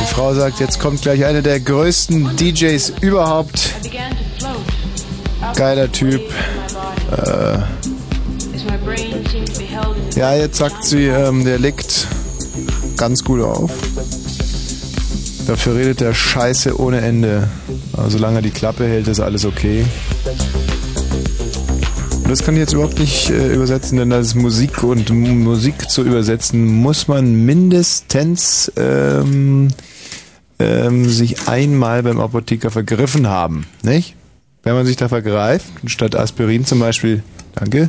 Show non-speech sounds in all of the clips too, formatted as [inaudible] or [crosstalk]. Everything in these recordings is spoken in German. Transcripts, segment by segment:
Die Frau sagt, jetzt kommt gleich einer der größten DJs überhaupt. Geiler Typ. Äh, ja, jetzt sagt sie, ähm, der legt ganz gut auf. Dafür redet der Scheiße ohne Ende. Aber solange er die Klappe hält, ist alles okay. Das kann ich jetzt überhaupt nicht äh, übersetzen, denn das ist Musik und M Musik zu übersetzen muss man mindestens ähm, ähm, sich einmal beim Apotheker vergriffen haben, nicht? Wenn man sich da vergreift, statt Aspirin zum Beispiel, danke,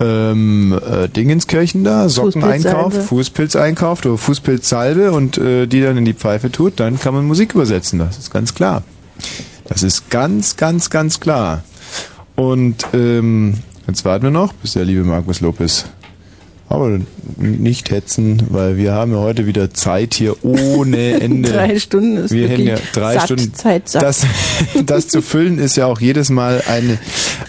ähm, äh, Dingenskirchen da, Sockeneinkauf, Fußpilz einkauft oder Fußpilzsalbe und äh, die dann in die Pfeife tut, dann kann man Musik übersetzen, das ist ganz klar. Das ist ganz, ganz, ganz klar. Und ähm, jetzt warten wir noch, bis der liebe Markus Lopez. Aber nicht hetzen, weil wir haben ja heute wieder Zeit hier [laughs] ohne Ende. drei Stunden ist wir hätten wirklich ja drei satt, Stunden. Zeit satt. Das, [laughs] das zu füllen ist ja auch jedes Mal ein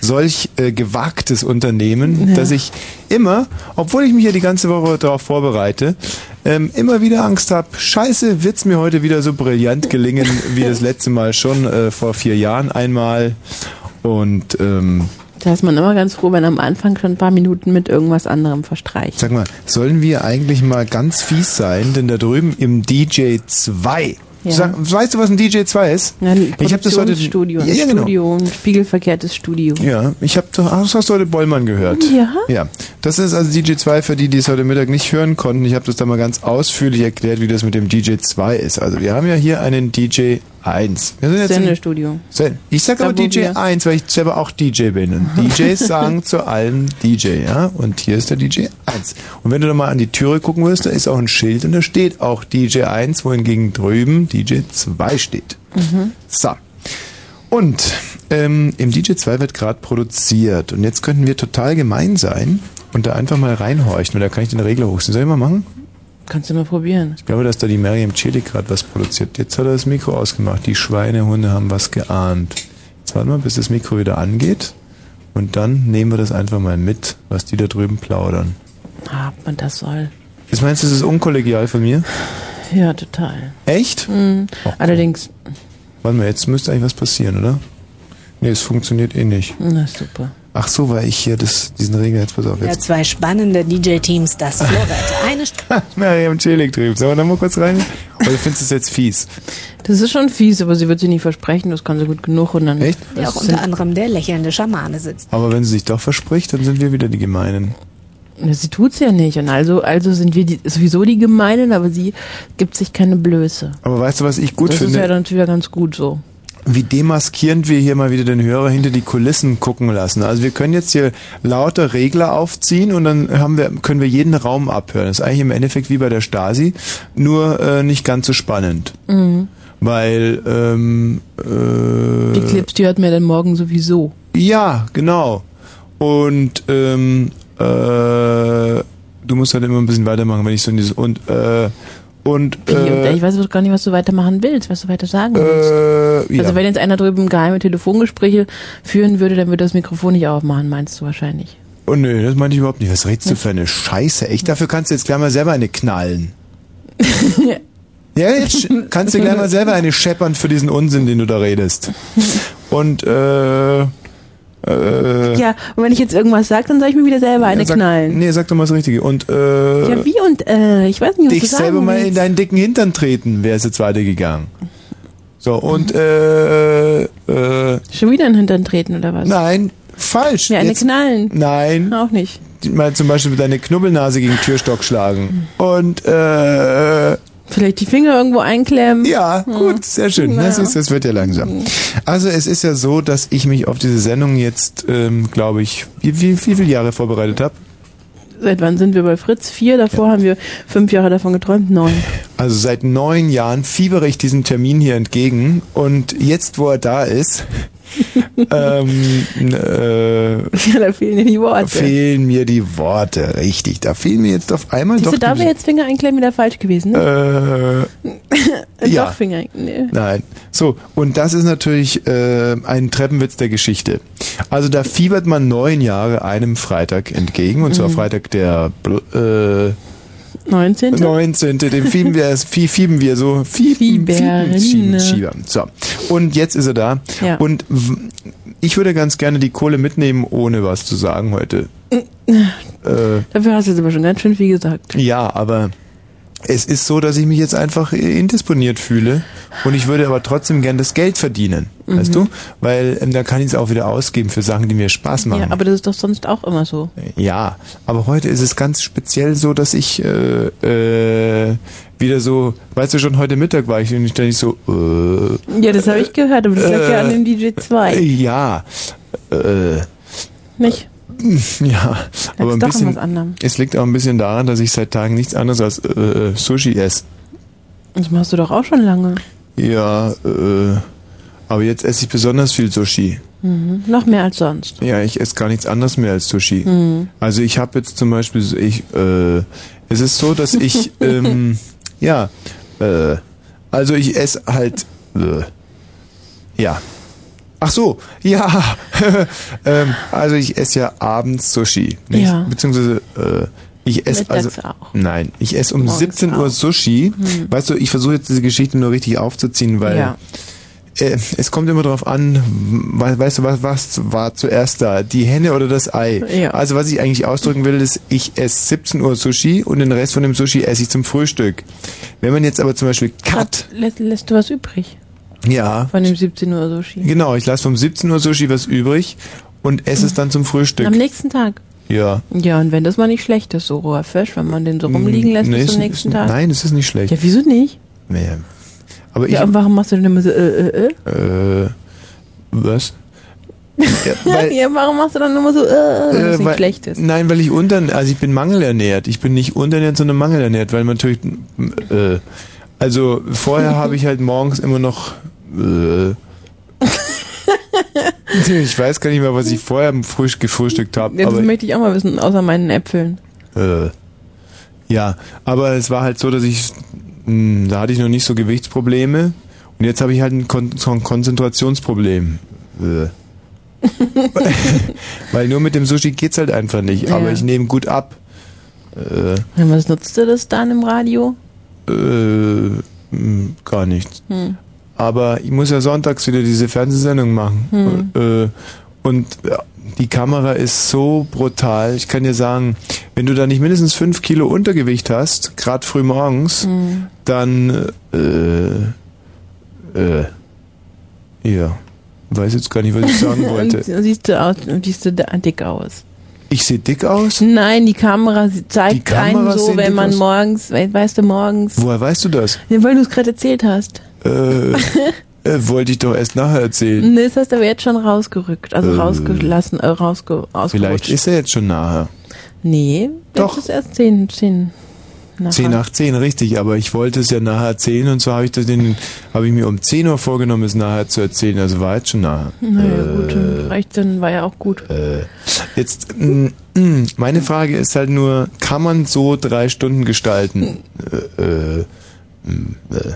solch äh, gewagtes Unternehmen, Ja. dass ich immer, obwohl ich mich ja die ganze Woche darauf vorbereite, ähm, immer wieder Angst habe, scheiße, wird's mir heute wieder so brillant gelingen, wie das letzte Mal schon äh, vor vier Jahren einmal. Und ähm, Da ist man immer ganz froh, wenn am Anfang schon ein paar Minuten mit irgendwas anderem verstreicht. Sag mal, sollen wir eigentlich mal ganz fies sein, denn da drüben im DJ 2. Ja. Sag, weißt du, was ein DJ 2 ist? Ja, Ein ich habe das heute Produktionsstudio, ein Ja, ja, genau. Studio, ein spiegelverkehrtes Studio. Ja, ich habe das hast du heute Bollmann gehört. Ja. Ja, das ist also DJ 2 für die, die es heute Mittag nicht hören konnten. Ich habe das da mal ganz ausführlich erklärt, wie das mit dem DJ 2 ist. Also, wir haben ja hier einen DJ 1. Wir sind jetzt in- Sendestudio. Sen- Ich sage aber Da, wo DJ wir- 1, weil ich selber auch DJ bin. [laughs] Und DJs sagen zu allem DJ, ja? Und hier ist der DJ 1. Und wenn du da mal an die Türe gucken wirst, da ist auch ein Schild und da steht auch DJ 1, wohingegen drüben DJ 2 steht. Mhm. So. Und ähm, im DJ 2 wird gerade produziert. Und jetzt könnten wir total gemein sein und da einfach mal reinhorchen. Und da kann ich den Regler hochziehen. Soll ich mal machen? Kannst du mal probieren. Ich glaube, dass da die Miriam Chili gerade was produziert. Jetzt hat er das Mikro ausgemacht. Die Schweinehunde haben was geahnt. Jetzt warten wir, bis das Mikro wieder angeht. Und dann nehmen wir das einfach mal mit, was die da drüben plaudern. Ah, ob man das soll. Jetzt meinst du, das ist unkollegial von mir? Ja, total. Echt? Mhm. Allerdings, Warte mal, jetzt müsste eigentlich was passieren, oder? Nee, es funktioniert eh nicht. na super. Ach so, weil ich hier das, diesen Regler jetzt, pass auf, Ja, jetzt. zwei spannende DJ-Teams, das Florett. Eine St [laughs] Miriam Chelik drüben. Sollen wir da mal kurz rein? Oder findest du es jetzt fies? Das ist schon fies, aber sie wird sich nicht versprechen, das kann sie gut genug und dann. Echt? der auch unter anderem der lächelnde Schamane sitzt. Aber wenn sie sich doch verspricht, dann sind wir wieder die Gemeinen. Sie tut's ja nicht. Und also, also sind wir die, sowieso die Gemeinen, aber sie gibt sich keine Blöße. Aber weißt du, was ich gut ne- das finde? ist ja dann wieder ganz gut so. wie demaskierend wir hier mal wieder den Hörer hinter die Kulissen gucken lassen. Also wir können jetzt hier lauter Regler aufziehen und dann haben wir, können wir jeden Raum abhören. Das ist eigentlich im Endeffekt wie bei der Stasi, nur äh, nicht ganz so spannend. Mhm. Weil, ähm, äh, Die Clips, die hört mir dann morgen sowieso. ja, genau. Und ähm, äh, du musst halt immer ein bisschen weitermachen, wenn ich so in dieses und äh, und Wie? Und äh, ich weiß gar nicht, was du weitermachen willst, was du weiter sagen willst. äh, ja. Also wenn jetzt einer drüben geheime Telefongespräche führen würde, dann würde das Mikrofon nicht aufmachen, meinst du wahrscheinlich. Oh nee, das meinte ich überhaupt nicht. Was redest du für eine Scheiße? Echt, dafür kannst du jetzt gleich mal selber [laughs] eine knallen. ja, jetzt sch- kannst du gleich mal selber eine scheppern für diesen Unsinn, den du da redest. Und äh, äh, Ja, und wenn ich jetzt irgendwas sage, dann soll ich mir wieder selber eine sag, knallen. Nee, sag doch mal das Richtige. Und äh, Ja, wie und äh, ich weiß nicht, was du dich sagen selber mal in willst. deinen dicken Hintern treten, wäre es jetzt weitergegangen. So, und äh, äh, Schon wieder in den Hintern treten oder was? Nein, falsch. Ja, eine Jetzt- knallen. Nein. Auch nicht. mal zum Beispiel deine Knubbelnase gegen den Türstock schlagen. Und äh, Vielleicht die Finger irgendwo einklemmen. Hm. Ja, gut, sehr schön. ne? Das, ist, das wird ja langsam. Mhm. Also es ist ja so, dass ich mich auf diese Sendung jetzt, ähm, glaube ich, wie, wie, wie viele Jahre vorbereitet habe. Seit wann sind wir bei Fritz? Vier, davor haben wir fünf Jahre davon geträumt, neun. Also seit neun Jahren fiebere ich diesem Termin hier entgegen. Und jetzt, wo er [laughs] da ist, ähm, äh, Ja, da fehlen dir die Worte. fehlen mir die Worte. Richtig, da fehlen mir jetzt auf einmal Siehst doch... du, da wäre jetzt Finger einklemmen wieder falsch gewesen, ne? äh, Äh, ja. Doch Finger einklemmen. Nee. Nein. So, und das ist natürlich äh, ein Treppenwitz der Geschichte. Also da fiebert man neun Jahre einem Freitag entgegen, und zwar Mhm. Freitag der bl- äh, 19. 19. Den fieben wir, es- fie- fieben wir so. Fieben, Fieberin. fieben, schieben, schieben. So. Und jetzt ist er da. Ja. Und w- ich würde ganz gerne die Kohle mitnehmen, ohne was zu sagen heute. äh, [laughs] Dafür hast du jetzt aber schon ganz schön viel gesagt. ja, aber es ist so, dass ich mich jetzt einfach äh, indisponiert fühle und ich würde aber trotzdem gern das Geld verdienen, Mhm. weißt du? Weil ähm, da kann ich es auch wieder ausgeben für Sachen, die mir Spaß machen. Ja, aber das ist doch sonst auch immer so. Ja, aber heute ist es ganz speziell so, dass ich äh, äh, wieder so, weißt du schon, heute Mittag war ich und ich dachte so, äh, Ja, das habe ich gehört, aber das lag ja an dem DJ 2, ja, äh, nicht? ja, aber ein doch an was bisschen, anderem. es liegt auch ein bisschen daran, dass ich seit Tagen nichts anderes als äh, Sushi esse. Das machst du doch auch schon lange. Ja, äh, aber jetzt esse ich besonders viel Sushi. Mhm. Noch mehr als sonst. Ja, ich esse gar nichts anderes mehr als Sushi. Mhm. Also ich habe jetzt zum Beispiel, so- ich, äh, es ist so, [laughs] dass ich, ähm, ja, äh, also ich esse halt, äh, ja. Ach so, ja. [laughs] ähm, also ich esse ja abends Sushi. Nicht? Ja. Beziehungsweise, äh, ich esse also, Mittags auch. nein, ich esse um Morgens 17 Uhr auch. Mhm. Sushi. Weißt du, ich versuche jetzt diese Geschichte nur richtig aufzuziehen, weil Ja. äh, es kommt immer drauf an, we weißt du, was, was war zuerst da? Die Henne oder das Ei? Ja. Also was ich eigentlich ausdrücken will, ist, ich esse 17 Uhr Sushi und den Rest von dem Sushi esse ich zum Frühstück. Wenn man jetzt aber zum Beispiel Cut, Lässt, lässt du was übrig ja, von dem 17 Uhr Sushi? genau, ich lasse vom 17 Uhr Sushi was übrig und esse es dann zum Am Frühstück. nächsten Tag. Ja. Ja, und wenn das mal nicht schlecht ist, so roher Fisch, wenn man den so rumliegen lässt Nee, bis ist- zum nächsten ist, Tag. Nein, es ist nicht schlecht. Ja, wieso nicht? Nee. Aber ich, Ja, und warum machst du denn immer so, äh, äh, äh? äh, was? [laughs] Ja, weil, ja, warum machst du dann immer so, äh, äh, wenn das Äh, nicht weil- schlecht ist? Nein, weil ich unter, also ich bin mangelernährt. Ich bin nicht unterernährt, sondern mangelernährt, weil man natürlich, äh, also vorher habe ich halt morgens immer noch, [laughs] äh, ich weiß gar nicht mehr, was ich vorher am Frühstück gefrühstückt habe. Ja, das aber, möchte ich auch mal wissen, außer meinen Äpfeln. äh, ja, aber es war halt so, dass ich, mh, da hatte ich noch nicht so Gewichtsprobleme und jetzt habe ich halt ein, Kon so ein Konzentrationsproblem. Äh. Weil nur mit dem Sushi geht's halt einfach nicht, aber Ja. ich nehme gut ab. Äh, Ja, was nutzt du das dann im Radio? äh, mh, gar nichts. Hm. Aber ich muss ja sonntags wieder diese Fernsehsendung machen. Hm. Äh, und ja, die Kamera ist so brutal. Ich kann dir sagen, wenn du da nicht mindestens fünf Kilo Untergewicht hast, gerade früh morgens, Hm. dann äh, äh, ja, weiß jetzt gar nicht, was ich [laughs] sagen Und wollte. siehst du, aus, und siehst du da dick aus? Ich sehe dick aus? Nein, die Kamera sie- zeigt Die Kameras einen so, sehen wenn dick man aus. morgens, we- weißt du, morgens. Woher weißt du das? Ja, weil du es gerade erzählt hast. [laughs] Äh, äh, wollte ich doch erst nachher erzählen. Nee, das hast du aber jetzt schon rausgerückt. Also Hm. Äh. rausgelassen, äh, rausge ausgerutscht. Vielleicht ist er jetzt schon nachher. Nee, Doch. jetzt ist erst 10, 10 nachher. 10 nach 10, richtig, aber ich wollte es ja nachher erzählen und so habe ich das den, habe ich mir um 10 Uhr vorgenommen, es nachher zu erzählen, also war jetzt schon nachher. Naja, gut, dann reicht dann, war ja auch gut. Äh, jetzt, mm, mm, meine Frage ist halt nur, kann man so drei Stunden gestalten? Äh, äh, mm, äh.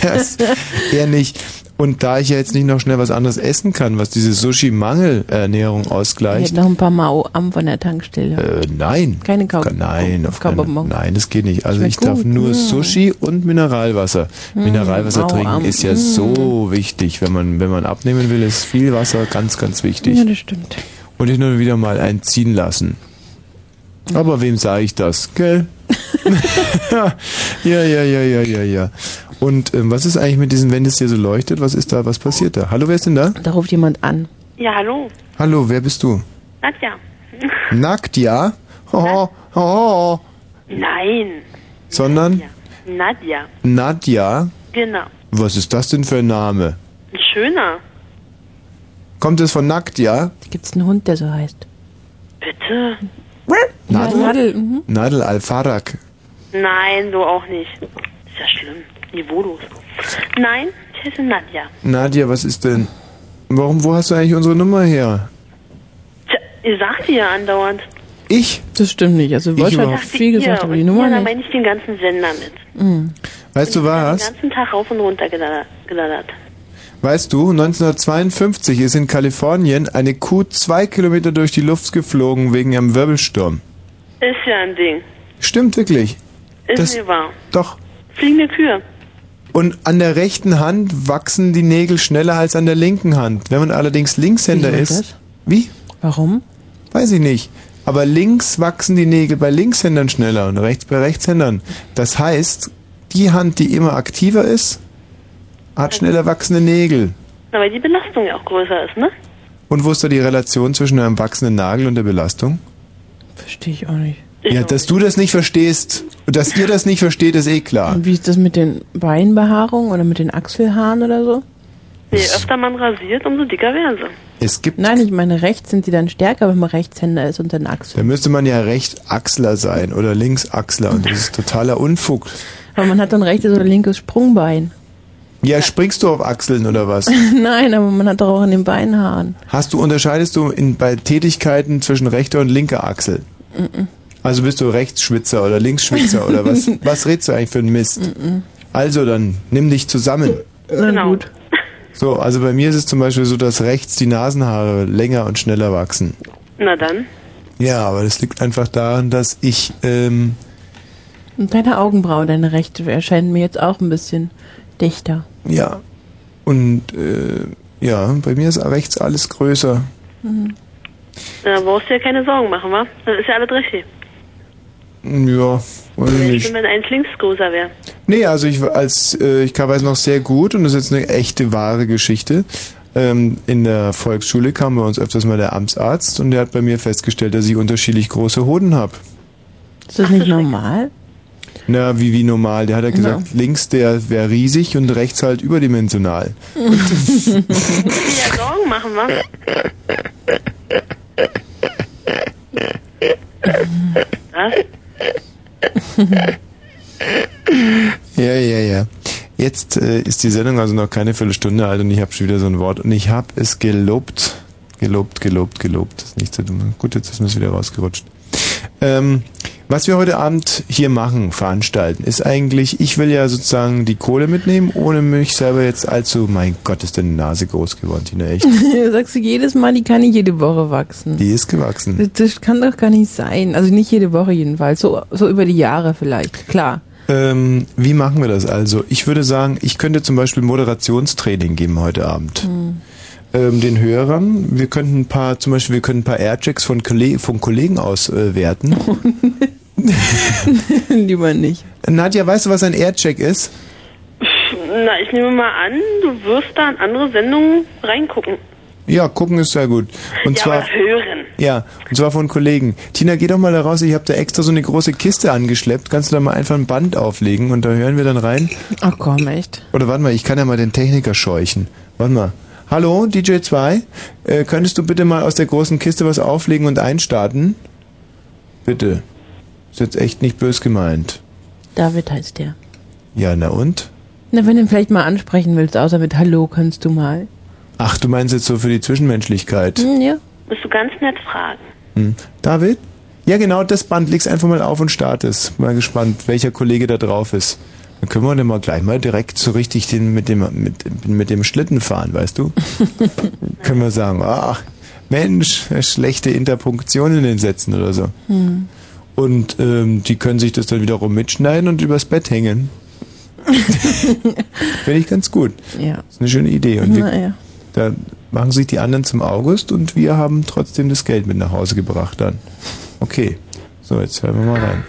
Das- [laughs] Eher nicht. Und da ich ja jetzt nicht noch schnell was anderes essen kann, was diese Sushi-Mangelernährung Ich ausgleicht, hätte noch ein paar Mao am von der Tankstelle. äh, nein. Keine Kau Nein, auf keinen, Kaubonbons. nein, das geht nicht. Also Schmeckt ich darf gut, Mm. nur ja. Sushi und Mineralwasser. Mineralwasser au, trinken am, ist ja mm. so wichtig. Wenn man, wenn man abnehmen will, ist viel Wasser ganz, ganz wichtig. Ja, das stimmt. Und ich nur wieder mal einen ziehen lassen. Aber wem sage ich das? Gell? [laughs] ja, ja, ja, ja, ja, ja. Und ähm, was ist eigentlich mit diesem, wenn es dir so leuchtet, was ist da, was passiert da? Hallo, wer ist denn da? Da ruft jemand an. Ja, hallo. Hallo, wer bist du? Nadja. [laughs] Nackt, ja? Hoho, hoho. Nein. Sondern Nadja. Nadja. Genau. Was ist das denn für ein Name? Ein schöner. Kommt es von nackt, ja? Gibt's einen Hund, der so heißt? Bitte. Nadel, Nadel. Mhm. Nadel al-Farag. Nein, so auch nicht. Ist ja schlimm. Niveaulos. Nein, ich heiße Nadja. Nadja, was ist denn? Warum, wo hast du eigentlich unsere Nummer her? Tja, ihr sagt ihr ja andauernd. Ich? Das stimmt nicht. Also, Ich Wolf hat überhaupt- viel gesagt, ihr, aber die und Nummer ihr, da nicht. meine ich den ganzen Sender mit. Weißt du was? Den ganzen Tag rauf und runter geladdert. geladdert. Weißt du, 1952 ist in Kalifornien eine Kuh zwei Kilometer durch die Luft geflogen wegen einem Wirbelsturm. Ist ja ein Ding. Stimmt wirklich. Ist Das- mir wahr. Doch. Fliegende Kühe. Und an der rechten Hand wachsen die Nägel schneller als an der linken Hand. Wenn man allerdings Linkshänder Wieso ist. das? Wie? Warum? Weiß ich nicht. Aber links wachsen die Nägel bei Linkshändern schneller und rechts bei Rechtshändern. Das heißt, die Hand, die immer aktiver ist, hat schneller wachsende Nägel. Na, weil die Belastung ja auch größer ist, ne? Und wo ist da die Relation zwischen einem wachsenden Nagel und der Belastung? Verstehe ich auch nicht. ja, dass du das nicht verstehst und dass ihr das nicht versteht, ist eh klar. Und wie ist das mit den Beinbehaarungen oder mit den Achselhaaren oder so? Je öfter man rasiert, umso dicker werden sie. Es gibt, Nein, ich meine, rechts sind die dann stärker, wenn man Rechtshänder ist und dann da Achsel. müsste man ja Rechtachsler sein oder Linksachsler und das ist totaler Unfug. Aber man hat dann rechtes oder linkes Sprungbein. Ja, springst du auf Achseln oder was? [laughs] Nein, aber man hat doch auch in den Beinhaaren. Hast du, unterscheidest du in, bei Tätigkeiten zwischen rechter und linker Achsel? Mhm. Also bist du Rechtsschwitzer oder Linksschwitzer oder was? Was redst du eigentlich für einen Mist? Also dann, nimm dich zusammen. Genau. Gut. So, also bei mir ist es zum Beispiel so, dass rechts die Nasenhaare länger und schneller wachsen. Na dann. Ja, aber das liegt einfach daran, dass ich, ähm, Und deine Augenbraue, deine rechte, erscheinen mir jetzt auch ein bisschen dichter. ja, und, äh, ja, bei mir ist rechts alles größer. Mhm. Da brauchst du ja keine Sorgen machen, wa? Dann ist ja alles richtig. Ja, weiß ich Wäre nicht. schlimm, wenn eins links größer wäre. Nee, also ich war- als äh, ich kann weiß noch sehr gut und das ist jetzt eine echte wahre Geschichte. Ähm, in der Volksschule kam bei uns öfters mal der Amtsarzt und der hat bei mir festgestellt, dass ich unterschiedlich große Hoden habe. Ist das nicht normal? Na, wie wie normal. Der hat ja Ja. gesagt, links der wäre riesig und rechts halt überdimensional. [laughs] Ja, Sorgen machen, wa? Was? Ja, ja, ja. Jetzt äh, ist die Sendung also noch keine Viertelstunde alt und ich habe schon wieder so ein Wort und ich habe es gelobt. Gelobt, gelobt, gelobt. Das ist nicht so dumm. Gut, jetzt ist mir es wieder rausgerutscht. Ähm, was wir heute Abend hier machen, veranstalten, ist eigentlich, ich will ja sozusagen die Kohle mitnehmen, ohne mich selber jetzt allzu, mein Gott, ist deine Nase groß geworden, [laughs] Tina, echt. Sagst du jedes Mal, die kann nicht jede Woche wachsen. Die ist gewachsen. Das, das kann doch gar nicht sein. Also nicht jede Woche jedenfalls. So, so über die Jahre vielleicht. Klar. Ähm, wie machen wir das also? Ich würde sagen, ich könnte zum Beispiel Moderationstraining geben heute Abend. Hm. ähm, den Hörern. Wir könnten ein paar, zum Beispiel, wir können ein paar Airchecks von, Kolle von Kollegen äh, auswerten. [laughs] Lieber nicht. Nadja, weißt du, was ein Aircheck ist? Na, ich nehme mal an, du wirst da in andere Sendungen reingucken. Ja, gucken ist sehr gut. Und ja, zwar, aber hören. ja, und zwar von Kollegen. Tina, geh doch mal da raus. Ich habe da extra so eine große Kiste angeschleppt. Kannst du da mal einfach ein Band auflegen und da hören wir dann rein? Ach komm, echt. Oder warte mal, ich kann ja mal den Techniker scheuchen. Warte mal. Hallo, DJ 2, äh, könntest du bitte mal aus der großen Kiste was auflegen und einstarten? Bitte. Ist jetzt echt nicht bös gemeint. David heißt der. Ja, na und? Na, wenn du ihn vielleicht mal ansprechen willst, außer mit Hallo, kannst du mal. Ach, du meinst jetzt so für die Zwischenmenschlichkeit. Hm, ja. Musst du ganz nett fragen. Hm. David? Ja, genau, das Band legst einfach mal auf und startest. Mal gespannt, welcher Kollege da drauf ist. Dann können wir dann mal gleich mal direkt so richtig den mit dem mit, mit dem Schlitten fahren, weißt du? können wir sagen, ach, Mensch, schlechte Interpunktion in den Sätzen oder so. Hm. Und ähm, die können sich das dann wiederum mitschneiden und übers Bett hängen. Finde ich ganz gut. Ja. Ist eine schöne Idee. Und wir, Na ja. da machen sich die anderen zum August und wir haben trotzdem das Geld mit nach Hause gebracht dann. Okay. So, jetzt hören wir mal rein.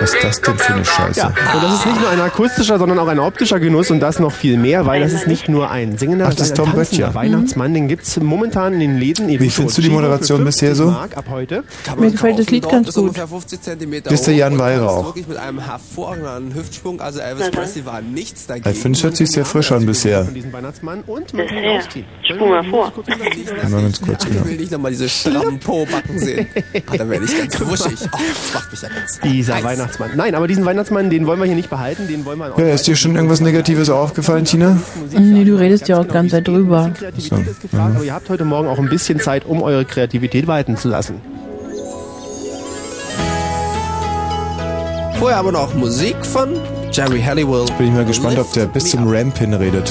Was ist das denn für eine Scheiße? Ja, und das ist nicht nur ein akustischer, sondern auch ein optischer Genuss und das noch viel mehr, weil das ist nicht nur ein singender, Ach, das ist sondern ein Tom tanzender Böttcher. Weihnachtsmann, den gibt's momentan in den Läden. Ihr Wie wisst, findest du die Gino für Moderation 50 bisher so? Mark ab heute. Mir gefällt das Lied Dort ganz ist gut. ungefähr 50 Zentimeter Bist du hoch Jan und tanzt Weihrauch? Wirklich mit einem hervorragenden Hüftsprung, also Elvis Presley war nichts dagegen. Also Ich finde, es hört sich sehr frisch an bisher. Von diesem Weihnachtsmann und Das mit ist ihm her. ausziehen. Spring mal vor. [laughs] Einmal ganz kurz, genau. ich ja. will nicht nochmal diese strammen Po-Backen sehen. Ah, da werde ich [laughs] ganz wuschig. Oh, das macht mich ja ganz Dieser heiß. Weihnachtsmann. Nein, aber diesen Weihnachtsmann, den wollen wir hier nicht behalten, den wollen wir an Ja, ist dir schon irgendwas Negatives aufgefallen, Tina? Hm, Nee, du redest ja auch ganz Zeit drüber. Kreativität ist gefragt, aber ihr habt heute Morgen auch ein bisschen Zeit, um eure Kreativität walten zu lassen. Vorher aber noch Musik von Jerry Halliwell. Bin ich mal gespannt, ob der bis zum Ramp hin redet.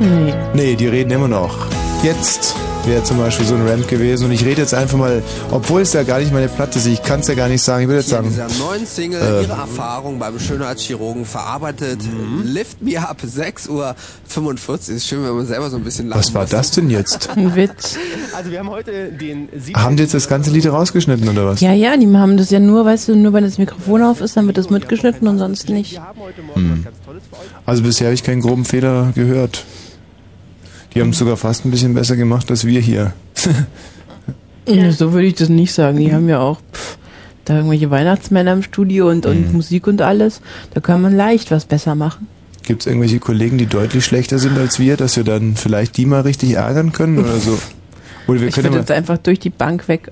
Nee. Nee, die reden immer noch. Jetzt wäre zum Beispiel so ein Rant gewesen. Und ich rede jetzt einfach mal, obwohl es ja gar nicht meine Platte ist, ich kann es ja gar nicht sagen, ich würde jetzt Hier in sagen, dieser neuen Single äh, ihre Erfahrung beim Schönheitschirurgen verarbeitet. Mhm. Lift Me Up, 6.45 Uhr. Ist schön, wenn man selber so ein bisschen lachen was war muss. das denn jetzt? Ein Witz. Also wir haben heute den siebten- Haben die jetzt das ganze Lied rausgeschnitten oder was? Ja, ja, die haben das ja nur, weißt du, nur wenn das Mikrofon auf ist, dann wird das mitgeschnitten und sonst nicht. Wir haben heute Morgen was ganz Tolles für euch. Also bisher habe ich keinen groben Fehler gehört. Die haben es sogar fast ein bisschen besser gemacht als wir hier. Ja, So würde ich das nicht sagen. Die haben ja auch pff, da irgendwelche Weihnachtsmänner im Studio und, und Musik und alles. Da kann man leicht was besser machen. Gibt es irgendwelche Kollegen, die deutlich schlechter sind als wir, dass wir dann vielleicht die mal richtig ärgern können oder so? Oder wir Ich würde können ja jetzt mal, einfach durch die Bank weg.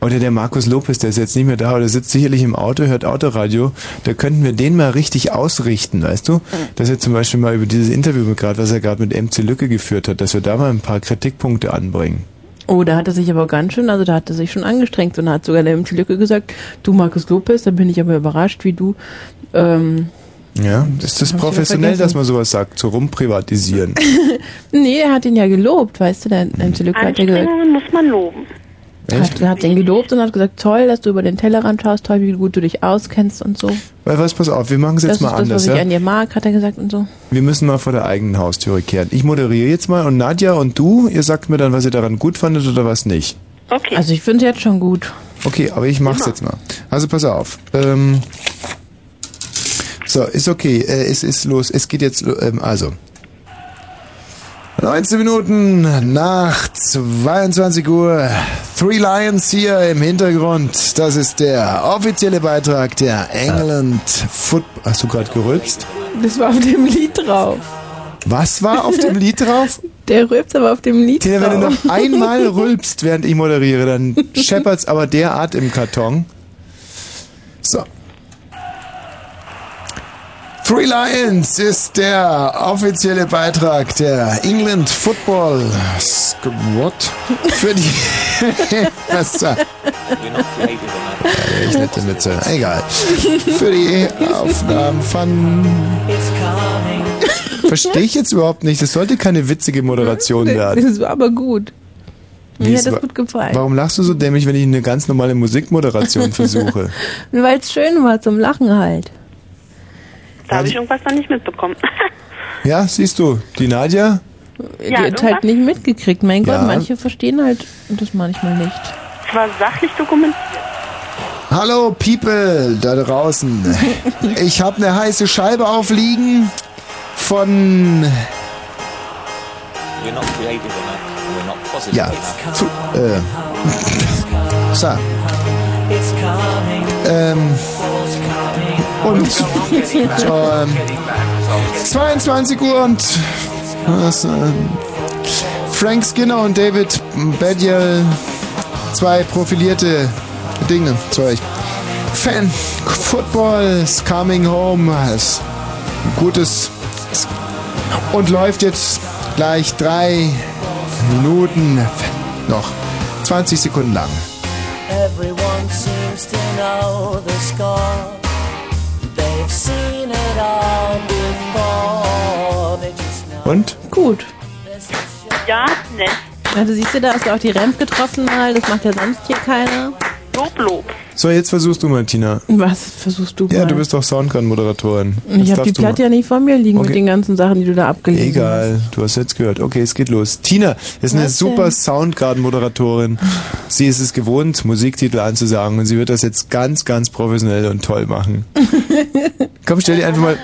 oder der Markus Lopez, der ist jetzt nicht mehr da, oder sitzt sicherlich im Auto, hört Autoradio, da könnten wir den mal richtig ausrichten, weißt du? Dass er zum Beispiel mal über dieses Interview, mit grad, was er gerade mit MC Lücke geführt hat, dass wir da mal ein paar Kritikpunkte anbringen. Oh, da hat er sich aber ganz schön, also da hat er sich schon angestrengt und da hat sogar der MC Lücke gesagt, du Markus Lopez, da bin ich aber überrascht, wie du. Ähm, Ja, ist das hab ich wieder professionell, dass vergessen. man sowas sagt, so [laughs] rumprivatisieren? nee, er hat ihn ja gelobt, weißt du, der MC Lücke hat ja gesagt, Anstrengungen muss man loben. hat, hat den gelobt und hat gesagt, toll, dass du über den Tellerrand schaust, toll, wie gut du dich auskennst und so. Weil was, pass auf, wir machen es Das jetzt ist mal das, anders, was ich ja? an dir mag, hat er gesagt und so. Wir müssen mal vor der eigenen Haustüre kehren. Ich moderiere jetzt mal und Nadja und du, ihr sagt mir dann, was ihr daran gut fandet oder was nicht. Okay. Also ich finde es jetzt schon gut. Okay, aber ich mach's jetzt mal. Also pass auf. Ähm, so, ist okay. Äh, es ist los. Es geht jetzt. lo- Ähm, also. 19 Minuten nach 22 Uhr. Three Lions hier im Hintergrund. Das ist der offizielle Beitrag der England Football. Hast du gerade gerülpst? Das war auf dem Lied drauf. Was war [laughs] auf dem Lied drauf? Der rülpst aber auf dem Lied Tina, wenn du drauf. [laughs] noch einmal rülpst, während ich moderiere, dann scheppert's aber derart im Karton. So. Three Lions ist der offizielle Beitrag der England Football Squad für die. [laughs] Was da? Ich nette Mütze. Egal. Für die Aufnahmen von. Verstehe ich jetzt überhaupt nicht. Das sollte keine witzige Moderation werden. Das war aber gut. Wie Mir ist- hat das gut gefallen. Warum lachst du so dämlich, wenn ich eine ganz [laughs] normale Musikmoderation versuche? Weil es schön war zum Lachen halt. da habe ich irgendwas noch nicht mitbekommen. [laughs] ja, siehst du, die Nadja? Die hat halt irgendwas? nicht mitgekriegt. Mein Ja. Gott, manche verstehen halt das manchmal nicht. Es war sachlich dokumentiert. Hallo People da draußen. [laughs] Ich habe eine heiße Scheibe aufliegen von We're not creative enough. We're not positive ja enough. zu, äh, so ähm, und ähm, 22 Uhr und was, ähm, Frank Skinner und David Badiel, zwei profilierte Dinge, Zeug. Fan, Football is coming home, ist gutes und läuft jetzt gleich drei Minuten noch 20 Sekunden lang. Everyone seems to know the score. They've seen it all before. They just know Und? Gut. Ja, ne. nett. Also siehst du, da hast du auch die Ramp getroffen mal. Das macht ja sonst hier keiner. Lob, Lob. So, jetzt versuchst du, Martina. Was versuchst du Ja, mal? du bist doch Soundcard-Moderatorin. Ich habe Jetzt die darfst du Platte ja nicht vor mir liegen Okay. mit den ganzen Sachen, die du da abgelesen Egal, du hast jetzt gehört. Okay, es geht los. Tina ist eine Was super denn? Soundgarden-Moderatorin. Sie ist es gewohnt, Musiktitel anzusagen und sie wird das jetzt ganz, ganz professionell und [laughs] toll machen. Komm, stell dir einfach mal,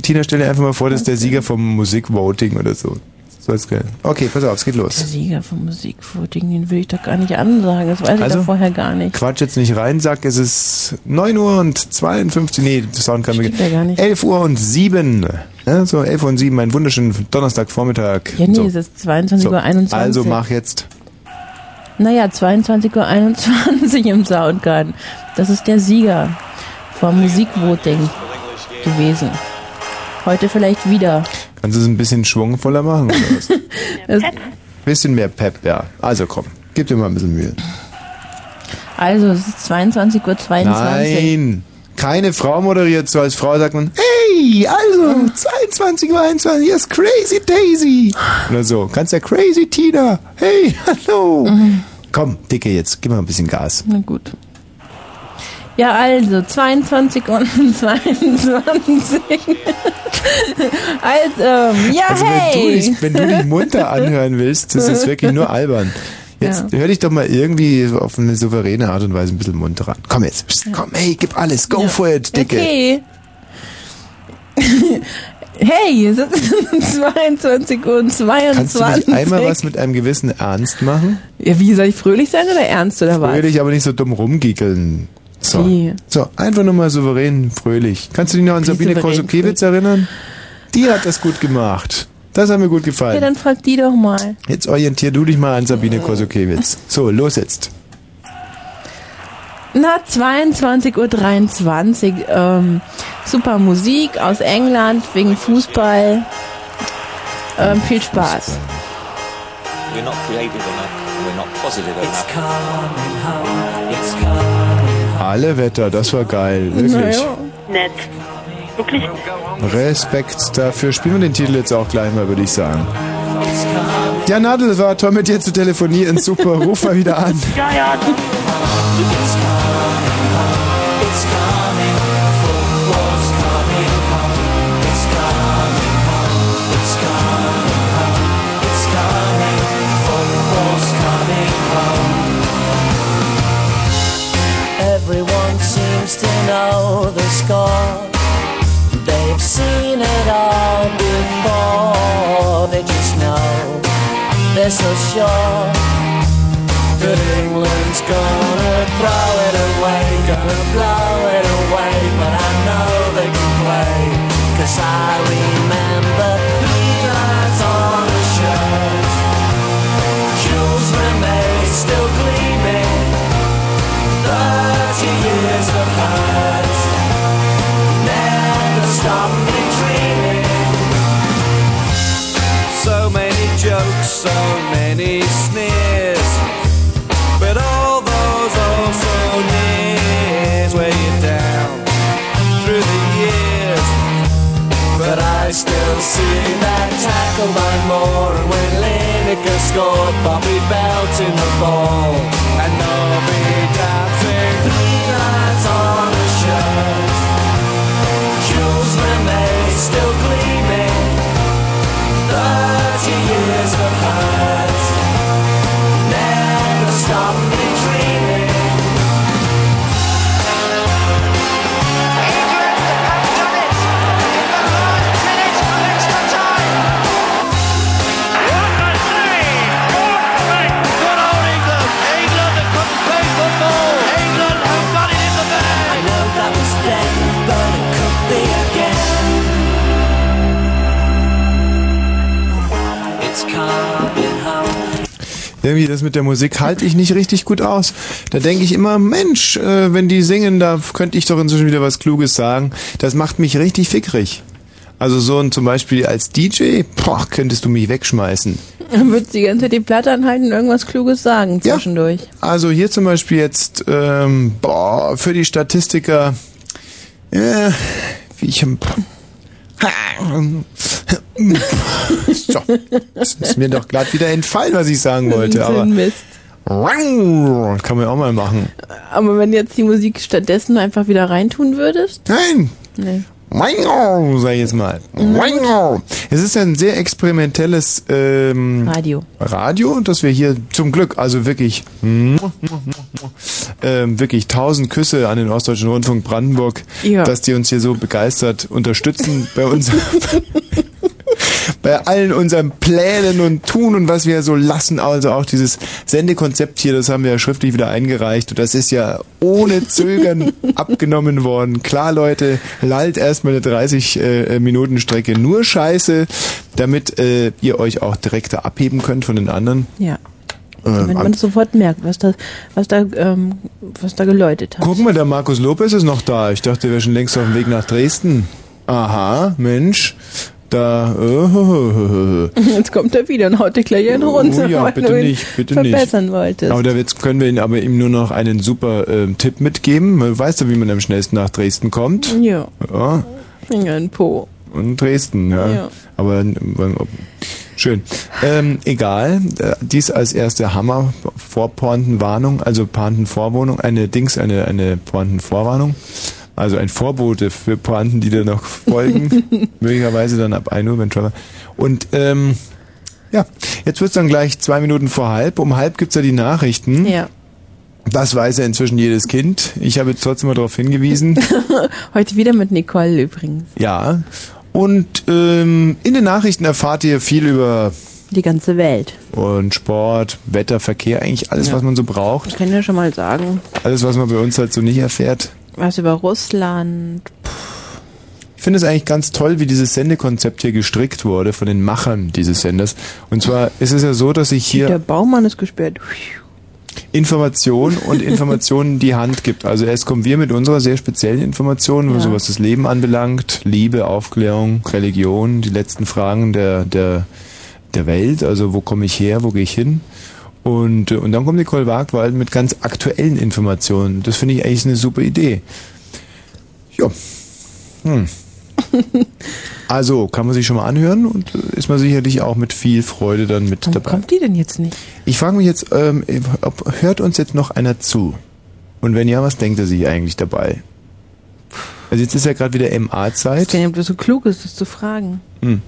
Tina, stell dir einfach mal vor, dass der Sieger vom Musikvoting oder so. Soll's gehen. Okay, pass auf, es geht Der los. Sieger vom Musikvoting, den will ich doch gar nicht ansagen. Das weiß Also? ich doch vorher gar nicht. Quatsch jetzt nicht rein, sag, es ist 9 Uhr und 52, nee, der Soundgarden Stimmt ja gar nicht. 11 Uhr und 7. Ja, so, 11 Uhr und 7, einen wunderschönen Donnerstagvormittag. Ja, nee, so. es ist 22.21 Uhr. 21. Also mach jetzt. Naja, 22.21 Uhr 21 im Soundgarden. Das ist der Sieger vom Musikvoting gewesen. Heute vielleicht wieder. Kannst du es ein bisschen schwungvoller [laughs] machen? Oder was? Es, bisschen mehr Pep, ja. Also komm, gib dir mal ein bisschen Mühe. also, es ist 22.22 Uhr. 22. [laughs] Nein! Keine Frau moderiert so. Als Frau sagt man, hey, Daisy. Also, 22 Uhr 21, hier ist Crazy Daisy. Oder so. Kannst ja Crazy Tina. Hey, [laughs] hallo. Komm, Dicke, jetzt gib mal ein bisschen Gas. Mhm. Na gut. Ja, also 22 [laughs] und 22. also, ja, Also, wenn du, hey! dich, wenn du [laughs] dich munter anhören willst, das ist wirklich nur albern. Jetzt hör dich doch mal irgendwie auf eine souveräne Art und Weise ein bisschen munter an. Komm jetzt. Psst, Komm, hey, gib alles. Go for it, Dicke. Okay. [laughs] hey, es ist [laughs] 22 und 22. Kannst du nicht einmal was mit einem gewissen Ernst machen? ja, wie soll ich fröhlich sein oder ernst oder was? Fröhlich, aber nicht so dumm rumgickeln. So. Nee. so, einfach nur mal souverän, fröhlich. Kannst du dich noch an Wie Sabine souverän, Krossokiewicz erinnern? Die hat das gut gemacht. Das hat mir gut Ja, gefallen. dann frag die doch mal. jetzt orientier du dich mal an Sabine Krossokiewicz. So, los jetzt. Na, 22.23 Uhr. Ähm, super Musik aus England wegen Fußball. Ähm, viel Spaß. We're not creative enough. We're not positive enough. Alle Wetter, das war geil. Wirklich. Naja. Nett. Wirklich Respekt dafür. Spielen wir den Titel jetzt auch gleich mal, würde ich sagen. Ja, Nadel, war toll mit dir zu telefonieren. Super, ruf mal wieder an. Ja, ja. Everyone seems to know the score. They've seen it all before. They just know they're so sure that England's gonna throw it away, gonna blow it away. But I know they can play, cause I remember three lads on a show. Jules remains still gleaming. 30 years of hurt Never stop me dreaming So many jokes, so many sneers But all those also nears Weigh you down through the years But I still see that tackle by Moore And when Lineker scored, Bobby Belt in the ball And Nobby dancing three lads on a shirt Jules remains still gleaming Thirty years of hurt Never stop me dreaming I know that was then, but it could be again It's coming home Irgendwie das mit der Musik halte ich nicht richtig gut aus. Da denke ich immer, Mensch, äh, wenn die singen, da könnte ich doch inzwischen wieder was Kluges sagen. Das macht mich richtig fickrig. Also so ein zum Beispiel als DJ, boah, könntest du mich wegschmeißen. Dann wird die ganze Zeit die Platte anhalten und irgendwas Kluges sagen zwischendurch. Also hier zum Beispiel jetzt, ähm, boah, für die Statistiker, äh, wie ich im... So, das ist mir doch gerade wieder entfallen, was ich sagen So wollte, aber... ein Mist. Kann man ja auch mal machen. Aber wenn jetzt die Musik stattdessen einfach wieder reintun würdest? Nein! Nee. Wango, sag ich jetzt mal. Wango. Es ist ein sehr experimentelles ähm, Radio. Radio, das wir hier zum Glück, also wirklich, ähm, wirklich tausend Küsse an den Ostdeutschen Rundfunk Brandenburg, Ja. dass die uns hier so begeistert unterstützen bei uns. [laughs] Bei allen unseren Plänen und Tun und was wir so lassen, also auch dieses Sendekonzept hier, das haben wir ja schriftlich wieder eingereicht und das ist ja ohne [laughs] Zögern abgenommen worden. Klar, Leute, lallt erstmal eine 30-Minuten-Strecke nur Scheiße, damit äh, ihr euch auch direkt da abheben könnt von den anderen. Ja. Ähm, wenn man ab- sofort merkt, was da, was da, ähm, was da geläutet [laughs] hat. Guck mal, der Markus Lopez ist noch da. Ich dachte, der wäre schon längst auf dem Weg nach Dresden. Aha, Mensch. Da. äh, [laughs] Jetzt kommt er wieder und haut dir gleich einen runter, Oh ja, weil bitte du ihn nicht, bitte nicht. verbessern wolltest. Aber da jetzt können wir ihn aber ihm nur noch einen super ähm, Tipp mitgeben. Weißt du, wie man am schnellsten nach Dresden kommt? ja. Ja. Finger in Po. [laughs] Und Dresden, ja. Ja. Aber ähm, schön. Ähm, egal, äh, dies als erste Hammer vor Warnung, also Pointenvorwohnung, eine Dings, eine, eine Pointenvorwarnung. Also ein Vorbote für Pointen, die da [laughs] noch folgen. Möglicherweise dann ab 1 Uhr, wenn Trevor. Und ähm, ja, jetzt wird's dann gleich zwei Minuten vor halb. Um halb gibt's ja die Nachrichten. Ja. Das weiß ja inzwischen jedes Kind. Ich habe jetzt trotzdem mal darauf [laughs] hingewiesen. Heute wieder mit Nicole übrigens. Ja. Und ähm, in den Nachrichten erfahrt ihr viel über Die ganze Welt. und Sport, Wetter, Verkehr, eigentlich alles, Ja. was man so braucht. Ich kann ja schon mal sagen, Alles, was man bei uns halt so nicht erfährt. was über Russland. Ich finde es eigentlich ganz toll, wie dieses Sendekonzept hier gestrickt wurde von den Machern dieses Senders. Und zwar ist es ja so, dass ich Der hier Baumann ist gesperrt. Information und Informationen die Hand gibt. Also erst kommen wir mit unserer sehr speziellen Information, Ja. so was das Leben anbelangt, Liebe, Aufklärung, Religion, die letzten Fragen der, der, der Welt, also wo komme ich her, wo gehe ich hin. Und, äh, und dann kommt Nicole Wagwald mit ganz aktuellen Informationen. Das finde ich eigentlich eine super Idee. Ja. Hm. Also, kann man sich schon mal anhören und äh, ist man sicherlich auch mit viel Freude dann mit Warum dabei. kommt die denn jetzt nicht? Ich frage mich jetzt, ähm, ob, hört uns jetzt noch einer zu? Und wenn ja, was denkt er sich eigentlich dabei? Also jetzt ist ja gerade wieder Ich weiß MA-Zeit. nicht, ob das so klug ist, das zu fragen. Hm.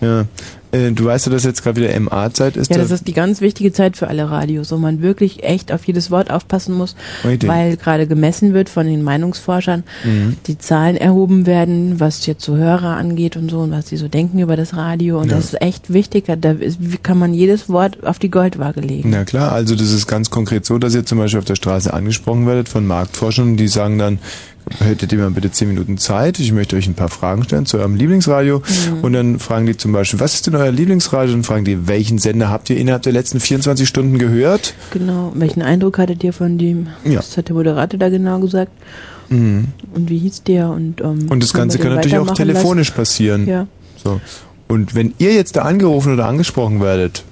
Ja. Äh, du weißt ja, dass jetzt gerade wieder MA-Zeit ist. Ja, da- das ist die ganz wichtige Zeit für alle Radios, wo man wirklich echt auf jedes Wort aufpassen muss, Richtig. weil gerade gemessen wird von den Meinungsforschern, Mhm. die Zahlen erhoben werden, was jetzt so Hörer angeht und so und was die so denken über das Radio und Ja. das ist echt wichtig, da- da ist, wie kann man jedes Wort auf die Goldwaage legen. Na klar, also das ist ganz konkret so, dass ihr zum Beispiel auf der Straße angesprochen werdet von Marktforschern, die sagen dann, hättet ihr mal bitte zehn Minuten Zeit, ich möchte euch ein paar Fragen stellen zu eurem Lieblingsradio. Und dann fragen die zum Beispiel, was ist denn euer Lieblingsradio? Und fragen die, welchen Sender habt ihr innerhalb der letzten 24 Stunden gehört? Genau, welchen Eindruck hattet ihr von dem? Ja. Was hat der Moderator da genau gesagt? Mhm. Und wie hieß der? Und, ähm, Und das haben Ganze wir kann den natürlich auch weitermachen telefonisch passieren. lassen? Ja. So. Und wenn ihr jetzt da angerufen oder angesprochen werdet,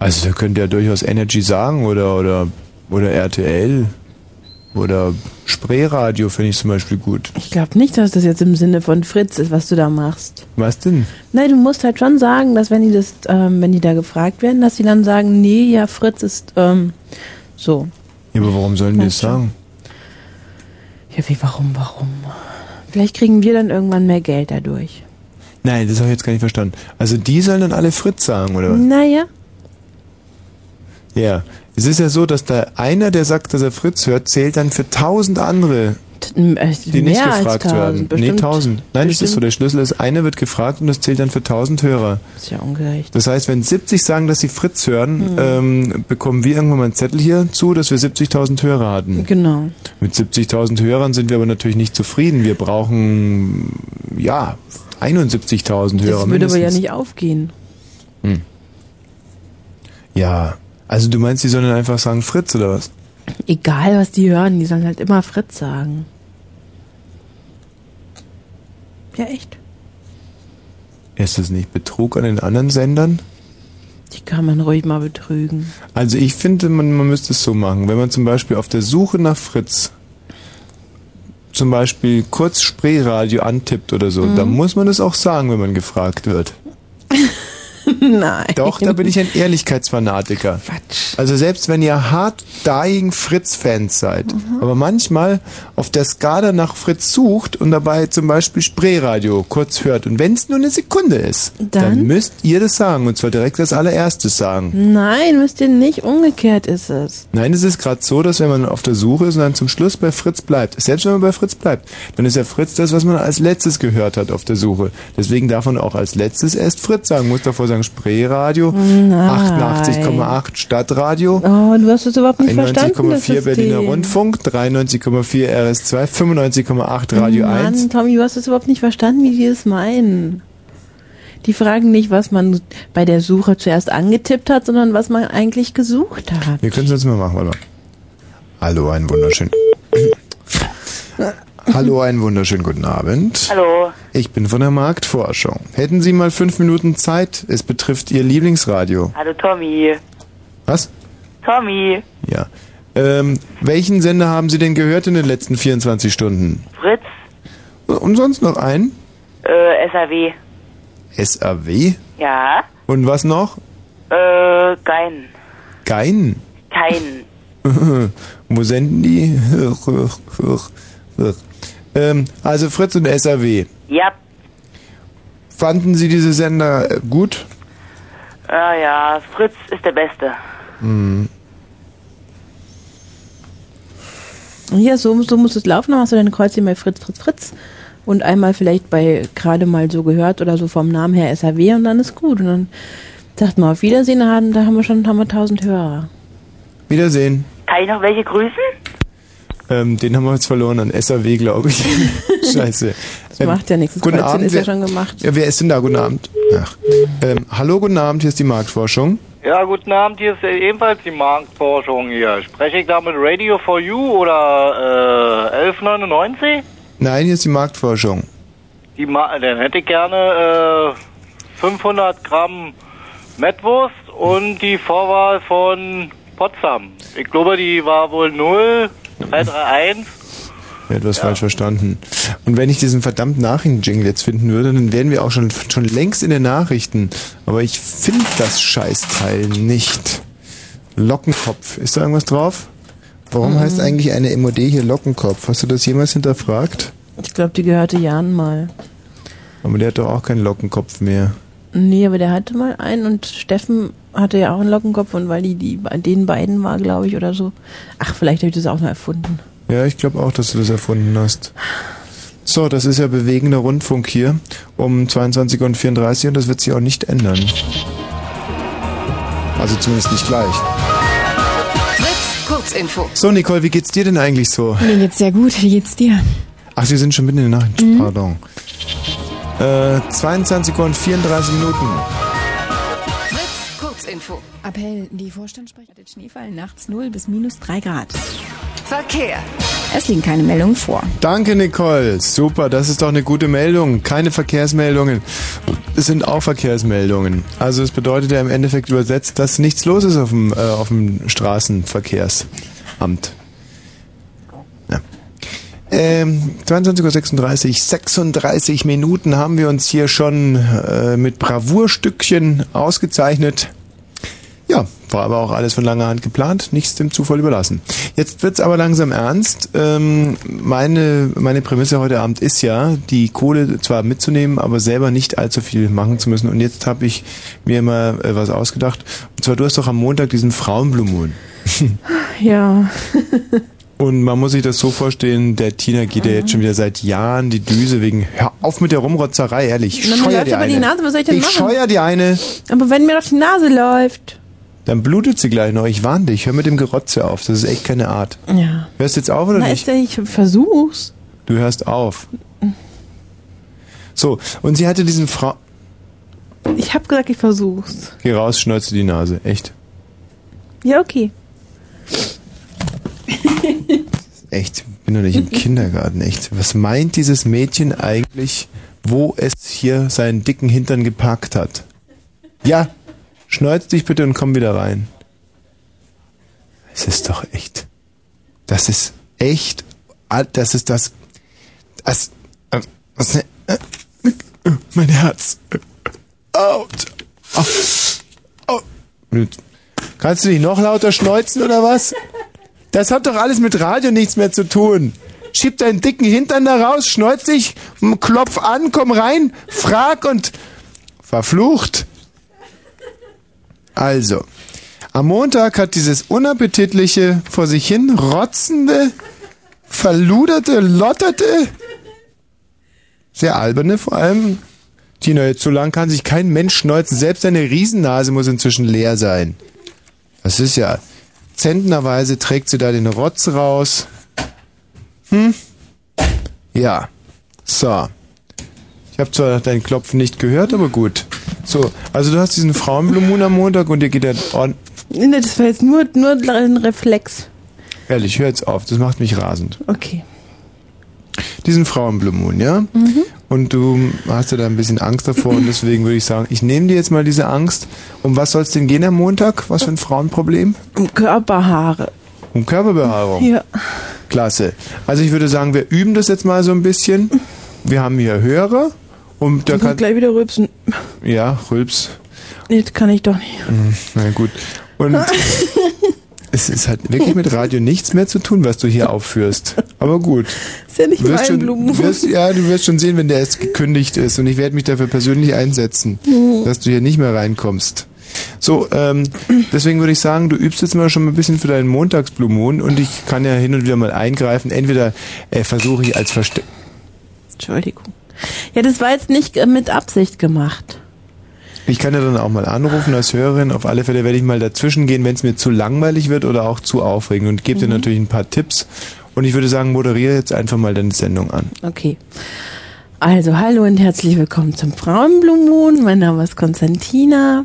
also da könnt ihr ja durchaus Energy sagen oder, oder, oder RTL oder Spreeradio finde ich zum Beispiel gut. Ich glaube nicht, dass das jetzt im Sinne von Fritz ist, was du da machst. Was denn? Nein, du musst halt schon sagen, dass wenn die das, ähm, wenn die da gefragt werden, dass sie dann sagen, nee, ja, Fritz ist ähm, so. Ja, aber warum sollen die Ja, das sagen? Ja, wie, warum, warum? Vielleicht kriegen wir dann irgendwann mehr Geld dadurch. Nein, das habe ich jetzt gar nicht verstanden. Also die sollen dann alle Fritz sagen, oder? was? Naja, Ja. Es ist ja so, dass da einer, der sagt, dass er Fritz hört, zählt dann für tausend andere, t- m- äh, die mehr nicht als gefragt 1000, werden. Bestimmt. nee, tausend. Nein, das ist so. bestimmt. Der Schlüssel ist, einer wird gefragt und das zählt dann für tausend Hörer. Ist ja Hm. ungerecht. Das heißt, wenn 70 sagen, dass sie Fritz hören, ähm, bekommen wir irgendwann mal einen Zettel hier zu, dass wir 70.000 Hörer hatten. Genau. Mit 70.000 Hörern sind wir aber natürlich nicht zufrieden. Wir brauchen, ja, 71.000 Das Hörer würde aber ja mindestens. nicht aufgehen. Ja, also du meinst, die sollen dann einfach sagen Fritz oder was? Egal, was die hören, die sollen halt immer Fritz sagen. Ja, echt. Ist das nicht Betrug an den anderen Sendern? Die kann man ruhig mal betrügen. Also ich finde, man, man müsste es so machen. Wenn man zum Beispiel auf der Suche nach Fritz zum Beispiel kurz Spreeradio antippt oder so, Mhm. dann muss man das auch sagen, wenn man gefragt wird. [laughs] Nein. Doch, da bin ich ein Ehrlichkeitsfanatiker. Quatsch. Also selbst wenn ihr hard dying Fritz-Fans seid, Mhm. aber manchmal auf der Skala nach Fritz sucht und dabei zum Beispiel Spreeradio kurz hört und wenn es nur eine Sekunde ist, dann? Dann? müsst ihr das sagen und zwar direkt als allererstes sagen. Nein, müsst ihr nicht. Umgekehrt ist es. Nein, es ist gerade so, dass wenn man auf der Suche ist und dann zum Schluss bei Fritz bleibt, selbst wenn man bei Fritz bleibt, dann ist ja Fritz das, was man als letztes gehört hat auf der Suche. Deswegen darf man auch als letztes erst Fritz sagen, muss davor sagen Spreeradio, Nein. 88,8 Stadtradio, Oh, du hast es überhaupt nicht verstanden. das 91,4 Berliner System. Rundfunk, 93,4 RS2, 95,8 Radio Mann, 1. Tommy, du hast es überhaupt nicht verstanden, wie die es meinen. Die fragen nicht, was man bei der Suche zuerst angetippt hat, sondern was man eigentlich gesucht hat. Wir können es jetzt mal machen, warte mal. Hallo, einen wunderschönen. [clears throat] Hallo, einen wunderschönen guten Abend. Hallo. Ich bin von der Marktforschung. Hätten Sie mal fünf Minuten Zeit? Es betrifft Ihr Lieblingsradio. Hallo Tommy. Was? Tommy. Ja. Ähm, welchen Sender haben Sie denn gehört in den letzten 24 Stunden? Fritz. Und sonst noch einen? Äh, SAW. SAW? Ja. Und was noch? Äh, kein. Kein. Kein. [laughs] Wo senden die? [laughs] ähm, also Fritz und SAW. Ja. Fanden Sie diese Sender äh, gut? Ah ja, Fritz ist der Beste. Hm. Ja, so, so muss es laufen. Dann hast du deine Kreuzchen bei Fritz, Fritz, Fritz. Und einmal vielleicht bei gerade mal so gehört oder so vom Namen her SAW und dann ist gut. Und dann sagt man auf Wiedersehen, da haben, da haben wir schon haben wir 1000 Hörer. Wiedersehen. Kann ich noch welche grüßen? Ähm, den haben wir jetzt verloren an SAW, [laughs] glaube ich. Scheiße. Das macht ja nichts. Das guten Kreuzchen Abend, ist ja wer- schon gemacht. Ja, wer ist denn da? Guten Abend. Ach. Ähm, hallo, guten Abend, hier ist die Marktforschung. Ja, guten Abend, hier ist äh, ebenfalls die Marktforschung hier. Spreche ich da mit Radio for You oder äh, 1199? Nein, hier ist die Marktforschung. Die Ma dann hätte ich gerne äh, 500 Gramm Mettwurst und die Vorwahl von Potsdam. Ich glaube, die war wohl 0, 331. Ich hab etwas falsch verstanden. Und wenn ich diesen verdammten Nachrichten-Jingle jetzt finden würde, dann wären wir auch schon, schon längst in den Nachrichten. Aber ich finde das Scheißteil nicht. Lockenkopf. Ist da irgendwas drauf? Warum Mhm. heißt eigentlich eine MOD hier Lockenkopf? Hast du das jemals hinterfragt? Ich glaube, die gehörte Jan mal. Aber der hat doch auch keinen Lockenkopf mehr. Nee, aber der hatte mal einen und Steffen hatte ja auch einen Lockenkopf und weil die, die bei den beiden war, glaube ich, oder so. Ach, vielleicht habe ich das auch mal erfunden. Ja, ich glaube auch, dass du das erfunden hast. So, das ist ja bewegender Rundfunk hier um 22.34 Uhr und das wird sich auch nicht ändern. Also zumindest nicht gleich. Fritz, Kurzinfo. So, Nicole, wie geht's dir denn eigentlich so? Mir geht's sehr gut. Wie geht's dir? Ach, Sie sind schon mitten in der Nacht. Mhm. Pardon. Äh, 22 Uhr und 34 Minuten. Fritz, Kurzinfo. Appell, die Vorstandssprecher hat Schneefall nachts 0 bis minus 3 Grad. Verkehr. Es liegen keine Meldungen vor. Danke, Nicole. Super, das ist doch eine gute Meldung. Keine Verkehrsmeldungen. Es sind auch Verkehrsmeldungen. Also es bedeutet ja im Endeffekt übersetzt, dass nichts los ist auf dem, äh, auf dem Straßenverkehrsamt. Ähm, 22.36 Uhr, 36 Minuten haben wir uns hier schon äh, mit Bravourstückchen ausgezeichnet. Ja, war aber auch alles von langer Hand geplant, nichts dem Zufall überlassen. Jetzt wird's aber langsam ernst. Ähm, meine, meine Prämisse heute Abend ist ja, die Kohle zwar mitzunehmen, aber selber nicht allzu viel machen zu müssen. Und jetzt habe ich mir mal äh, was ausgedacht. Und zwar, du hast doch am Montag diesen Frauenblue Moon. Ja. [laughs] Und man muss sich das so vorstellen, der Tina geht Mhm. ja jetzt schon wieder seit Jahren die Düse wegen, hör auf mit der Rumrotzerei, ehrlich, ich Na, mir scheuer läuft dir aber eine. die Nase, was soll ich denn ich machen? scheuer dir eine, Aber wenn mir auf die Nase läuft. dann blutet sie gleich noch, ich warne dich, hör mit dem Gerotze auf, das ist echt keine Art. Ja. Hörst du jetzt auf oder Na, ist nicht? der, ich versuch's. Du hörst auf. So, und sie hatte diesen Frau... Ich hab gesagt, ich versuch's. Geh raus, schneuze die Nase, echt. Ja, [laughs] okay. Echt, ich bin doch nicht im Kindergarten, echt. Was meint dieses Mädchen eigentlich, wo es hier seinen dicken Hintern geparkt hat? Ja, schneuz dich bitte und komm wieder rein. Es ist doch echt. Das ist echt. ah, Das ist das. Das. äh, das äh, äh, mein Herz. Out. Blöd. Kannst du dich noch lauter schneuzen oder was? Das hat doch alles mit Radio nichts mehr zu tun. Schieb deinen dicken Hintern da raus, schneuz dich, m- klopf an, komm rein, frag und verflucht. Also, am Montag hat dieses unappetitliche, vor sich hin rotzende, verluderte, lotterte, sehr alberne vor allem. Tina, jetzt so lang kann sich kein Mensch schneuzen. Selbst deine Riesennase muss inzwischen leer sein. Das ist ja. Zentnerweise trägt sie da den Rotz raus. Hm? Ja. So. Ich habe zwar deinen Klopfen nicht gehört, aber gut. So, also du hast diesen Frauenblumen am Montag und dir geht der Ord Nee, Das war jetzt nur, nur ein Reflex. Ehrlich, hör jetzt auf, das macht mich rasend. Okay. Diesen Frauenblue Moon, ja? Mhm. Und du hast ja da ein bisschen Angst davor und deswegen würde ich sagen, ich nehme dir jetzt mal diese Angst. Um was soll es denn gehen am Montag? Was für ein Frauenproblem? Um Körperhaare. Um Körperbehaarung. Ja. Klasse. Also ich würde sagen, wir üben das jetzt mal so ein bisschen. Wir haben hier Hörer Und da Ich muss kann, gleich wieder rülpsen. ja, Rülps. Jetzt kann ich doch nicht. Hm, Na gut. [laughs] Und es ist halt wirklich mit Radio nichts mehr zu tun, was du hier aufführst. Aber gut. Ist ja nicht mein schon, Blumenmus. wirst, Ja, du wirst schon sehen, wenn der erst gekündigt ist. Und ich werde mich dafür persönlich einsetzen, Mhm. dass du hier nicht mehr reinkommst. So, ähm, deswegen würde ich sagen, du übst jetzt mal schon ein bisschen für deinen Montagsblue Moon und ich kann ja hin und wieder mal eingreifen. Entweder äh, versuche ich als Verste Entschuldigung. [laughs] Ja, das war jetzt nicht äh, mit Absicht gemacht. Ich kann ja dann auch mal anrufen als Hörerin. Auf alle Fälle werde ich mal dazwischen gehen, wenn es mir zu langweilig wird oder auch zu aufregend und gebe dir Mhm. natürlich ein paar Tipps. Und ich würde sagen, moderiere jetzt einfach mal deine Sendung an. Okay. Also, hallo und herzlich willkommen zum Frauenblue Moon. Mein Name ist Konstantina.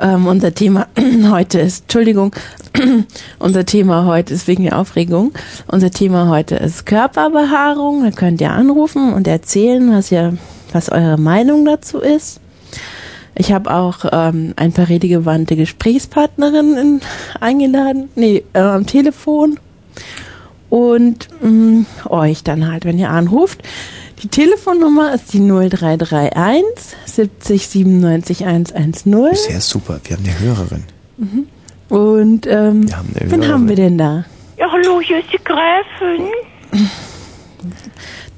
Ähm, unser Thema [clears throat] heute ist, Entschuldigung, [clears throat] unser Thema heute ist wegen der Aufregung. Unser Thema heute ist Körperbehaarung. Da könnt ihr anrufen und erzählen, was ihr, was eure Meinung dazu ist. Ich habe auch ähm, ein paar redegewandte Gesprächspartnerinnen in, eingeladen, nee, äh, am Telefon und mh, euch dann halt, wenn ihr anruft. Die Telefonnummer ist die 0331 70 97 110. Sehr super. Wir haben eine Hörerin. Mhm. Und ähm, eine wen haben wir denn da? Ja, hallo, hier ist die Gräfin. Hm?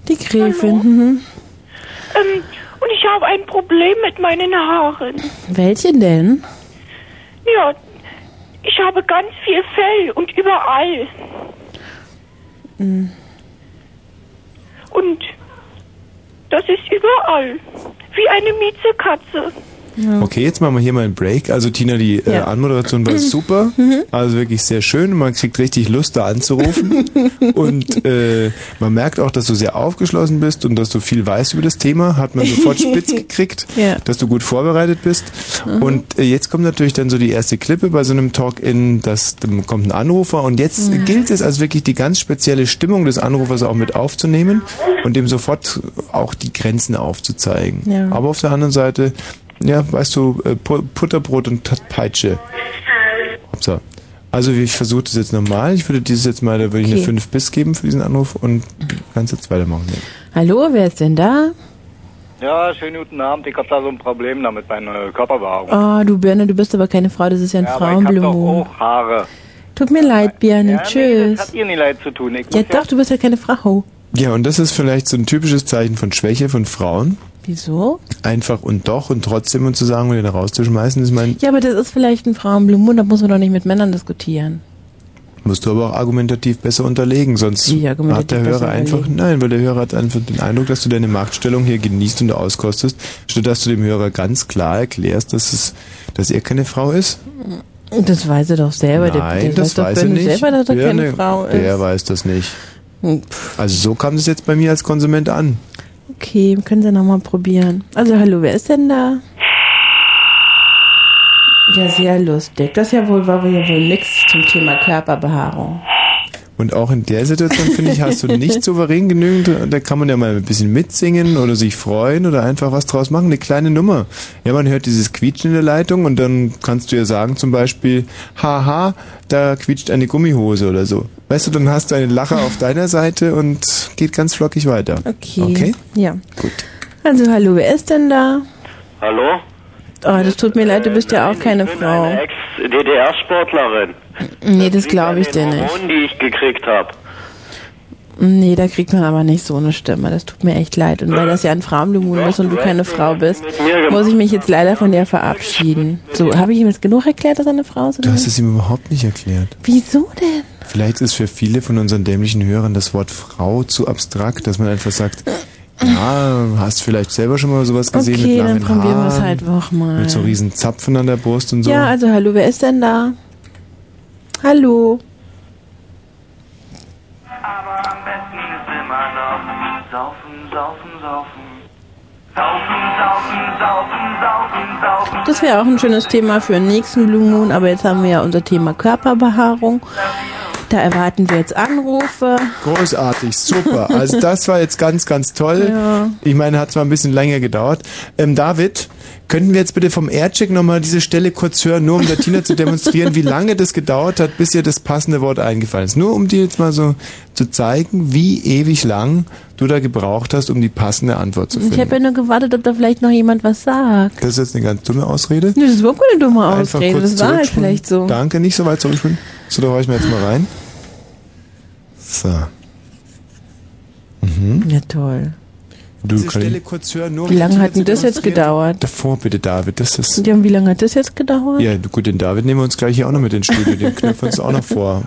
Die Gräfin. Mhm. Ähm, und ich habe ein Problem mit meinen Haaren. Welche denn? Ja, ich habe ganz viel Fell und überall. Mhm. Und das ist überall. Wie eine Miezekatze. Okay, jetzt machen wir hier mal einen Break. Also Tina, die äh, Ja. Anmoderation [laughs] war super. Mhm. Also wirklich sehr schön. Man kriegt richtig Lust, da anzurufen. und äh, man merkt auch, dass du sehr aufgeschlossen bist und dass du viel weißt über das Thema. Hat [laughs] man sofort [laughs] spitz gekriegt, Ja. dass du gut vorbereitet bist. Mhm. Und äh, jetzt kommt natürlich dann so die erste Klippe bei so einem Talk-In, dass dann kommt ein Anrufer. Und jetzt Mhm. gilt es also wirklich, die ganz spezielle Stimmung des Anrufers auch mit aufzunehmen und dem sofort auch die Grenzen aufzuzeigen. Ja. Aber auf der anderen Seite, ja, weißt du, äh, Pu- Butterbrot und Tat- Peitsche. So. Also ich versuche das jetzt nochmal. Ich würde dieses jetzt mal, da würde ich eine Okay. 5 bis geben für diesen Anruf und kannst jetzt weitermachen. Hallo, wer ist denn da? Ja, schönen guten Abend. Ich habe da so ein Problem damit, meine Körperbehaarung. Ah, du Birne, du bist aber keine Frau, das ist ja ein ja, aber ich habe Frauenblue doch Moon. auch Haare. Tut mir leid, Birne, Ja, Nee, das tschüss. hat ihr nicht leid zu tun. Ich ja muss ja doch, du bist ja keine Frau. Ja, und das ist vielleicht so ein typisches Zeichen von Schwäche von Frauen. Wieso? Einfach und doch und trotzdem und zu sagen und den rauszuschmeißen, ist mein, Ja, aber das ist vielleicht ein Frauenblue Moon, da muss man doch nicht mit Männern diskutieren. musst du aber auch argumentativ besser unterlegen, sonst hat der besser Hörer einfach, unterlegen? nein, weil der Hörer hat einfach den Eindruck, dass du deine Machtstellung hier genießt und auskostest, statt dass du dem Hörer ganz klar erklärst, dass es, dass er keine Frau ist. Das weiß er doch selber. der- Nein, der das doch weiß er Birne nicht. selber, dass er keine Birne, Frau ist. Der weiß das nicht. Hm, Also so kam es jetzt bei mir als Konsument an. Okay, können Sie nochmal probieren. Also, hallo, wer ist denn da? Ja, sehr lustig. Das ja wohl war wohl ja wohl nichts zum Thema Körperbehaarung. Und auch in der Situation, finde ich, hast du nicht souverän genügend. Da kann man ja mal ein bisschen mitsingen oder sich freuen oder einfach was draus machen. Eine kleine Nummer. Ja, man hört dieses Quietschen in der Leitung und dann kannst du ja sagen zum Beispiel, haha, da quietscht eine Gummihose oder so. Weißt du, dann hast du einen Lacher auf deiner Seite und geht ganz flockig weiter. Okay. Okay? Ja. Gut. Also, hallo, wer ist denn da? Hallo? Oh, das tut mir leid, du bist ja auch keine Frau. Ex-DDR-Sportlerin. Nee, das glaube ich dir Den nicht. Hormonen, die ich gekriegt habe. Nee, da kriegt man aber nicht so eine Stimme. Das tut mir echt leid. Und weil das ja ein Frauenblumen ist und du keine Frau bist, muss ich mich jetzt leider von dir verabschieden. So, habe ich ihm jetzt genug erklärt, dass er eine Frau ist? Du oder hast nicht? es ihm überhaupt nicht erklärt. Wieso denn? Vielleicht ist für viele von unseren dämlichen Hörern das Wort Frau zu abstrakt, dass man einfach sagt, ja, hast vielleicht selber schon mal sowas gesehen Okay, mit dann langen probieren Haaren, wir es halt noch mal. mit so riesen Zapfen an der Brust und so. Ja, also hallo, wer ist denn da? Hallo. Das wäre auch ein schönes Thema für den nächsten Blue Moon, aber jetzt haben wir ja unser Thema Körperbehaarung. Da erwarten wir jetzt Anrufe. Großartig, super. Also das war jetzt ganz, ganz toll. Ja. Ich meine, hat zwar ein bisschen länger gedauert. Ähm, David, könnten wir jetzt bitte vom Aircheck nochmal diese Stelle kurz hören, nur um der Tina zu demonstrieren, wie lange das gedauert hat, bis ihr das passende Wort eingefallen ist. Nur um dir jetzt mal so zu zeigen, wie ewig lang du da gebraucht hast, um die passende Antwort zu Ich finden. habe ja nur gewartet, ob da vielleicht noch jemand was sagt. Das ist jetzt eine ganz dumme Ausrede. Das ist überhaupt keine dumme Einfach Ausrede. kurz Das war halt zurückspulen. vielleicht so. Danke, nicht so weit zurückspulen. So, da höre ich mir jetzt mal rein. So. Mhm. Ja, toll. Du, Diese Kalin- Stelle kurz hören, nur Wie um lange zu hat denn das jetzt gedauert? Davor bitte, David. Das ist. Ja, und wie lange hat das jetzt gedauert? Ja, du- gut, den David nehmen wir uns gleich hier auch noch mit ins Studio. Den knüpfen wir uns auch noch vor.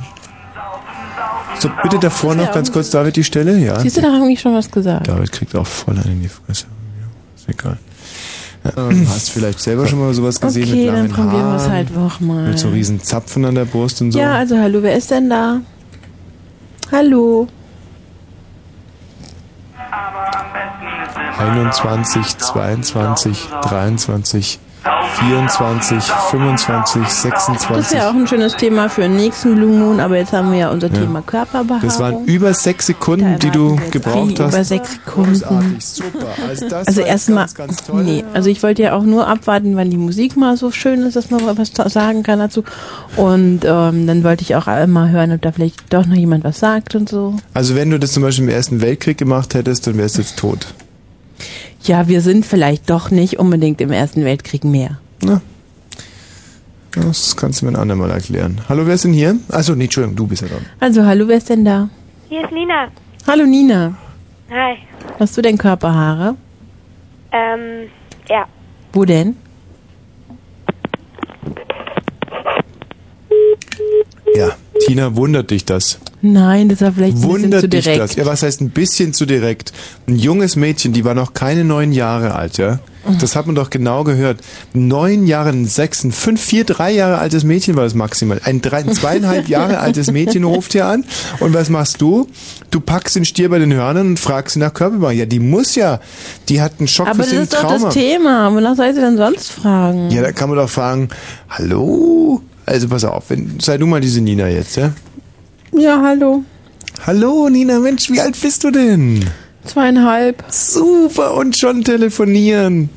So, bitte davor noch ganz kurz, David, die Stelle. Ja. Siehst du, da habe ich schon was gesagt. David kriegt auch voll einen in die Fresse. Ja, Ist egal. Ähm, hast vielleicht selber schon mal sowas gesehen Okay, mit dann langen probieren wir's Haaren, halt noch mal. Mit so riesen Zapfen an der Brust und so. Ja, also hallo, wer ist denn da? Hallo. 21, 22, 23, 24, 25, 26. Das ist ja auch ein schönes Thema für den nächsten Blue Moon, aber jetzt haben wir ja unser Ja. Thema Körperbehaarung. Das waren über sechs Sekunden, die du gebraucht Wie, hast. über sechs Sekunden. Also, Also erstmal, nee, also ich wollte ja auch nur abwarten, wann die Musik mal so schön ist, dass man was ta- sagen kann dazu. Und ähm, dann wollte ich auch mal hören, ob da vielleicht doch noch jemand was sagt und so. also wenn du das zum Beispiel im Ersten Weltkrieg gemacht hättest, dann wärst du jetzt tot. Ja, wir sind vielleicht doch nicht unbedingt im Ersten Weltkrieg mehr. Das kannst du mir ein andermal erklären. Hallo, wer ist denn hier? Achso, nee, Entschuldigung, du bist ja dran. Also hallo, wer ist denn da? Hier ist Nina. Hallo Nina, Hi. hast du denn Körperhaare? Ähm, ja. Wo denn? Ja, Tina, wundert dich das? Nein, das war vielleicht ein bisschen zu Wundert dich direkt. das? Ja, was heißt ein bisschen zu direkt? Ein junges Mädchen, die war noch keine neun Jahre alt, ja? Das hat man doch genau gehört. Neun Jahre, sechs, ein fünf, vier, drei Jahre altes Mädchen war das maximal. Ein drei, ein zweieinhalb Jahre altes Mädchen ruft hier an. Und was machst du? Du packst den Stier bei den Hörnern und fragst sie nach Körperbahn. Ja, die muss ja. Die hat einen Schock Aber das fürs ist doch Trauma. das Thema. Wonach soll sie denn sonst fragen? Ja, da kann man doch fragen, hallo? Also pass auf, wenn, sei du mal diese Nina jetzt, ja? Ja, hallo. Hallo Nina, Mensch, wie alt bist du denn? Zweieinhalb. Super, und schon telefonieren.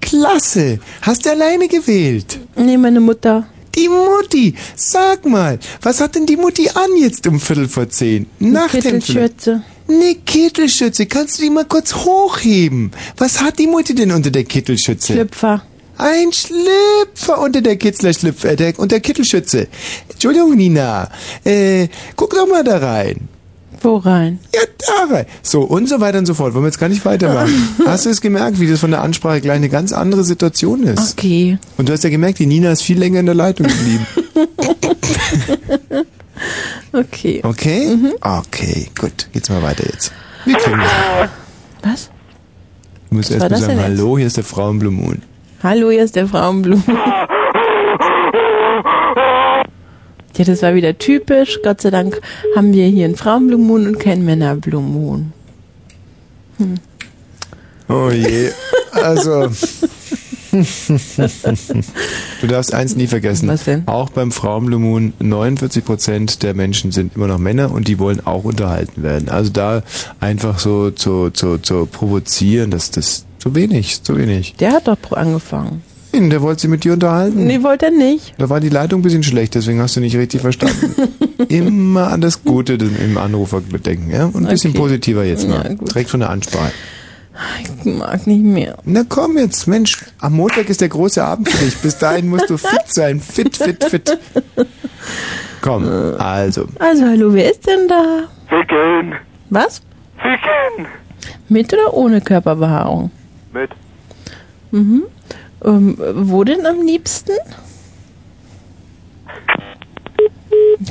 Klasse, hast du alleine gewählt? Nee, meine Mutter. Die Mutti, sag mal, was hat denn die Mutti an jetzt um Viertel vor zehn? Nachthemd vielleicht? Kittelschürze. Ne, Kittelschürze, kannst du die mal kurz hochheben? Was hat die Mutti denn unter der Kittelschürze? Schlüpfer. Ein Schlüpfer unter der Kitzlerschlüpfer, äh, der, unter der Kittelschürze. Entschuldigung, Nina, äh, guck doch mal da rein. Wo rein? Ja, da rein. So, und so weiter und so fort. Wollen wir jetzt gar nicht [laughs] weitermachen. hast du es gemerkt, wie das von der Ansprache gleich eine ganz andere Situation ist? Okay. Und du hast ja gemerkt, die Nina ist viel länger in der Leitung geblieben. [laughs] Okay. Mhm. Okay? Okay, gut. Geht's mal weiter jetzt. Wir können. Was? Du musst Was erst war mal das sagen, denn jetzt? hallo, hier ist der Frau im Blue Moon. Hallo, hier ist der Frauenblumen. Ja, das war wieder typisch. Gott sei Dank haben wir hier einen Frauenblumen und keinen Männerblumen. Hm. Oh je. Also. du darfst eins nie vergessen. Was denn? Auch beim Frauenblumen 49 Prozent der Menschen sind immer noch Männer und die wollen auch unterhalten werden. Also da einfach so zu, zu, zu provozieren, das das zu wenig, zu wenig. Hm, Der hat doch angefangen. Der wollte sich mit dir unterhalten. Nee, wollte er nicht. Da war die Leitung ein bisschen schlecht, deswegen hast du nicht richtig [laughs] verstanden. Immer an das Gute des- im Anrufer bedenken, ja? Und ein bisschen Okay. positiver jetzt mal. Ja, Direkt von der Ansprache. Ich mag nicht mehr. Na komm jetzt, Mensch, am Montag ist der große Abend für dich. Bis dahin musst du fit sein. Fit, fit, fit. Komm, also. Also, hallo, wer ist denn da? Ficken. Was? Ficken. Mit oder ohne Körperbehaarung? Mit. Mhm. Ähm, wo denn am liebsten?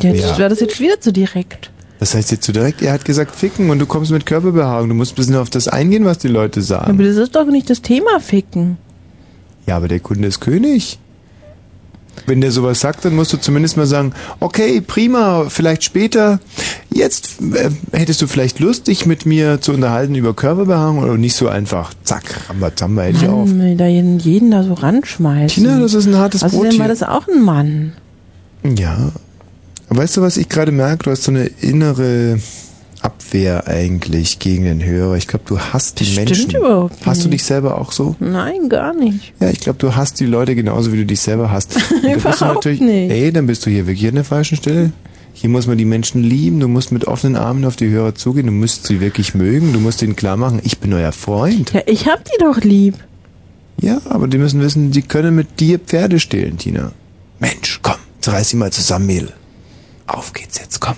Jetzt Ja. war das jetzt wieder zu direkt. Das heißt jetzt so direkt, er hat gesagt ficken und du kommst mit Körperbehaarung. Du musst ein bisschen auf das eingehen, was die Leute sagen. Aber das ist doch nicht das Thema Ficken. Ja, aber der Kunde ist König. Wenn der sowas sagt, dann musst du zumindest mal sagen, okay, prima, vielleicht später. Jetzt äh, hättest du vielleicht Lust, dich mit mir zu unterhalten über Körperbehaarung oder nicht so einfach, zack, rambazamba, hätte ich auch. Mann, will da jeden, jeden da so ranschmeißen. Tina, das ist ein hartes Außerdem Brot war hier. das auch ein Mann. Ja. Aber weißt du, was ich gerade merke? Du hast so eine innere Abwehr eigentlich gegen den Hörer. Ich glaube, du hasst die Menschen. Stimmt überhaupt Hast du nicht. dich selber auch so? Nein, gar nicht. Ja, ich glaube, [laughs] du hasst die Leute genauso, wie du dich selber hasst. Und da bist du Überhaupt natürlich, nicht. Ey, dann bist du hier wirklich an der falschen Stelle. Hier muss man die Menschen lieben, du musst mit offenen Armen auf die Hörer zugehen, du musst sie wirklich mögen, du musst ihnen klar machen, ich bin euer Freund. Ja, ich hab die doch lieb. Ja, aber die müssen wissen, die können mit dir Pferde stehlen, Tina. Mensch, komm, jetzt reiß sie mal zusammen, Mädel. Auf geht's jetzt, komm.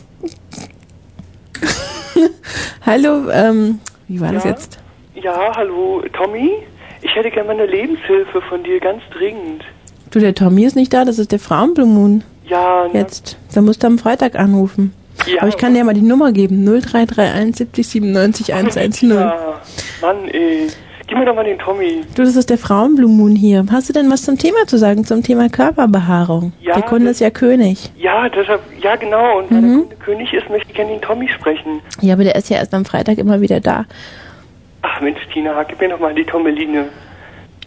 Hallo, ähm, wie war das Ja? jetzt? Ja, hallo, Tommy. Ich hätte gerne meine Lebenshilfe von dir, ganz dringend. Du, der Tommy ist nicht da, das ist der Frauenblumen. Ja, ne. Jetzt. Da musst du am Freitag anrufen. Ja. Aber ich kann dir mal die Nummer geben. 0331 70 97 110. Ja, Mann, ey. Gib mir doch mal den Tommy. Du, das ist der Frauenblumen hier. Hast du denn was zum Thema zu sagen, zum Thema Körperbehaarung? Ja, der Kunde das- ist ja König. Ja, deshalb, ja genau. Und weil Mhm. der Kunde König ist, möchte ich gerne den Tommy sprechen. Ja, aber der ist ja erst am Freitag immer wieder da. Ach Mensch, Tina, gib mir doch mal die Tommeline.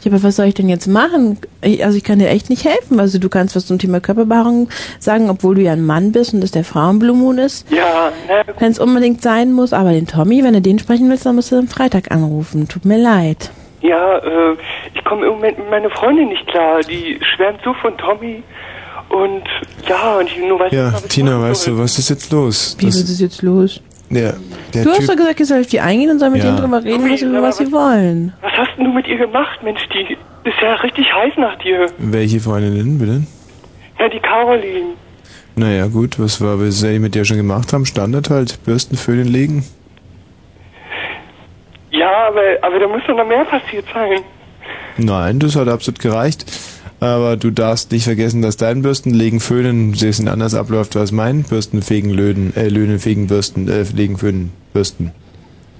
Ja, aber was soll ich denn jetzt machen? Ich, also ich kann dir echt nicht helfen. Also du kannst was zum Thema Körperbehaarung sagen, obwohl du ja ein Mann bist und das der Frauenblumen ist. Ja, ne, Wenn es unbedingt sein muss, aber den Tommy, wenn du den sprechen willst, dann musst du am Freitag anrufen. Tut mir leid. ja, äh, ich komme im Moment mit meiner Freundin nicht klar. Die schwärmt so von Tommy. Und ja, und ich nur weiß Ja, nicht, ob ich- Tina, weißt du, was ist jetzt los? Wie wird es jetzt los? der, der du Typ, hast doch gesagt, ihr sollt die eingehen und sollt mit Ja. denen drüber reden, was, was sie wollen. Was hast denn du mit ihr gemacht, Mensch? Die ist ja richtig heiß nach dir. welche Freundin denn, bitte? Ja, die Caroline. Naja, gut, was wir bisher mit dir schon gemacht haben, Standard halt, Bürsten, Föhnen, legen. Ja, aber, aber da muss doch noch mehr passiert sein. Nein, das hat absolut gereicht. Aber du darfst nicht vergessen, dass dein Bürstenlegen, Föhnen ein bisschen anders abläuft als mein Bürstenfegen, Löden, äh, Löhnen, Fegen, Bürsten, äh, Legen, Föhnen, Bürsten.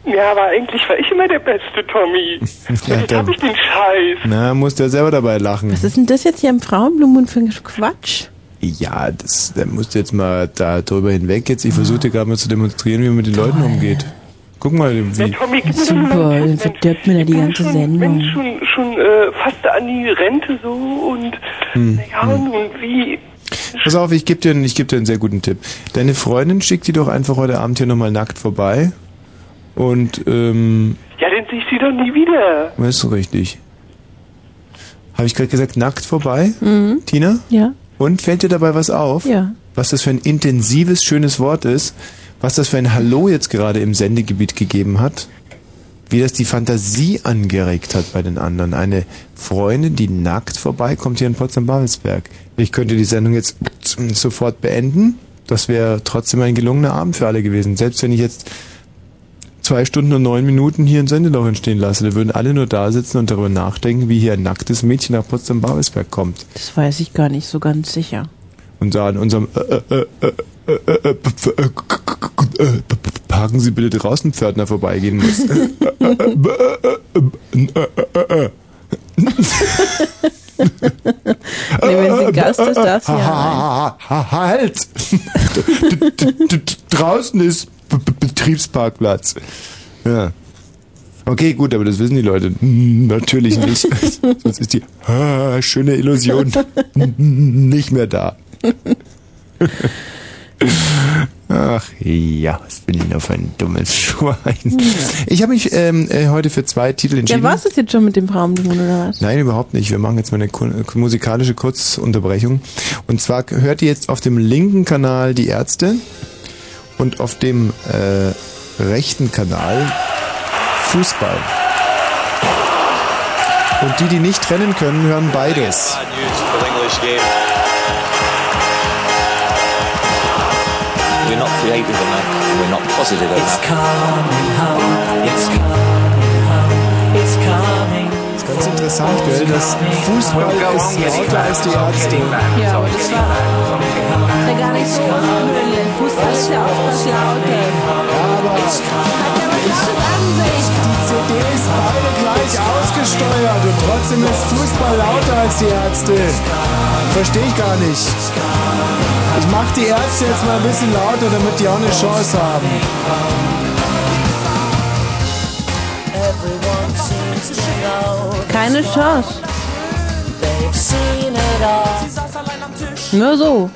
Ja, aber eigentlich war ich immer der beste Tommy. [laughs] Ja, Jetzt hab dann- ich den Scheiß. Na, muss der selber dabei lachen. Was ist denn das jetzt hier im Frauenblumen für ein Quatsch? Ja, das, da musst du jetzt mal da drüber hinweg jetzt. Ich versuche dir gerade mal zu demonstrieren, wie man mit den Leuten umgeht. Guck mal, wie. Super, dann verdirbt mir da die ganze Sendung. Schon, schon äh, fast an die Rente so und Hm. ja, und wie. Pass auf, ich gebe dir, einen- ich geb dir einen sehr guten Tipp. Deine Freundin schickt die doch einfach heute Abend hier nochmal nackt vorbei. Und, ähm, Ja, dann sehe ich sie doch nie wieder. ist so richtig. Habe ich gerade gesagt, nackt vorbei? Hm. Tina? Mhm. Ja. Und fällt dir dabei was auf? Ja. Was das für ein intensives, schönes Wort ist, was das für ein Hallo jetzt gerade im Sendegebiet gegeben hat, wie das die Fantasie angeregt hat bei den anderen. Eine Freundin, die nackt vorbeikommt hier in Potsdam-Babelsberg. Ich könnte die Sendung jetzt sofort beenden. Das wäre trotzdem ein gelungener Abend für alle gewesen. Selbst wenn ich jetzt zwei Stunden und neun Minuten hier ein Sendeloch entstehen lasse, da würden alle nur da sitzen und darüber nachdenken, wie hier ein nacktes Mädchen nach Potsdam-Babelsberg kommt. Das weiß ich gar nicht so ganz sicher. Und da in unserem äh, äh, äh, äh, äh, äh, äh, Parken Sie bitte draußen Pförtner vorbeigehen muss. Nee, wenn sie ein Gast ist, darf sie ja ja. Halt! Draußen ist B- B- Betriebsparkplatz. Ja. Okay, gut, aber das wissen die Leute Hm, natürlich nicht. Sonst ist die ah, schöne Illusion nicht mehr da. Ach ja, was bin ich denn für ein dummes [laughs] Schwein. Ich habe mich ähm, äh, heute für zwei Titel Ja, entschieden. war's das jetzt schon mit dem Frauenblumen oder was? Nein, überhaupt nicht. Wir machen jetzt mal eine ku- äh, musikalische Kurzunterbrechung. Und zwar k- hört ihr jetzt auf dem linken Kanal die Ärzte und auf dem äh, rechten Kanal Fußball. Und die, die nicht trennen können, hören beides. Beautiful English game. We're not creative enough. We're not positive enough. ist ganz interessant, gell? Das Fußball ist lauter als die Ärzte. Ja, aber das war ist ja gar nicht so ungewöhnlich. Fußball ist ja auch äh, ganz laut. Die CD ist beide gleich ausgesteuert und trotzdem ist Fußball lauter als die Ärzte. Verstehe ich gar nicht. Ich mach die Ärzte jetzt mal ein bisschen lauter, damit die auch eine Chance haben. Keine Chance. Nur so.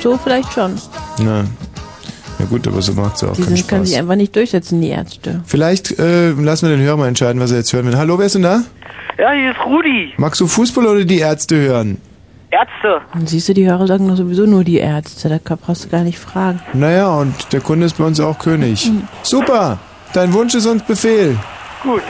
So vielleicht schon. Na, na gut, aber so macht's ja auch Die sind, können sich einfach nicht durchsetzen, die Ärzte. Vielleicht äh, lassen wir den Hörer mal entscheiden, was er jetzt hören will. Hallo, wer ist denn da? Ja, hier ist Rudi. Magst du Fußball oder die Ärzte hören? Ärzte. Und siehst du, die Hörer sagen doch sowieso nur die Ärzte. Da brauchst du gar nicht fragen. Naja, und der Kunde ist bei uns auch König. Mhm. Super! Dein Wunsch ist uns Befehl. Gut.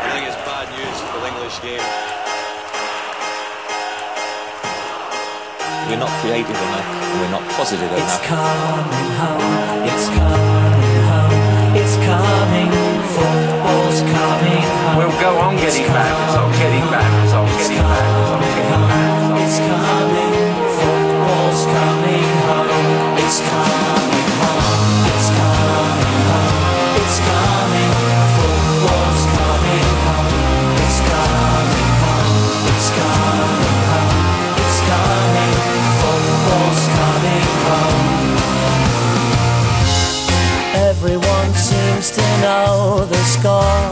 We're not creative enough. and We're not positive enough. coming home, it's coming home, it's coming, football's coming home. We'll go on getting back, so getting back, so getting back, so getting back. It's coming, football's coming home, it's coming home, it's coming home, it's coming, football's coming home, it's coming home, it's coming home, it's coming, football's coming home. Everyone seems to know the score.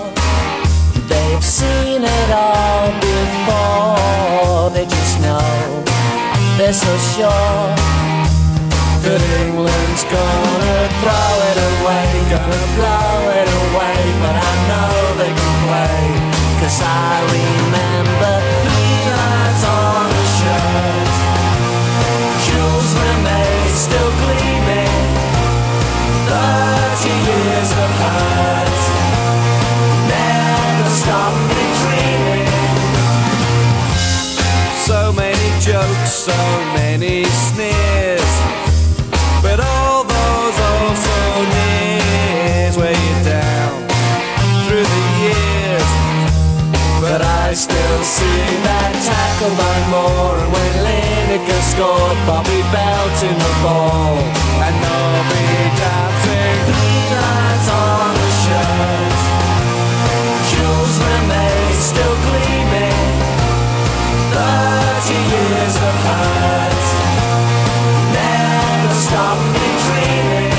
They've seen it all before. They just know they're so sure that England's gonna throw it away, gonna blow it away. But I know they can play, cause I remember three lines on the shirt. Jewels remain still gleaming. 30 years of hurt Never stop me dreaming So many jokes, so many sneers. But all those also nears weigh you down through the years. But I still see that tackle by Moore And when Lineker scored Bobby Belt in the ball And Nobby dancing Three lines on the shirt Jewels remain still gleaming Thirty years of hurt Never stop me dreaming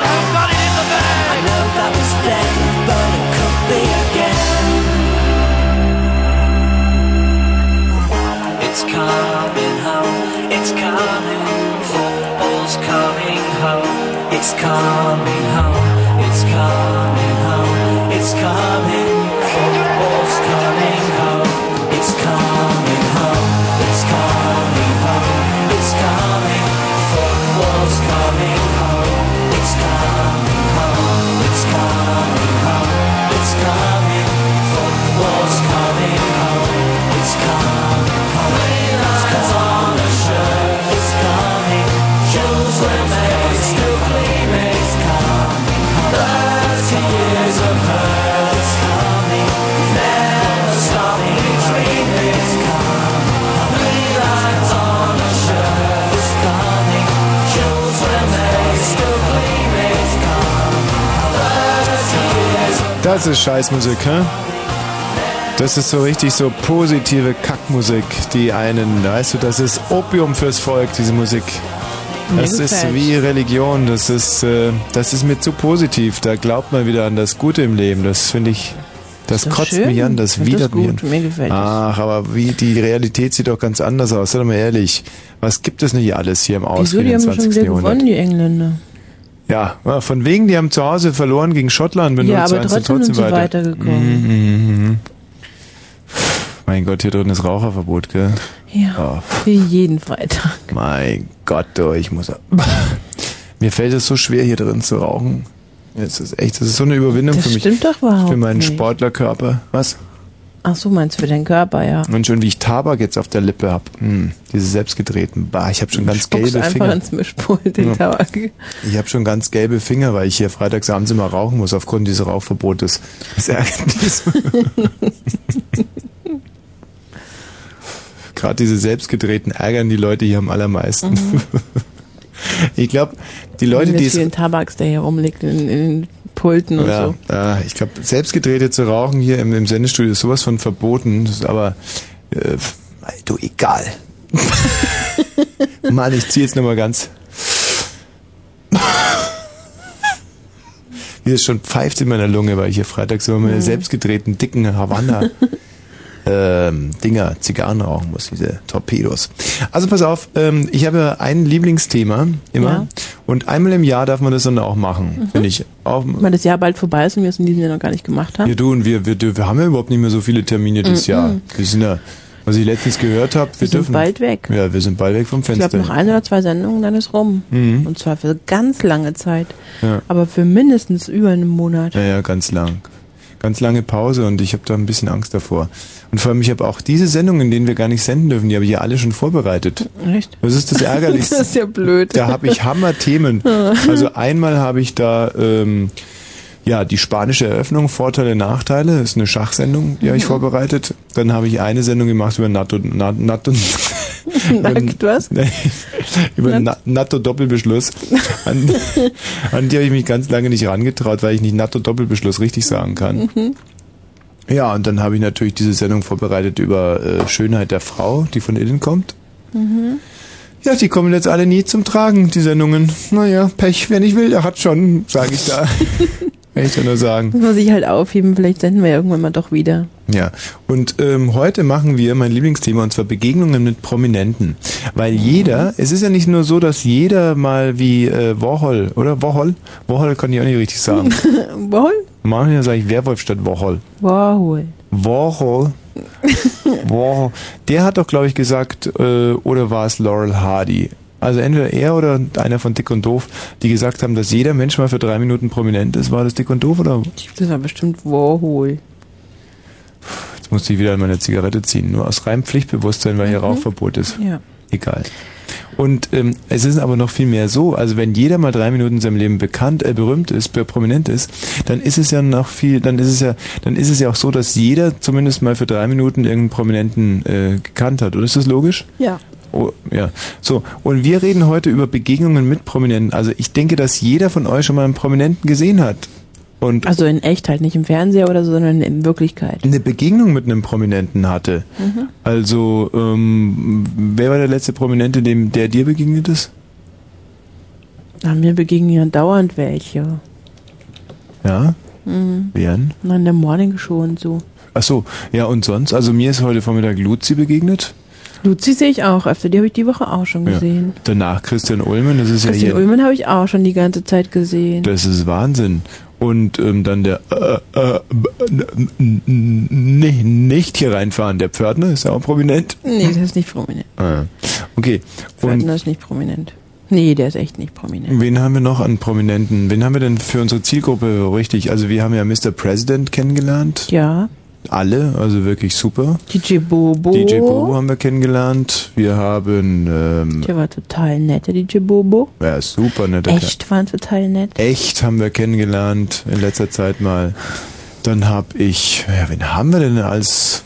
I know that was then, but it could be again. It's coming home, it's coming, football's coming home, it's coming home, it's coming home, it's coming, football's coming home, it's coming home, it's coming home, it's coming, football's coming home, it's coming home, it's coming home, it's coming, football's coming home, it's coming home, it's on the shirt, it's coming, shoes remain still gleaming, it's coming home, thirty years of hurt, it's coming, never stopping dreaming, it's coming home, lights on the shirt, it's coming, shoes remain still gleaming, it's coming, thirty years of Das ist Scheißmusik, hä? Das ist so richtig so positive Kackmusik, die einen, weißt du, das ist Opium fürs Volk, diese Musik. Mir Das ist gefällt's. wie Religion, das ist, äh, das ist mir zu positiv, da glaubt man wieder an das Gute im Leben, das finde ich, das doch kotzt schön. mich an, das Das ist widert gut, mich. mir gefällt das. Ach, aber wie, die Realität sieht doch ganz anders aus, sei doch mal ehrlich. Was gibt es nicht alles hier im Wieso, die ausgehenden haben schon 20. wieder Jahrhundert? gewonnen, die Engländer. Ja, von wegen, die haben zu Hause verloren gegen Schottland, wenn Ja, 0 zu aber 1 sind trotzdem sind sie weitergekommen. Mhm, mhm, mhm. Mein Gott, hier drin ist Raucherverbot, gell? Ah. Ja. Wie jeden Freitag. Oh, mein Gott, du, ich muss. [laughs] Mir fällt es so schwer, hier drin zu rauchen. Es ist echt, das ist so eine Überwindung Das für mich. stimmt doch überhaupt Für meinen nicht. Sportlerkörper. Was? Ach so, meinst du für deinen Körper, ja. Und schon wie ich Tabak jetzt auf der Lippe hab. Hm, diese selbstgedrehten. Bah, ich habe schon ganz Spuckst gelbe einfach Finger. ins Mischpult den Ja. Tabak. Ich habe schon ganz gelbe Finger, weil ich hier freitagsabends immer rauchen muss, aufgrund dieses Rauchverbotes. Das ärgert mich so. [laughs] Gerade diese selbstgedrehten ärgern die Leute hier am allermeisten. Mhm. Ich glaube, die Leute, Mit die es. vielen Tabaks, der hier rumliegt in, in den Pulten und Ja, so. ja, ich glaube, selbstgedrehte zu rauchen hier im, im Sendestudio ist sowas von verboten. Das ist aber, äh, du, [laughs] egal. Mann, ich ziehe jetzt nochmal ganz. Mhm. [laughs] Wie es schon pfeift in meiner Lunge, weil ich hier freitags immer meine selbstgedrehten dicken Havanna ähm, Dinger, Zigarren rauchen muss, diese Torpedos. Also pass auf, ähm, ich habe ein Lieblingsthema immer Ja. und einmal im Jahr darf man das dann auch machen, Mhm. finde ich. Auch, Weil das Jahr bald vorbei ist und wir es in diesem Jahr noch gar nicht gemacht haben. ja, du und wir, wir, dür- wir haben ja überhaupt nicht mehr so viele Termine dieses Mhm. Jahr. Wir sind ja, was ich letztens gehört habe, wir, sind dürfen bald weg. Ja, wir sind bald weg vom ich Fenster. glaube, noch ein oder zwei Sendungen, dann ist rum. Mhm. Und zwar für ganz lange Zeit. Ja. Aber für mindestens über einen Monat. Ja, ja, ganz lang. Ganz lange Pause und ich habe da ein bisschen Angst davor. Und vor allem, ich habe auch diese Sendungen, in denen wir gar nicht senden dürfen, die habe ich ja alle schon vorbereitet. Echt? Das ist [laughs] das Ärgerlichste. Das ist ja blöd. Da habe ich [laughs] Hammer-Themen. Also einmal habe ich da ähm, ja die spanische Eröffnung, Vorteile, Nachteile. Das ist eine Schachsendung, die habe ich Mhm. vorbereitet. Dann habe ich eine Sendung gemacht über Natto, Nat- [laughs] Natto, [laughs] Ähm, Nackt was? über Na- Natto-Doppelbeschluss. An, [laughs] an die habe ich mich ganz lange nicht herangetraut, weil ich nicht Natto-Doppelbeschluss richtig sagen kann. Mhm. Ja, und dann habe ich natürlich diese Sendung vorbereitet über äh, Schönheit der Frau, die von innen kommt. Mhm. Ja, die kommen jetzt alle nie zum Tragen, die Sendungen. Naja, Pech, wer nicht will, der hat schon, sage ich da. Kann ich da nur sagen. Muss man sich halt aufheben, vielleicht senden wir ja irgendwann mal doch wieder. Ja, und ähm, heute machen wir mein Lieblingsthema, und zwar Begegnungen mit Prominenten. Weil jeder, es ist ja nicht nur so, dass jeder mal wie äh, Warhol, oder? Warhol? Warhol kann ich auch nicht [laughs] richtig sagen. Warhol? Manchmal sage ich Werwolf statt Warhol. Warhol. Warhol. Warhol. Der hat doch, glaube ich, gesagt, äh, oder war es Laurel Hardy? Also entweder er oder einer von Dick und Doof, die gesagt haben, dass jeder Mensch mal für drei Minuten prominent ist. War das Dick und Doof oder? Das war bestimmt Warhol. Jetzt musste ich wieder meine Zigarette ziehen. Nur aus reinem Pflichtbewusstsein, weil hier Rauchverbot ist. Ja. Egal. Und ähm, es ist aber noch viel mehr so, also wenn jeder mal drei Minuten in seinem Leben bekannt, äh, berühmt ist, be- prominent ist, dann ist es ja noch viel, dann ist es ja, dann ist es ja auch so, dass jeder zumindest mal für drei Minuten irgendeinen Prominenten äh, gekannt hat. Oder ist das logisch? Ja. Oh, ja. So, und wir reden heute über Begegnungen mit Prominenten. Also ich denke, dass jeder von euch schon mal einen Prominenten gesehen hat. Und also in echt halt, nicht im Fernseher oder so, sondern in Wirklichkeit. Eine Begegnung mit einem Prominenten hatte. Mhm. Also, ähm, wer war der letzte Prominente, dem, der dir begegnet ist? Na, mir begegnen ja dauernd welche. Ja. Mhm. Wären? Na, in der Morning Show und so. Ach so, ja und sonst? Also mir ist heute Vormittag Luzi begegnet. Luzi sehe ich auch öfter, die habe ich die Woche auch schon Ja. gesehen. Danach Christian Ulmen, das ist Christian ja hier. Ullmann habe ich auch schon die ganze Zeit gesehen. Das ist Wahnsinn. Und ähm, dann der äh, äh, b- n- n- n- nee, nicht hier reinfahren. Der Pförtner ist ja auch prominent. Nee, das ist nicht prominent. Ah, okay. Und Pförtner ist nicht prominent. Nee, der ist echt nicht prominent. wen haben wir noch an Prominenten? Wen haben wir denn für unsere Zielgruppe richtig? Also wir haben ja Mr. President kennengelernt. Ja. Alle, also wirklich super. DJ Bobo. DJ Bobo haben wir kennengelernt. Wir haben ähm, Der war total nett, der DJ Bobo. ja, super netter Kerl. Echt, waren total nett. Echt haben wir kennengelernt in letzter Zeit mal. Dann hab ich, ja, wen haben wir denn als?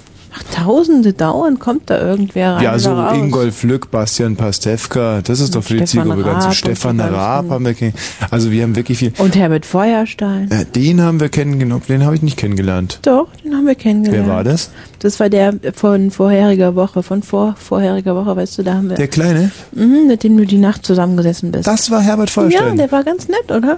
Tausende dauernd kommt da irgendwer rein. ja, so oder raus. Ingolf Lück, Bastian Pastewka, das ist doch für die Stefan Zielgruppe ganz. Raab und Stefan die ganzen- Raab haben wir kennengelernt. Also wir haben wirklich viel. Und Herbert Feuerstein. Äh, den haben wir kennengelernt, den habe ich nicht kennengelernt. Doch, den haben wir kennengelernt. Wer war das? Das war der von vorheriger Woche, von vor, vorheriger Woche, weißt du, da haben wir. Der Kleine? Mhm, mit dem du die Nacht zusammengesessen bist. Das war Herbert Feuerstein. Ja, der war ganz nett, oder?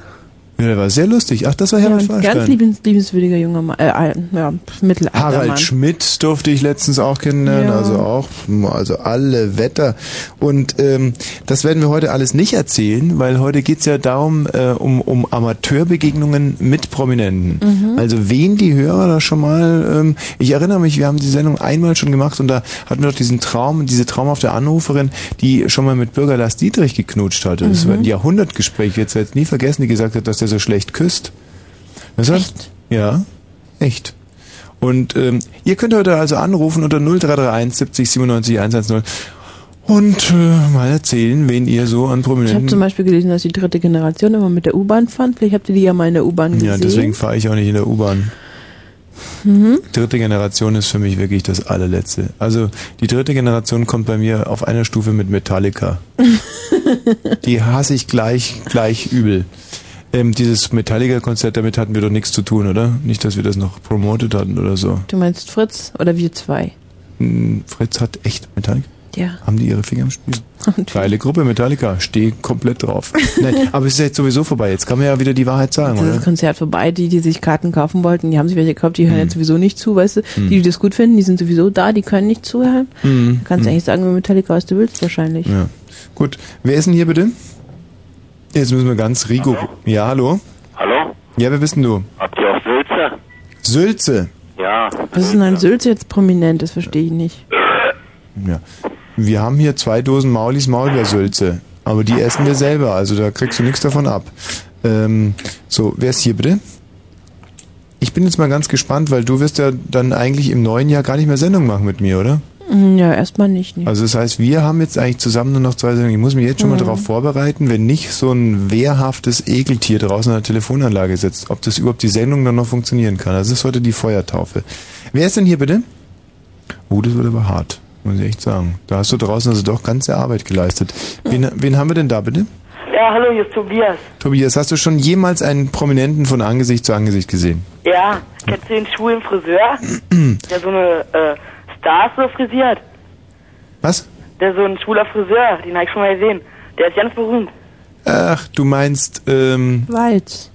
Ja, der war sehr lustig. Ach, das war Herbert ja, ein Feuerstein. ganz liebens, liebenswürdiger junger Mann, äh, al- ja, mittelalter Harald Mann. Schmidt durfte ich letztens auch kennenlernen, Ja. also auch, also alle Wetter. Und ähm, das werden wir heute alles nicht erzählen, weil heute geht's ja darum, äh, um, um Amateurbegegnungen mit Prominenten. Mhm. Also wen die Hörer da schon mal, ähm, ich erinnere mich, wir haben die Sendung einmal schon gemacht und da hatten wir doch diesen Traum, diese Traum auf der Anruferin, die schon mal mit Bürger Lars Dietrich geknutscht hatte. Das war ein Mhm. Jahrhundertgespräch, jetzt jetzt nie vergessen, die gesagt hat, dass der so schlecht küsst. Das hat, echt? Ja, echt. Und ähm, ihr könnt heute also anrufen unter 0331 70 97 110 und äh, mal erzählen, wen ihr so an Ich habe Prominenten... zum Beispiel gelesen, dass die dritte Generation immer mit der U-Bahn fand. Vielleicht habt ihr die ja mal in der U-Bahn gesehen. ja, deswegen fahre ich auch nicht in der U-Bahn. Mhm. Dritte Generation ist für mich wirklich das allerletzte. Also die dritte Generation kommt bei mir auf einer Stufe [laughs] mit Metallica. die hasse ich gleich, gleich übel. Ähm, dieses Metallica-Konzert, damit hatten wir doch nichts zu tun, oder? Nicht, dass wir das noch promotet hatten oder so. Du meinst Fritz oder wir zwei? Hm, Fritz hat echt Metallica. ja. Haben die ihre Finger im Spiel? Geile Gruppe, Metallica, stehe komplett drauf. Nein, aber es ist ja jetzt sowieso vorbei. Jetzt kann man ja wieder die Wahrheit sagen, Jetzt ist das oder? Konzert vorbei. Die, die sich Karten kaufen wollten, die haben sich welche gekauft, die hören jetzt sowieso nicht zu, weißt du? Hm. Die, die das gut finden, die sind sowieso da, die können nicht zuhören. Du Mhm. kannst Mhm. eigentlich sagen, mit Metallica, was du willst, wahrscheinlich. Ja. Gut, wer ist denn hier bitte? Jetzt müssen wir ganz Rigo. Ja, hallo? Hallo? Ja, wer bist denn du? Habt ihr auch Sülze? Ah. Sülze. Ja. Was ist denn ein Sülz jetzt prominent? Das verstehe ich nicht. Ja. Wir haben hier zwei Dosen Maulis Maulbeersülze, aber die essen wir selber, also da kriegst du nichts davon ab. Ähm, so, wer ist hier bitte? Ich bin jetzt mal ganz gespannt, weil du wirst ja dann eigentlich im neuen Jahr gar nicht mehr Sendung machen mit mir, oder? Hm, Ja, erstmal nicht. nicht. Also das heißt, wir haben jetzt eigentlich zusammen nur noch zwei Sendungen. Ich muss mich jetzt schon mal Mhm. darauf vorbereiten, wenn nicht so ein wehrhaftes Ekeltier draußen an der Telefonanlage sitzt, ob das überhaupt die Sendung dann noch funktionieren kann. Also das ist heute die Feuertaufe. Wer ist denn hier bitte? Oh, das wird aber hart, muss ich echt sagen. Da hast du draußen also doch ganze Arbeit geleistet. Wen, wen haben wir denn da bitte? Ja, hallo, hier ist Tobias. Tobias, hast du schon jemals einen Prominenten von Angesicht zu Angesicht gesehen? Ja, kennst du den schwulen Friseur, der so eine äh, Stars so frisiert? Was? Der so ein schwuler Friseur, den hab ich schon mal gesehen. Der ist ganz berühmt. Ach, du meinst, ähm... Walz.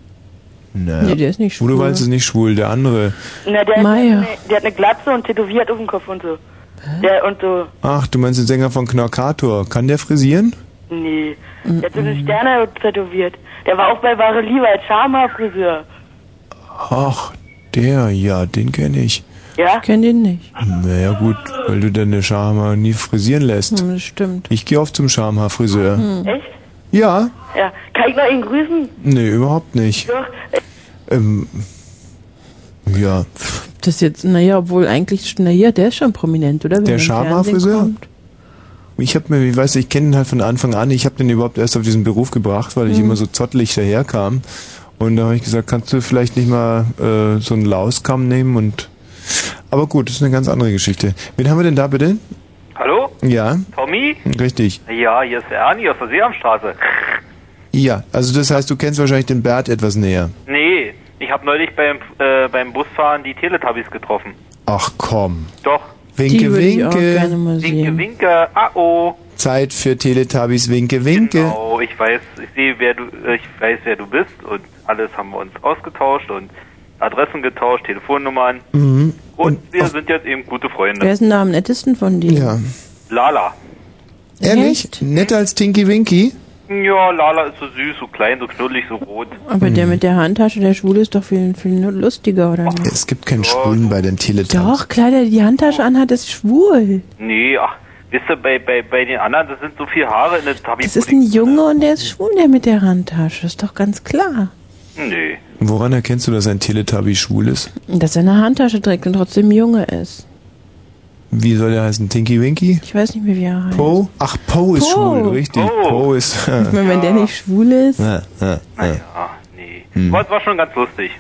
Naja. Nee, der ist nicht Udo schwul. Walz ist nicht schwul, der andere... Na, der, hat Meier. eine, der hat eine Glatze und tätowiert auf dem Kopf und so. Der und so, Ach, du meinst den Sänger von Knorkator. Kann der frisieren? nee. Der hat so eine Sterne tätowiert. Der war auch bei Wahre Liebe als Charmer-Friseur. Ach, der, ja, den kenne ich. Ja? Ich kenne den nicht. Naja gut, weil du deine Schamhaar nie frisieren lässt. Hm, das stimmt. Mhm. Ich gehe oft zum Schamhaarfriseur. Hm. Echt? Ja, Ja. Kann ich noch ihn grüßen? nee, überhaupt nicht. Doch. Ähm, ja, Das jetzt, naja, obwohl eigentlich, naja, der ist schon prominent, oder? Wenn der man im Schamhaarfriseur? Fernsehen Ich habe mir, ich weiß, ich kenne ihn halt von Anfang an. Ich habe den überhaupt erst auf diesen Beruf gebracht, weil ich Mhm. immer so zottelig daherkam. Und da habe ich gesagt, kannst du vielleicht nicht mal äh, so einen Lauskamm nehmen und... Aber gut, das ist eine ganz andere Geschichte. Wen haben wir denn da bitte? Hallo? Ja, Tommy? richtig. Ja, hier ist der Ernie aus der Seamstraße. Ja, also das heißt, du kennst wahrscheinlich den Bert etwas näher. [laughs] Nee, ich habe neulich beim, äh, beim Busfahren die Teletubbies getroffen. Ach komm. Doch. Winke, Die würde ich auch winke. gerne mal Winke, sehen. winke, ah oh. Zeit für Teletubbies Winke Winke. Oh, ich weiß, ich sehe, wer du, äh, ich weiß, wer du bist und alles haben wir uns ausgetauscht und Adressen getauscht, Telefonnummern Mhm. und, wir sind jetzt eben gute Genau. kommt. Wer Freunde. ist denn da am nettesten von denen? Ja. Lala. Ehrlich? Netter als Tinky Winky? Ja, Lala ist so süß, so klein, so knuddelig, so rot. Aber der mit der Handtasche, der Schwule, ist doch viel, viel lustiger, oder nicht? Es gibt keinen Schwulen bei den Teletubbies. Doch, klar, der die Handtasche anhat, ist schwul. Nee, ach, wisst ihr, bei, bei, bei den anderen, das sind so viel Haare in der Tabi. Das ist ein Junge und der ist schwul, der mit der Handtasche. Ist doch ganz klar. Nee. Woran erkennst du, dass ein Teletubby schwul ist? Dass er eine Handtasche trägt und trotzdem Junge ist. Wie soll der heißen? Tinky Winky? Ich weiß nicht mehr, wie er heißt. Poe? Ach, Poe Poe. ist schwul, richtig. Poe ist... [laughs] Ich meine, wenn der nicht schwul ist. Ja, ja, ja. Hm. Aber es war schon ganz lustig.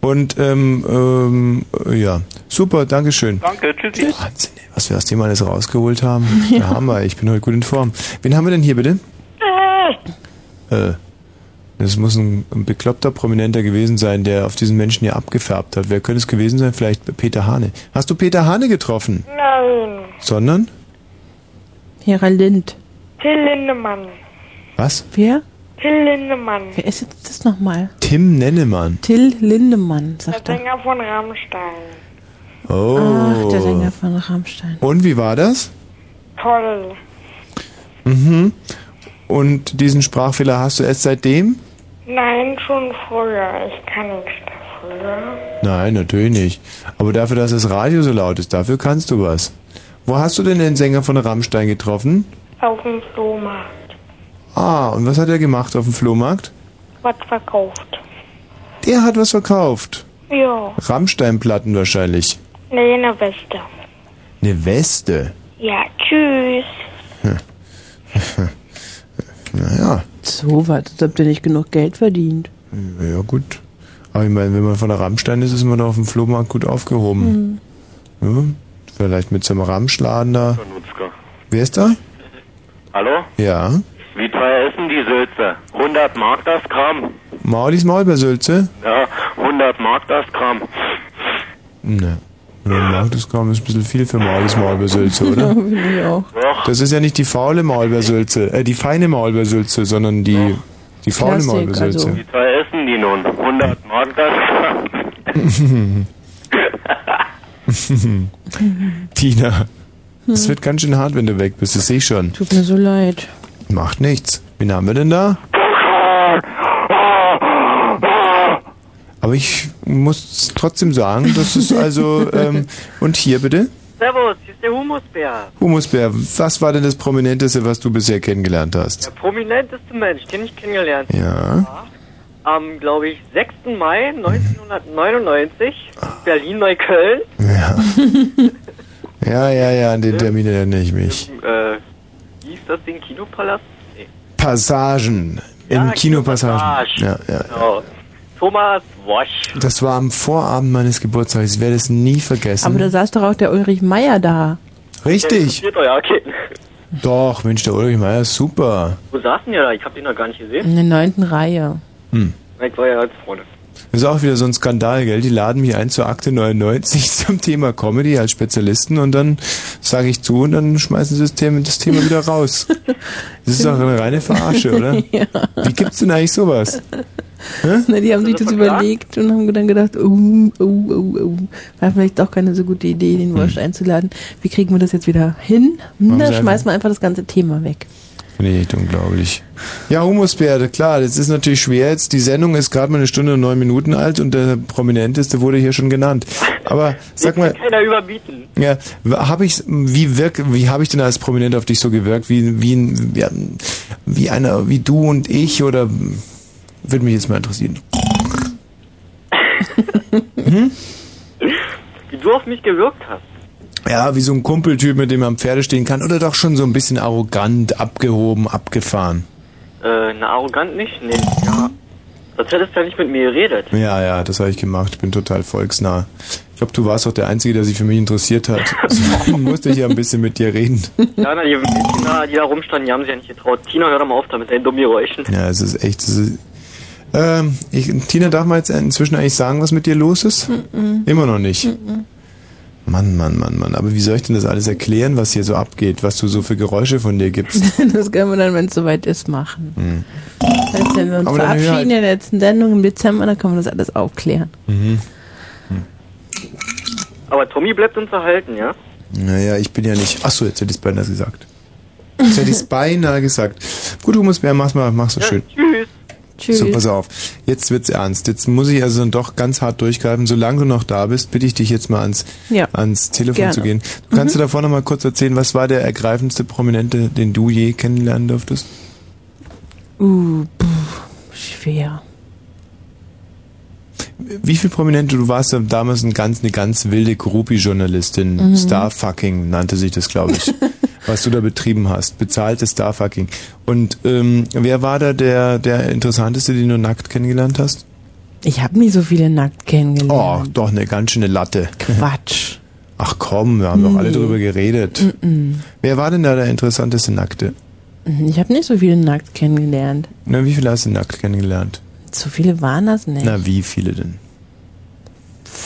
Und, ähm, ähm, äh, ja. Super, Dankeschön. Danke, tschüssi. Wahnsinn, ey, was wir aus dem alles rausgeholt haben. Ja. Ja. Hammer, ich bin heute gut in Form. Wen haben wir denn hier bitte? Äh, das muss ein, ein bekloppter Prominenter gewesen sein, der auf diesen Menschen hier abgefärbt hat. Wer könnte es gewesen sein? Vielleicht Peter Hane. Hast du Peter Hane getroffen? Nein. Sondern? Hera Lind. Till Lindemann. Was? Wer? Till Lindemann. Wer ist jetzt das nochmal? Tim Nennemann. Till Lindemann, Der sagt er. Sänger von Rammstein. Oh. Ach, der Sänger von Rammstein. Und wie war das? Toll. Mhm. Und diesen Sprachfehler hast du erst seitdem? Nein, schon früher. Ich kann nichts dafür. Nein, natürlich nicht. Aber dafür, dass das Radio so laut ist, dafür kannst du was. Wo hast du denn den Sänger von Rammstein getroffen? Auf dem Flohmarkt. Ah, und was hat er gemacht auf dem Flohmarkt? Was verkauft? Der hat was verkauft. Ja. Rammstein-Platten wahrscheinlich. Nee, eine Weste. Eine Weste. [laughs] Ja, tschüss. Naja, So was, als ob der nicht genug Geld verdient. ja gut. Aber ich meine, wenn man von der Rammstein ist, ist man doch auf dem Flohmarkt gut aufgehoben. Mhm. Ja, vielleicht mit so einem Rammschladen da. Nutzke. Wer ist da? Hallo? Ja. Wie teuer ist denn die Sülze? 100 Mark das Gramm? Maulis Maulbeersülze? Ja, 100 Mark das Gramm. Ne. Nun, macht es kaum, ist ein bisschen viel für Maulbes Maulbesülze, Ja, [laughs] oder? finde ich auch. Das ist ja nicht die faule Maulbesülze, äh, die feine Maulbesülze, sondern die, die faule Plastik, also. also. Maulbesülze. Die zwei essen die nun. 100 Mark das. Mhm. [laughs] Tina, es Hm. wird ganz schön hart, wenn du weg bist, das sehe ich schon. Tut mir so leid. Macht nichts. Wen haben wir denn da? Aber ich muss trotzdem sagen, das ist also. Ähm, und hier bitte? Servus, hier ist der Humusbär. Humusbär, was war denn das Prominenteste, was du bisher kennengelernt hast? [laughs] Der prominenteste Mensch, den ich kennengelernt habe. Ja. Am, glaube ich, 6. Mai 1999, Berlin-Neukölln. [laughs] Ja, ja, ja, an den Termin erinnere ich mich. Äh, hieß das den Kinopalast? Nee. Passagen. Im Kinopassagen. Ja, ja. Genau. Thomas Wosch. Das war am Vorabend meines Geburtstags. Ich werde es nie Aber da vergessen. saß doch auch der Ulrich Meier da. Richtig. oh Ja, okay. [laughs] Doch, Mensch, der Ulrich Meier ist super. Wo saßen ihr da? Ich habe den noch gar nicht gesehen. In der neunten Reihe. Hm. Ich war ja ganz vorne. Das ist auch wieder so ein Skandal, gell? Die laden mich ein zur Akte 99 [laughs] zum Thema Comedy als Spezialisten und dann sage ich zu und dann schmeißen sie das Thema, das Thema wieder raus. Das ist doch eine reine Verarsche, oder? [laughs] Ja. Wie gibt's denn eigentlich sowas? Na, die haben sich das überlegt und haben dann gedacht, oh, oh, oh, oh. War vielleicht doch keine so gute Idee, den Wurst Hm. einzuladen. Wie kriegen wir das jetzt wieder hin? Haben Na, sie schmeißen wir einfach das ganze Thema weg. [laughs] Finde ich echt unglaublich. Ja, Humusbär, klar, das ist natürlich schwer jetzt. Die Sendung ist gerade mal eine Stunde und neun Minuten alt und der prominenteste wurde hier schon genannt. Aber sag mal, Keiner überbieten. Ja, habe ich wie wirk wie habe ich denn als Prominent auf dich so gewirkt wie wie ein- ja, wie einer wie du und ich oder würde mich jetzt mal interessieren. Hm? Wie du auf mich gewirkt hast. Ja, wie so ein Kumpeltyp, mit dem man am Pferde stehen kann oder doch schon so ein bisschen arrogant, abgehoben, abgefahren. Äh, na, arrogant nicht? Nee. Ja. Sonst hättest du ja nicht mit mir geredet. Ja, ja, das habe ich gemacht. Ich bin total volksnah. Ich glaube, du warst auch der Einzige, der sich für mich interessiert hat. Deswegen musste [laughs] ich ja ein bisschen mit dir reden. Ja, na, die Kinder, die da rumstanden, die haben sich ja nicht getraut. Tina, hör doch mal auf damit, dein dummen Geräuschen. Ja, es ist echt. Es ist, ähm, ich, Tina, darf man jetzt inzwischen eigentlich sagen, was mit dir los ist? Mm-mm. Immer noch nicht. Mann, Mann, Mann, Mann. Aber wie soll ich denn das alles erklären, was hier so abgeht, was du so für Geräusche von [laughs] dir gibst? Das können wir dann, wenn es soweit ist, machen. Hm. Das heißt, wenn wir uns Aber dann verabschieden hören. in der letzten Sendung im Dezember, dann können wir das alles aufklären. Mhm. Aber Tommy bleibt uns erhalten, [laughs] ja? Naja, ich bin ja nicht. Achso, jetzt hätte ich es beinahe gesagt. Jetzt [laughs] hätte ich es beinahe gesagt. Gut, Humusbär, mach's mal, mach's so schön. Tschüss. Tschüss. So, pass auf. Jetzt wird's ernst. Jetzt muss ich also dann doch ganz hart durchgreifen. Solange du noch da bist, bitte ich dich jetzt mal ans, Ja. ans Telefon Gerne. Mhm. zu gehen. Du kannst du davor noch mal kurz erzählen, was war der ergreifendste Prominente, den du je kennenlernen durftest? Uh, puh, schwer. Wie viel Prominente? Du warst ja damals ein ganz, eine ganz wilde Groupie-Journalistin. Mhm. Starfucking nannte sich das, [laughs] glaube ich. was du da betrieben hast. Bezahlte Starfucking. Und ähm, wer war da der, der interessanteste, den du nackt kennengelernt hast? Ich habe nie so viele nackt Oh, kennengelernt. doch eine ganz schöne Latte. Quatsch. [laughs] Ach komm, wir haben doch alle Nee. drüber geredet. Mm-mm. Wer war denn da der interessanteste Nackte? Ich habe nicht so viele nackt kennengelernt. Na, wie viele hast du nackt kennengelernt? So viele waren das nicht. Na, wie viele denn?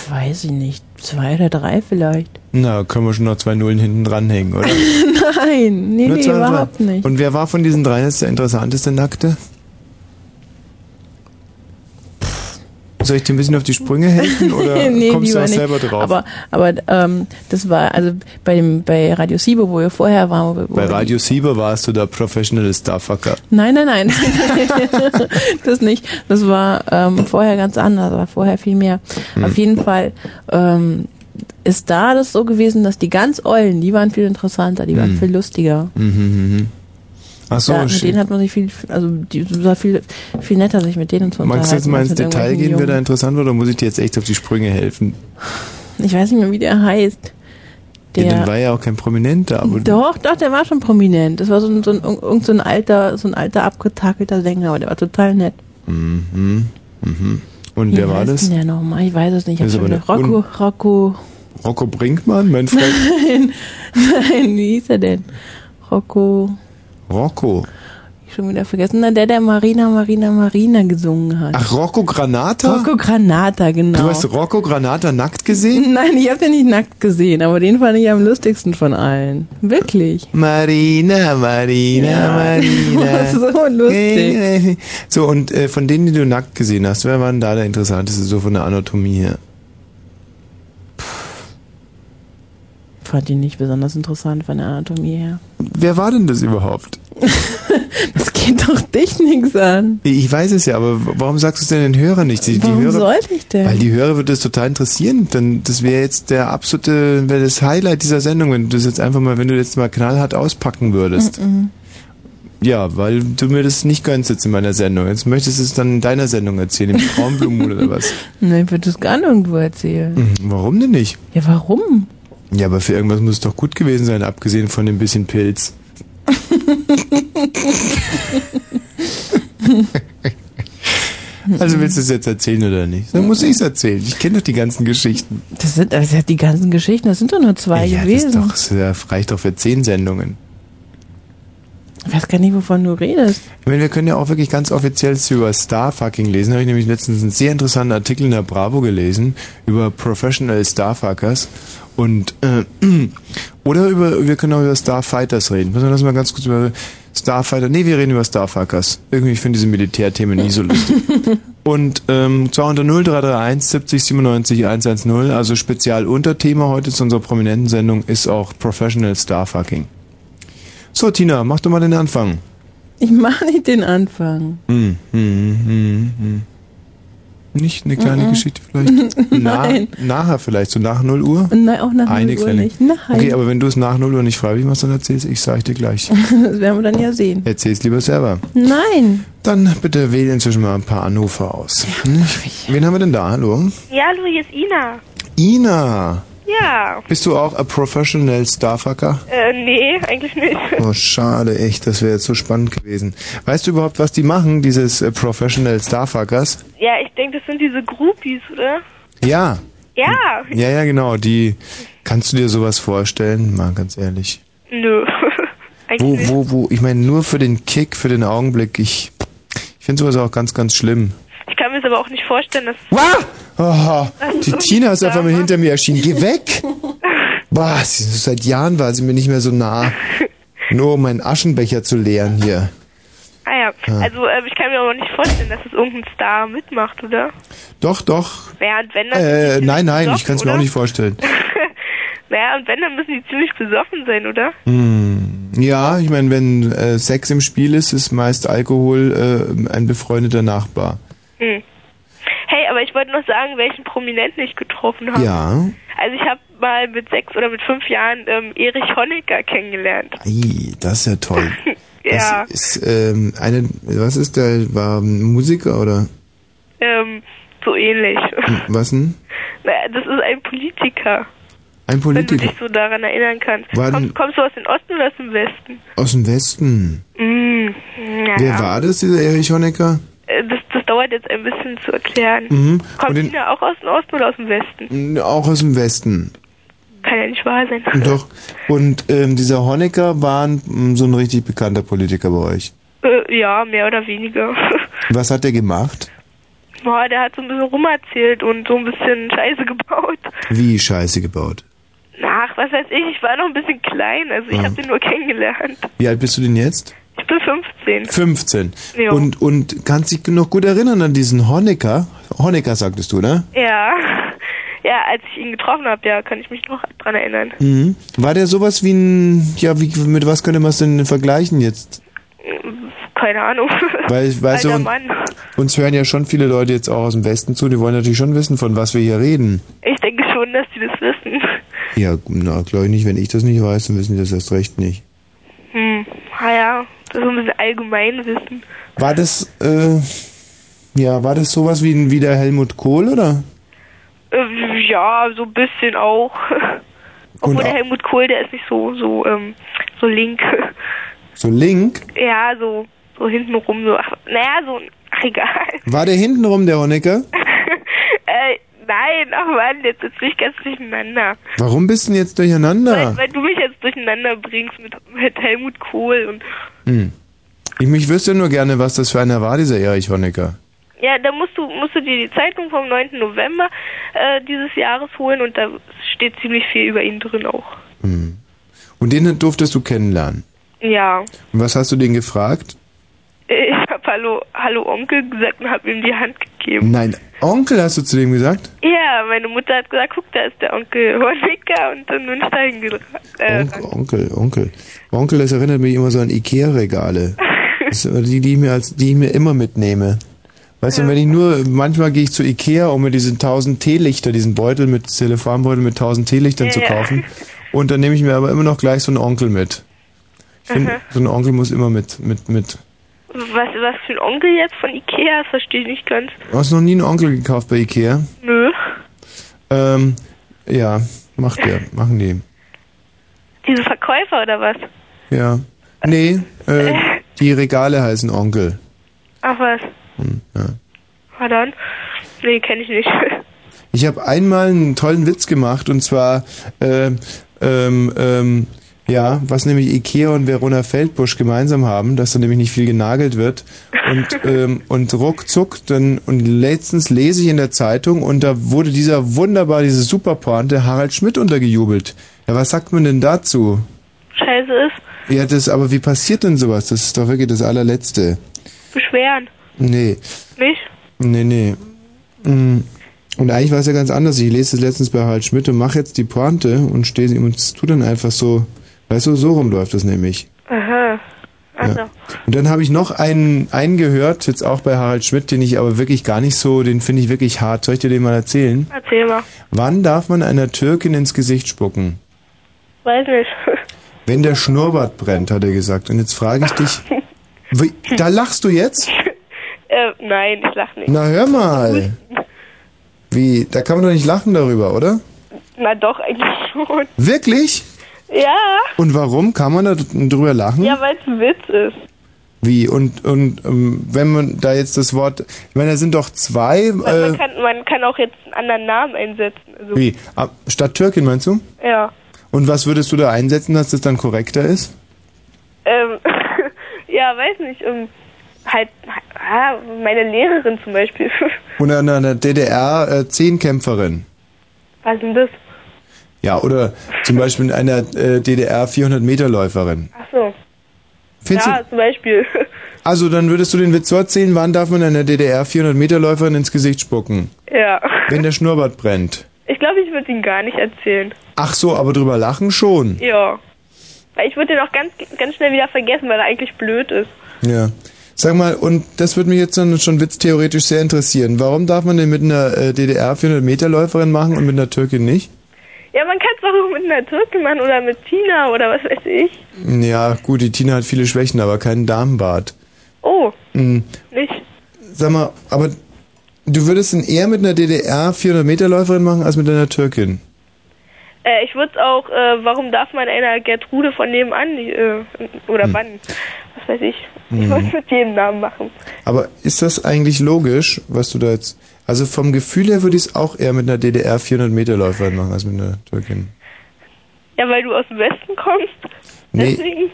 Weiß ich nicht. Zwei oder drei vielleicht. Na, können wir schon noch zwei Nullen hinten dranhängen, oder? [laughs] Nein, nee, Nur nee zwei und drei. überhaupt nicht. Und wer war von diesen dreien jetzt der interessanteste Nackte? Soll ich dir ein bisschen auf die [laughs] Sprünge helfen oder kommst du lieber auch nicht. selber drauf? Aber, aber ähm, das war, also bei dem bei Radio Sibo, wo wir vorher waren. Wo, wo Bei Radio Sieber warst du da Professional Starfucker. Nein, nein, nein. [laughs] das nicht. Das war ähm, vorher ganz anders, war vorher viel mehr. Hm. Auf jeden Fall ähm, ist da das so gewesen, dass die ganz Eulen, die waren viel interessanter, die waren Hm. viel lustiger. Mhm, mhm. Ach so, da, mit schön. denen hat man sich viel, also die es war viel, viel netter, sich mit denen zu unterhalten. Magst du jetzt mal als ins mit Detail irgendwelchen gehen, wer da Jungen. interessant war, oder muss ich dir jetzt echt auf die Sprünge helfen? Ich weiß nicht mehr, wie der heißt. Der, ja, dann Der, war ja auch kein Prominenter, aber doch, doch, der war schon prominent. Das war so ein, so ein, irgend so ein alter, so ein alter abgetakelter Sänger, aber der war total nett. Mhm, mhm. Und wer Wie war heißt das? Denn der nochmal? Ich weiß es nicht. Ich Das hab ist schon aber wieder eine Rocco, Rocco. Rocco Brinkmann, [laughs] mein Freund. Nein, nein, wie hieß er denn? Rocco. [laughs] Rocco. Schon wieder vergessen. Na, der, der Marina, Marina, Marina gesungen hat. Ach, Rocco Granata? Rocco Granata, genau. Du hast Rocco Granata nackt [laughs] gesehen? Nein, ich habe den nicht nackt gesehen, aber den fand ich am lustigsten von allen. Wirklich. Marina, Marina, Ja. [laughs] Marina. So lustig. So, und äh, von denen, die du nackt gesehen hast, wer war denn da der interessanteste, so von der Anatomie her? Fand ihn nicht besonders interessant von der Anatomie her. Wer war denn das überhaupt? Das geht doch dich nichts an. Ich weiß es ja, aber w- warum sagst du es denn den Hörern nicht? Die, Warum die Hörer, sollte ich denn? Weil die Hörer würde es total interessieren. Dann, das wäre jetzt der absolute, wäre das Highlight dieser Sendung, wenn du das jetzt einfach mal, wenn du jetzt mal knallhart auspacken würdest. Mhm. Ja, weil du mir das nicht gönnst jetzt in meiner Sendung. Jetzt möchtest du es dann in deiner Sendung erzählen, im Traumblumen oder was? Nein, ich würde es gar nirgendwo erzählen. Mhm, Warum denn nicht? Ja, warum? Ja, aber für irgendwas muss es doch gut gewesen sein, abgesehen von dem bisschen Pilz. Also willst du es jetzt erzählen oder nicht? Dann muss ich es erzählen. Ich kenne doch die ganzen Geschichten. Das sind das sind die ganzen Geschichten, das sind doch nur zwei ja, das, gewesen. ist doch, das reicht doch für zehn Sendungen. Ich weiß gar nicht, wovon du redest. Ich meine, wir können ja auch wirklich ganz offiziell über Starfucking lesen. Da habe ich nämlich letztens einen sehr interessanten Artikel in der Bravo gelesen über Professional Starfuckers. Und äh, [clears throat] oder über wir können auch über Starfighters reden. Müssen wir das mal ganz kurz über Starfighter. Nee, wir reden über Starfuckers. Irgendwie ich finde diese Militärthemen nie so lustig. Und ähm, zwar unter 0331 70 97 110. Also Spezialunterthema heute zu unserer prominenten Sendung ist auch Professional Starfucking. So, Tina, mach doch mal den Anfang. Ich mache nicht den Anfang. Hm, hm, hm, hm. Nicht eine kleine Mhm. Geschichte [laughs] vielleicht? Nein. Na, nachher vielleicht, so nach 0 Uhr? Nein, auch nach eine 0 Uhr kleine. nicht. Nein. Okay, aber wenn du es nach 0 Uhr nicht freiwillig machst, dann erzähl's, ich sag ich dir [laughs] gleich. das werden wir dann ja sehen. Erzähl's lieber selber. Nein. Dann bitte wähl inzwischen mal ein paar Anrufer aus. Hm? Wen haben wir denn da? Hallo? Ja, hallo, hier ist Ina. Ina! Ja. Bist du auch a professional Starfucker? Äh, nee, eigentlich nicht. Oh, schade, echt, das wäre jetzt so spannend gewesen. Weißt du überhaupt, was die machen, dieses äh, Professional Starfuckers? Ja, ich denke, das sind diese Groupies, oder? Ja. Ja. Ja, ja, genau. Die kannst du dir sowas vorstellen? Mal ganz ehrlich. Nö. [laughs] Wo, eigentlich wo, wo? Ich meine, nur für den Kick, für den Augenblick. Ich, ich finde sowas auch ganz, ganz schlimm. Ich kann mir es aber auch nicht vorstellen, dass... Wow! Oh, Ach die so. Tina ist auf einmal hinter mir erschienen. Geh [laughs] weg! Boah, sie, seit Jahren war sie mir nicht mehr so nah. Nur um meinen Aschenbecher zu leeren hier. Ah ja, Ah. also ähm, ich kann mir aber nicht vorstellen, dass es irgendein Star mitmacht, oder? Doch, doch. Während wenn dann... Äh, nein, nein, ich kann es mir auch oder? nicht vorstellen. Naja, und wenn, dann müssen die ziemlich besoffen sein, oder? Hm. Ja, ich meine, wenn äh, Sex im Spiel ist, ist meist Alkohol äh, ein befreundeter Nachbar. Hm. Hey, aber ich wollte noch sagen, welchen Prominenten ich getroffen habe. Ja. Also ich habe mal mit sechs oder mit fünf Jahren ähm, Erich Honecker kennengelernt. Ei, das ist ja [laughs] toll. Ja, Ist ähm, eine, was ist der, war ein [laughs] Musiker oder ähm, so ähnlich. [laughs] was denn? Naja, das ist ein Politiker, Ein wenn du Politiker dich so daran erinnern kannst. War Komm, denn- kommst du aus dem Osten oder aus dem Westen? aus dem Westen. Mm, naja. Wer war das, dieser Erich Honecker? Äh, Das, das dauert jetzt ein bisschen zu erklären. Mhm. Und Kommt den, Tina auch aus dem Osten oder aus dem Westen? n- auch aus [laughs] dem Westen. Kann ja nicht wahr sein. Doch. Und ähm, dieser Honecker war ein, m, so ein richtig bekannter Politiker bei euch. Äh, ja, mehr oder weniger. [laughs] Was hat der gemacht? Boah, der hat so ein bisschen rumerzählt und so ein bisschen Scheiße gebaut. Wie Scheiße gebaut. Ach, was weiß ich, ich war noch ein bisschen klein, also ich Mhm. habe den nur [laughs] kennengelernt. Wie alt bist du denn jetzt? Ich bin 15. 15. Ja. Und, und kannst dich noch gut erinnern an diesen Honecker? Honecker sagtest du, ne? Ja. Ja, als ich ihn getroffen habe, ja, kann ich mich noch dran erinnern. Mhm. War der sowas wie ein, ja, wie, mit was könnte man es denn vergleichen jetzt? Keine Ahnung. [laughs] Weil, weißt du, Alter un- Mann. uns hören ja schon viele Leute jetzt auch aus dem Westen zu, die wollen natürlich schon wissen, von was wir hier reden. Ich denke schon, dass die das wissen. Ja, na, glaube ich nicht, wenn ich das nicht weiß, dann wissen die das erst recht nicht. Hm, ah ja, das ist so ein bisschen allgemein wissen. War das, äh, ja, war das sowas wie, ein- wie der Helmut Kohl, oder? Äh, ja, so ein bisschen auch. [laughs] Obwohl Und der au- Helmut Kohl, der ist nicht so, so, ähm, so link. So link? Ja, so, so hintenrum, so, ach, naja, so, ach egal. [laughs] War der hintenrum, der Honecker? Äh, nein, ach Mann, jetzt ist ich ganz durcheinander. Warum bist du denn jetzt durcheinander? Weil, weil du mich jetzt durcheinander bringst mit, mit Helmut Kohl und Hm. Ich mich wüsste nur gerne, was das für einer war, dieser Erich Honecker. Ja, da musst du, musst du dir die Zeitung vom 9. November äh, dieses Jahres holen und da steht ziemlich viel über ihn drin auch. Hm. Und den durftest du kennenlernen. Ja. Äh, Und was hast du den gefragt? Ich hab Hallo, Hallo Onkel gesagt und hab ihm die Hand gegeben. Nein, Onkel hast du zu dem gesagt? Ja, meine Mutter hat gesagt, guck, da ist der Onkel Honecker und dann bin ich da hingerannt. Äh, Onkel, Onkel, Onkel. Onkel, das erinnert mich immer so an [laughs] Ikea-Regale. Das sind die, die ich, mir als, die ich mir immer mitnehme. Weißt du, wenn ich nur, manchmal gehe ich zu Ikea, um mir diesen 1000 Teelichter, diesen Beutel mit, Telefonbeutel mit 1000 Teelichtern zu Ja. kaufen. Und dann nehme ich mir aber immer noch gleich so einen Onkel mit. Ich finde, Aha. so ein Onkel muss immer mit, mit, mit. was, was für ein Onkel jetzt von Ikea, das verstehe ich nicht ganz. Du hast noch nie einen Onkel gekauft bei Ikea? Nö. Ähm, ja, macht der, machen die. Diese Verkäufer oder was? Ja. Nee, äh, die Regale heißen Onkel. Ach was. Hm, ja. Na dann? Nee, kenne ich nicht. [laughs] Ich habe einmal einen tollen Witz gemacht und zwar, äh, ähm, ähm, ja, was nämlich Ikea und Verona Feldbusch gemeinsam haben, dass da nämlich nicht viel genagelt wird. Und, ähm, und ruckzuck, dann, und letztens lese ich in der Zeitung und da wurde dieser wunderbar, diese Superpointe Harald Schmidt untergejubelt. Ja, was sagt man denn dazu? Scheiße ist. Ja, das, aber wie passiert denn sowas? Das ist doch wirklich das allerletzte. Beschweren. Nee. Nicht? Nee, nee. Mm. Und eigentlich war es ja ganz anders. Ich lese es letztens bei Harald Schmidt und mache jetzt die Pointe und stehe sie und es tut dann einfach so, weißt du, so rum läuft das nämlich. Aha. Also. Ja. Und dann habe ich noch einen, einen gehört, jetzt auch bei Harald Schmidt, den ich aber wirklich gar nicht so, den finde ich wirklich hart. Soll ich dir den mal erzählen? Erzähl mal. Wann darf man einer Türkin ins Gesicht spucken? Weiß nicht. [laughs] Wenn der Schnurrbart brennt, hat er gesagt. Und jetzt frage ich dich, wie, da lachst du jetzt? äh, nein, ich lach nicht. Na hör mal. Wie, da kann man doch nicht lachen darüber, oder? Na doch, eigentlich [laughs] schon. Wirklich? Ja. Und warum kann man da dr- drüber lachen? Ja, weil es ein Witz ist. Wie? Und, und ähm, wenn man da jetzt das Wort, ich meine, da sind doch zwei, Man, äh, kann, man kann auch jetzt einen anderen Namen einsetzen. Also, wie? Ah, Statt Türkin meinst du? Ja. Und was würdest du da einsetzen, dass das dann korrekter ist? Ähm, [laughs] ja, weiß nicht. Ähm, halt, ah, meine Lehrerin zum Beispiel. [laughs] Oder in einer DDR äh, Zehnkämpferin. Was ist denn das? Ja, oder zum Beispiel in einer äh, DDR 400 Meter Läuferin. Ach so. Findest ja, [laughs] du, zum Beispiel. also dann würdest du den Witz so erzählen, wann darf man einer DDR 400 Meter Läuferin ins Gesicht spucken? ja. Wenn der Schnurrbart brennt. Ich glaube, ich würde ihn gar nicht erzählen. Ach so, aber drüber lachen schon. Ja. Weil ich würde den auch ganz, ganz schnell wieder vergessen, weil er eigentlich blöd ist. Ja. Sag mal, und das würde mich jetzt dann schon witztheoretisch sehr interessieren. Warum darf man den mit einer äh, DDR 400 Meter Läuferin machen und mit einer Türkin nicht? Ja, man kann es doch auch mit einer Türkin machen oder mit Tina oder was weiß ich. Hm, Ja, gut, die Tina hat viele Schwächen, aber keinen Damenbart. Oh, Mhm. nicht. Sag mal, aber du würdest ihn eher mit einer DDR 400 Meter Läuferin machen als mit einer Türkin? Äh, ich würde es auch, äh, warum darf man einer Gertrude von nebenan, die, äh, oder Hm. wann, was weiß ich. Ich Mhm. würde es mit jedem Namen machen. Aber ist das eigentlich logisch, was du da jetzt... Also vom Gefühl her würde ich es auch eher mit einer DDR 400 Meter Läuferin machen als mit einer Türkin. Ja, weil du aus dem Westen kommst, Nee. deswegen.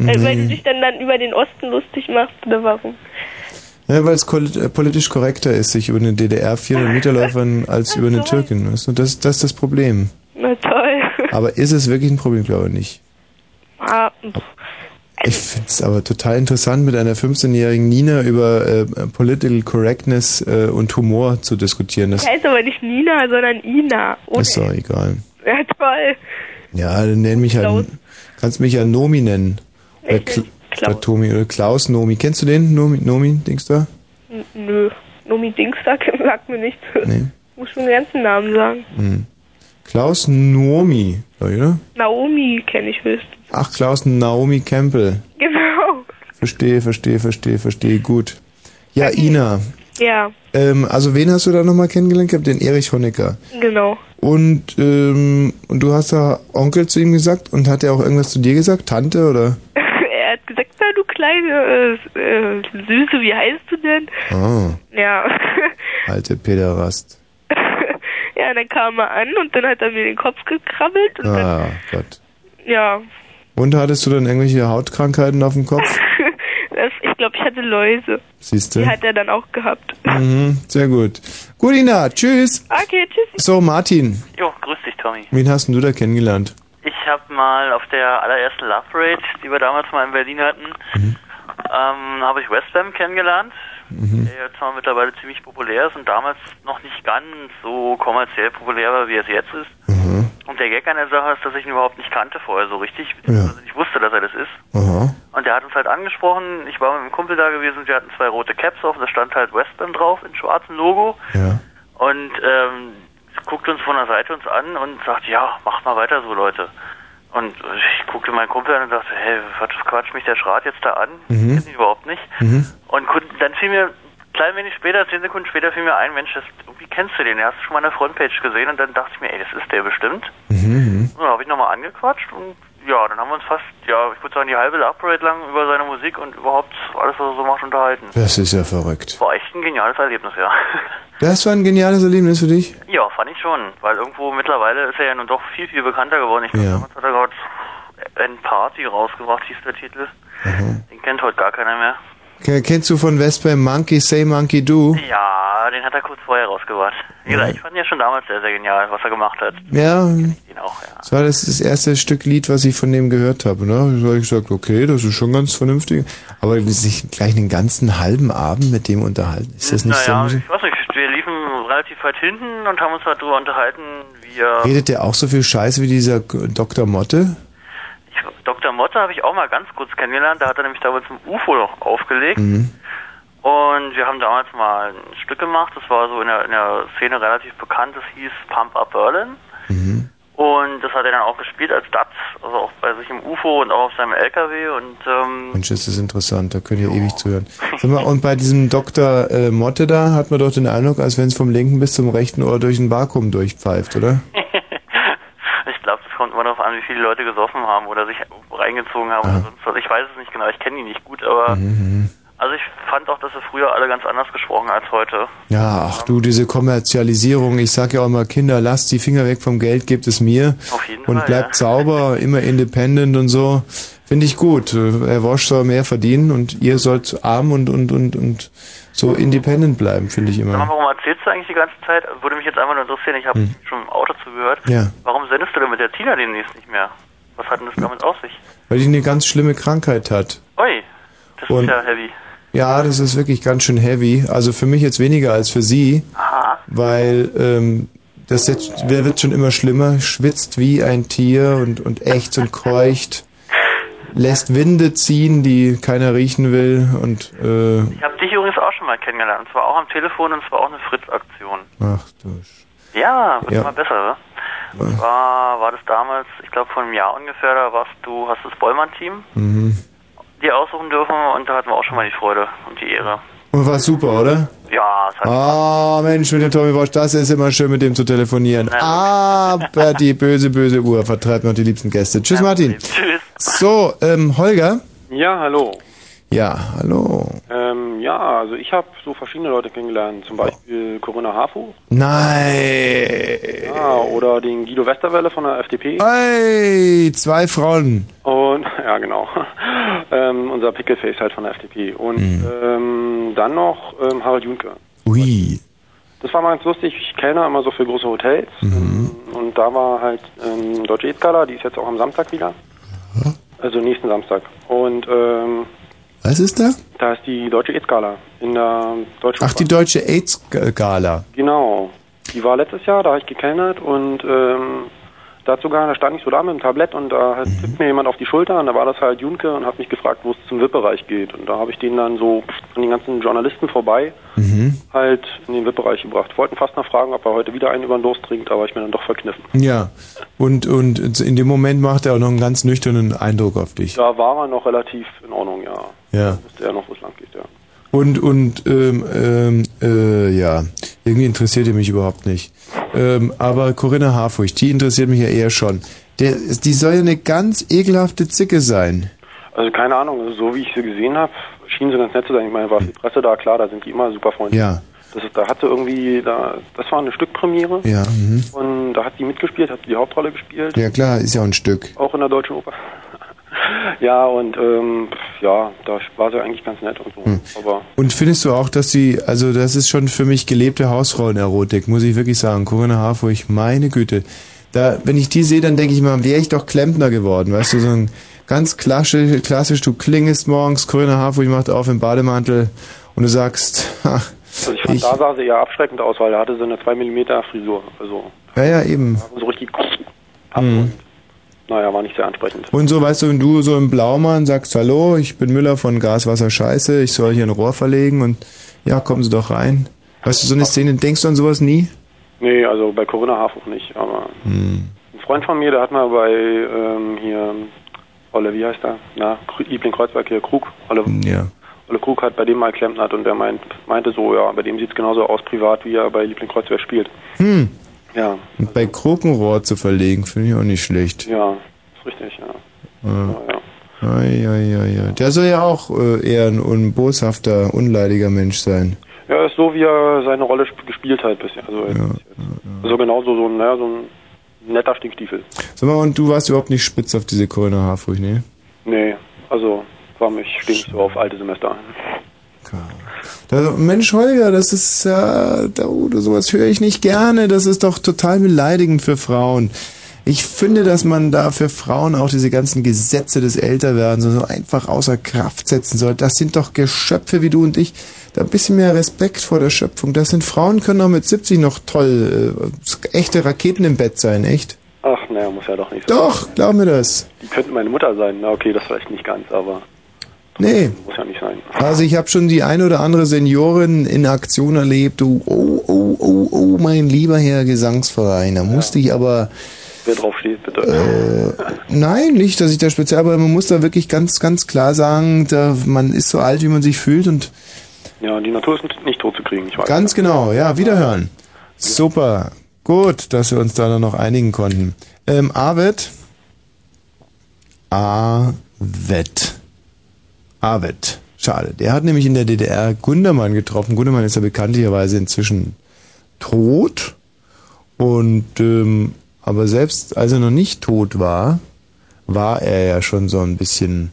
Äh, weil du dich dann, dann über den Osten lustig machst, oder warum? Ja, weil es kol- äh, politisch korrekter ist, sich über eine DDR 400 Meter läufern als über eine Türkin. Weißt du? das, das ist das Problem. Na toll. Aber ist es wirklich ein Problem? Glaube ich nicht. Ah, pff. Ich finde es aber total interessant, mit einer 15-jährigen Nina über äh, Political Correctness äh, und Humor zu diskutieren. Das Die heißt aber nicht Nina, sondern Ina. Ohne ist doch egal. Ja, toll. Ja, dann nenn mich halt. Kannst mich ja Nomi nennen. Oder, Kla oder Tomi oder Klaus Nomi. Kennst du den? Nomi, Nomi denkst du? N nö. Nomi Dingstag [laughs] sagt mir nichts. Nee. Muss schon den ganzen Namen sagen. Hm. Klaus Nomi, glaub ich, oder? Naomi kenne ich höchstens. Ach, Klaus Naomi Campbell. [laughs] Genau. Verstehe, verstehe, verstehe, verstehe. Gut. Ja, Ina. Ja, Ähm, also wen hast du da nochmal kennengelernt gehabt? Den Erich Honecker. genau. [laughs] Und, ähm, und du hast da Onkel zu ihm gesagt und hat er auch irgendwas zu dir gesagt? Tante oder? er hat gesagt, na du kleine äh, äh, Süße, wie heißt du denn? Ah, Ja. [laughs] alte Pederast. ja, dann kam er an und dann hat er mir den Kopf gekrabbelt und dann, Ah, Gott. ja. [laughs] Und hattest du dann irgendwelche Hautkrankheiten auf dem Kopf? das, ich glaube, ich hatte Läuse. Siehst du? Die hat er dann auch gehabt. Mhm, sehr gut. Gut, Ina, tschüss. Okay, tschüss. So, Martin, Jo, grüß dich, Tommy. wen hast denn du da kennengelernt? Ich habe mal auf der allerersten Love Parade, die wir damals mal in Berlin hatten, Mhm. ähm, habe ich Westbam kennengelernt, Mhm. der jetzt mal mittlerweile ziemlich populär ist und damals noch nicht ganz so kommerziell populär war, wie es jetzt ist. Mhm. Und der Gag an der Sache ist, dass ich ihn überhaupt nicht kannte vorher so richtig, beziehungsweise ich wusste, dass er das ist. Aha. Und der hat uns halt angesprochen, ich war mit einem Kumpel da gewesen, wir hatten zwei rote Caps auf, da stand halt Westbam drauf, in schwarzem Logo. Und ähm, guckt uns von der Seite uns an und sagt, ja, macht mal weiter so, Leute. Und ich guckte meinen Kumpel an und dachte, hey, was quatscht mich der Schrat jetzt da an? Hm? Mhm. Kenn ich überhaupt nicht. Und kun- dann fiel mir, klein wenig später, zehn Sekunden später, fiel mir ein, Mensch, das, irgendwie kennst du den, den hast du schon mal an der Frontpage gesehen. Und dann dachte ich mir, ey, das ist der bestimmt. Mhm, Und dann habe ich nochmal angequatscht und ja, dann haben wir uns fast, ja, ich würde sagen, die halbe Love Parade lang über seine Musik und überhaupt alles, was er so macht, unterhalten. Das ist ja verrückt. War echt ein geniales Erlebnis, ja. [laughs] Das war ein geniales Erlebnis für dich. Ja, fand ich schon, weil irgendwo mittlerweile ist er ja nun doch viel, viel bekannter geworden. Ich glaube, Ja. damals hat er gerade ein Party rausgebracht, hieß der Titel. Mhm. Den kennt heute gar keiner mehr. Ke- Kennst du von Westbam Monkey Say Monkey Do? Ja, den hat er kurz vorher rausgebracht. Wie gesagt, ich fand ihn ja schon damals sehr, sehr genial, was er gemacht hat. Ja. Den auch, ja. Das war das, das erste Stück Lied, was ich von dem gehört habe. Ne? Da habe ich gesagt, okay, das ist schon ganz vernünftig. Aber sich gleich einen ganzen halben Abend mit dem unterhalten, ist das nicht naja, so? ich weiß nicht, wir liefen relativ weit hinten und haben uns halt drüber unterhalten, wie er... Redet der auch so viel Scheiße wie dieser K- Dr. Motte? Dr. Motte habe ich auch mal ganz kurz kennengelernt, da hat er nämlich damals im UFO noch aufgelegt. Mhm. Und wir haben damals mal ein Stück gemacht, das war so in der, in der Szene relativ bekannt, das hieß Pump Up Berlin. Und das hat er dann auch gespielt als DATS, also auch bei sich im UFO und auch auf seinem LKW. Und ähm, [laughs] Mensch, ist das interessant, da könnt ihr ewig zuhören. Sag mal, und bei diesem Dr. Äh, Motte da hat man doch den Eindruck, als wenn es vom linken bis zum rechten Ohr durch ein Vakuum durchpfeift, oder? ich glaube, das kommt immer darauf an, wie viele Leute gesoffen haben oder sich reingezogen haben oder sonst was. Ich weiß es nicht genau, ich kenne die nicht gut, aber also ich fand auch, dass sie früher alle ganz anders gesprochen als heute. Ja, ach du, diese Kommerzialisierung. Ich sag ja auch immer, Kinder, lasst die Finger weg vom Geld, gebt es mir. Auf jeden und Fall, bleibt ja. sauber, immer independent und so. Finde ich gut. Äh, Herr Wosch soll mehr verdienen und ihr sollt arm und, und, und, und so independent bleiben, finde ich Sag mal, immer. warum erzählst du eigentlich die ganze Zeit? Würde mich jetzt einfach nur interessieren, ich habe Hm. schon im Auto zugehört. Ja. Warum sendest du denn mit der Tina demnächst nicht mehr? Was hat denn das damit auf sich? Weil die eine ganz schlimme Krankheit hat. Ui, das Und- ist ja heavy. Ja, das ist wirklich ganz schön heavy. Also für mich jetzt weniger als für sie, weil ähm, das jetzt wer wird schon immer schlimmer. Schwitzt wie ein Tier und und ächzt und keucht, lässt Winde ziehen, die keiner riechen will und äh, Ich habe dich übrigens auch schon mal kennengelernt. Und zwar auch am Telefon und zwar auch eine Fritz-Aktion. ach du. Sch- Ja, wird Ja. immer besser, oder? Und zwar war das damals, ich glaube vor einem Jahr ungefähr, da warst du, hast das Bollmann-Team Mhm. dir aussuchen dürfen und da hatten wir auch schon mal die Freude und die Ehre. Und war super, oder? Ja, es hat Ah, Mensch, mit dem Tommy Bosch, das ist immer schön, mit dem zu telefonieren. Aber die böse, böse Uhr vertreibt noch die liebsten Gäste. Tschüss, Martin. Tschüss. So, ähm, Holger? Ja, hallo. Ja, hallo. Ähm, ja, also ich habe so verschiedene Leute kennengelernt, zum Beispiel Corinna Harfu Nein. ja, oder den Guido Westerwelle von der FDP Ey, zwei Frauen. und [laughs] ja genau, ähm, unser Pickleface halt von der FDP und Mhm. ähm, dann noch ähm, Harald Junke. Ui. Das war mal ganz lustig, ich kenne immer so für große Hotels Mhm. und da war halt ähm, Deutsche Etzgala, die ist jetzt auch am Samstag wieder, also nächsten Samstag und ähm, Was ist da? da ist die Deutsche Etzgala in der Deutschen Ach, die deutsche AIDS-Gala. Genau. Die war letztes Jahr, da habe ich gekellnert und ähm, da hat sogar, da stand ich so da mit dem Tablett und da hat, tippt mir jemand auf die Schulter und da war das halt Junke und hat mich gefragt, wo es zum VIP-Bereich geht. Und da habe ich den dann so an den ganzen Journalisten vorbei halt in den VIP-Bereich gebracht. Wollten fast noch fragen, ob er heute wieder einen über den Durst trinkt, aber ich mir dann doch verkniffen. Ja. Und, und in dem Moment macht er auch noch einen ganz nüchternen Eindruck auf dich. Da war er noch relativ in Ordnung, ja. Ja. Wusste er noch, wo es lang geht, ja. Und, und, ähm, ähm, äh, ja. Irgendwie interessiert ihr mich überhaupt nicht. Ähm, aber Corinna Harfurcht, die interessiert mich ja eher schon. Der, die soll ja eine ganz ekelhafte Zicke sein. Also keine Ahnung, also so wie ich sie gesehen habe, schien sie ganz nett zu sein. Ich meine, war viel Presse da, klar, da sind die immer super freundlich. Ja. Das ist, da hatte irgendwie, da, das war eine Stückpremiere. Ja, mhm. Und da hat sie mitgespielt, hat die Hauptrolle gespielt, Ja, klar, ist ja auch ein Stück. auch in der Deutschen Oper. [laughs] Ja, und ähm, ja, da war sie eigentlich ganz nett und so. Hm. Aber Und findest du auch, dass die, also das ist schon für mich gelebte Hausfrauenerotik, muss ich wirklich sagen. Corinna Harfurch, meine Güte. Da, wenn ich die sehe, dann denke ich mal, wäre ich doch Klempner geworden, weißt du, so ein ganz klassisch, klassisch du klingest morgens, Corinna Harfurch macht auf im Bademantel und du sagst, [laughs] ach, also ich fand, da sah sie eher abschreckend aus, weil da hatte sie eine 2 mm Frisur. Also ja, ja, eben. so richtig, Mhm. naja, war nicht sehr ansprechend. Und so, weißt du, wenn du so im Blaumann sagst, hallo, ich bin Müller von Gas, Wasser, Scheiße, ich soll hier ein Rohr verlegen und ja, kommen Sie doch rein. Weißt du, so eine Szene, denkst du an sowas nie? Nee, also bei Corinna Harfuch nicht, aber Hm. ein Freund von mir, der hat mal bei ähm, hier, Olle, wie heißt er? Na, Kr- Liebling Kreuzberg hier, Krug. Olle, Mm, Ja. Olle Krug hat bei dem mal klempnert und der meint, meinte so, ja, bei dem sieht's genauso aus privat, wie er bei Liebling Kreuzberg spielt. Hm. Ja, Und bei Krokenrohr zu verlegen, finde ich auch nicht schlecht. ja, ist richtig, ja. Ja. Ei, ei, ei, ei. Der soll ja auch äh, eher ein un boshafter, unleidiger Mensch sein. Ja, ist so, wie er seine Rolle sp- gespielt hat bisher. Also, jetzt, also genauso so ein, naja, so ein netter Stinkstiefel. Sag mal, und du warst überhaupt nicht spitz auf diese Corinna Harfurch, ne? Nee, also war mich stinkt so auf alte Semester. Da, Mensch, Holger, das ist ja, da, oder sowas höre ich nicht gerne. Das ist doch total beleidigend für Frauen. Ich finde, dass man da für Frauen auch diese ganzen Gesetze des Älterwerdens so einfach außer Kraft setzen soll. Das sind doch Geschöpfe wie du und ich. Da ein bisschen mehr Respekt vor der Schöpfung. Das sind Frauen, können doch mit 70 noch toll äh, echte Raketen im Bett sein, echt? Ach, naja, muss ja doch nicht sein. Doch, glaub mir das. Die könnten meine Mutter sein. Na, okay, das vielleicht nicht ganz, aber Nee. muss ja nicht sein. Also ich habe schon die eine oder andere Seniorin in Aktion erlebt. Oh, oh, oh, oh, oh mein lieber Herr Gesangsverein. Da musste ich aber... äh, Wer drauf steht, bitte. Nein, nicht, dass ich da speziell... Aber man muss da wirklich ganz, ganz klar sagen, da, man ist so alt, wie man sich fühlt. Und Ja, die Natur ist nicht tot zu kriegen, ich weiß. ganz genau, ja, wiederhören. Super. Gut, dass wir uns da dann noch einigen konnten. Ähm, Arvid. Arvid. Arvid. Schade. Der hat nämlich in der DDR Gundermann getroffen. Gundermann ist ja bekanntlicherweise inzwischen tot. Und ähm, aber selbst als er noch nicht tot war, war er ja schon so ein bisschen. Aber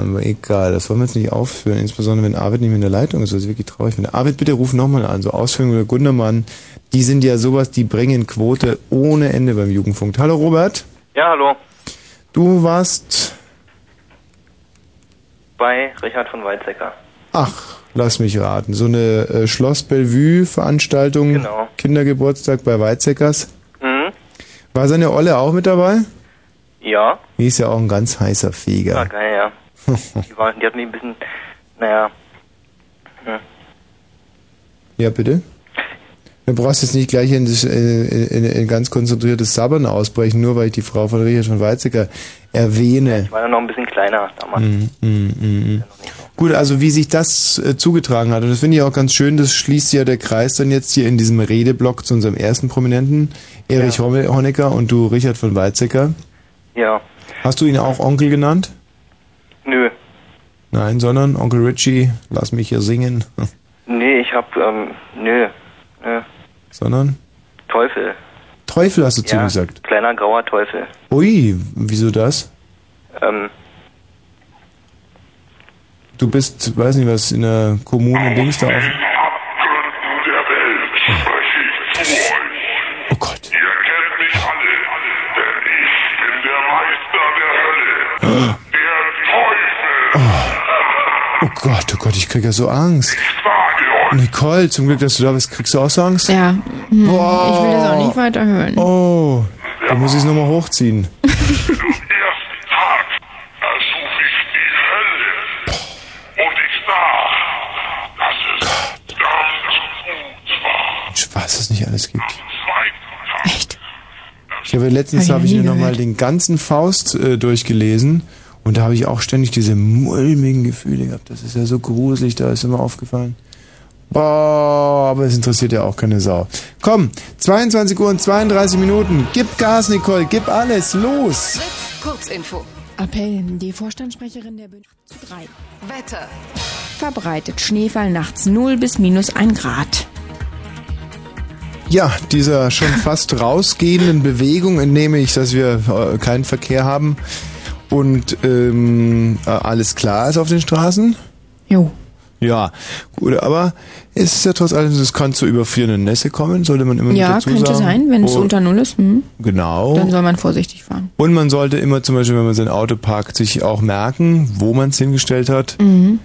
Ähm, egal, das wollen wir jetzt nicht aufführen, insbesondere wenn Arvid nicht mehr in der Leitung ist, was ich wirklich traurig finde. Arvid, bitte ruf nochmal an, so Ausführung oder Gundermann, die sind ja sowas, die bringen Quote ohne Ende beim Jugendfunk. Hallo Robert, Ja, hallo. du warst, Bei Richard von Weizsäcker. ach, lass mich raten, so eine äh, Schloss Bellevue-Veranstaltung, Genau. Kindergeburtstag bei Weizsäckers. Mhm. War seine Olle auch mit dabei? Ja. Die ist ja auch ein ganz heißer Feger. War geil, ja. [laughs] Die, war, die hat mich ein bisschen, naja. Hm. Ja, bitte? Du brauchst jetzt nicht gleich in, das- in, in, in ganz konzentriertes Sabbern ausbrechen, nur weil ich die Frau von Richard von Weizsäcker erwähne. Ich war ja noch ein bisschen kleiner damals. Mm, mm, mm, mm. Gut, also wie sich das äh, zugetragen hat, und das finde ich auch ganz schön, das schließt ja der Kreis dann jetzt hier in diesem Redeblock zu unserem ersten Prominenten, Erich Homme- Honecker und du Richard von Weizsäcker. Ja. Hast du ihn auch Onkel genannt? Nö. Nein, sondern Onkel Richie, lass mich hier singen, [laughs] Nee, ich hab, ähm, nö. nö. sondern Teufel. Teufel hast du zu ihm Ja, gesagt. Kleiner grauer Teufel. Ui, wieso das? Ähm, Du bist, weiß nicht was, in der Kommune Dings da auf. Oh Gott. Oh Gott, oh Gott, ich krieg ja so Angst. Nicole, zum Glück, dass du da bist, kriegst du auch so Angst? Ja. Hm, Boah. Ich will das auch nicht weiter hören. Oh, da muss ich es nochmal [laughs] hochziehen. Mensch, Was es nicht alles gibt. Echt? Ich habe letztens Hab habe ich ich noch mir nie nochmal den ganzen Faust äh, durchgelesen und da habe ich auch ständig diese mulmigen Gefühle gehabt. Das ist ja so gruselig, da ist immer aufgefallen. Boah, aber es interessiert ja auch keine Sau. Komm, 22 Uhr und 32 Minuten. Gib Gas, Nicole, gib alles, los! Kurzinfo. Appell. Die Vorstandssprecherin der Bündnis zu 3. Wetter. Verbreitet Schneefall nachts 0 bis minus 1 Grad. Ja, dieser [laughs] schon fast rausgehenden Bewegung entnehme ich, dass wir äh, keinen Verkehr haben. Und ähm, äh, alles klar ist auf den Straßen? Jo. Ja, gut, aber es ist ja trotz allem, es kann zu überfrierenden Nässe kommen, sollte man immer Ja, dazu könnte sagen. oh. sein, wenn es Und- unter Null ist. Hm. Genau. Dann soll man vorsichtig fahren. Und man sollte immer zum Beispiel, wenn man sein Auto parkt, sich auch merken, wo man es hingestellt hat. Mhm.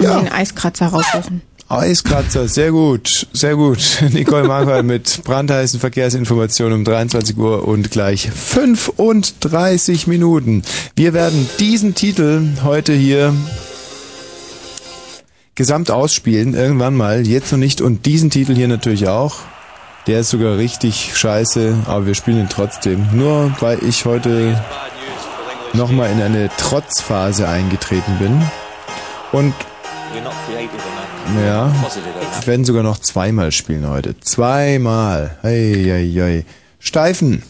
Und den Eiskratzer raussuchen. Eiskratzer, sehr gut, sehr gut. [laughs] Nicole Marquardt mit brandheißen Verkehrsinformationen um 23 Uhr und gleich 35 Minuten. Wir werden diesen Titel heute hier gesamt ausspielen, irgendwann mal, jetzt noch nicht und diesen Titel hier natürlich auch. Der ist sogar richtig scheiße, aber wir spielen ihn trotzdem. Nur weil ich heute nochmal in eine Trotzphase eingetreten bin. Und We're not creative enough. ja. Positive enough. Wir werden sogar noch zweimal spielen heute. Zweimal. Ei, ei, ei. Steifen.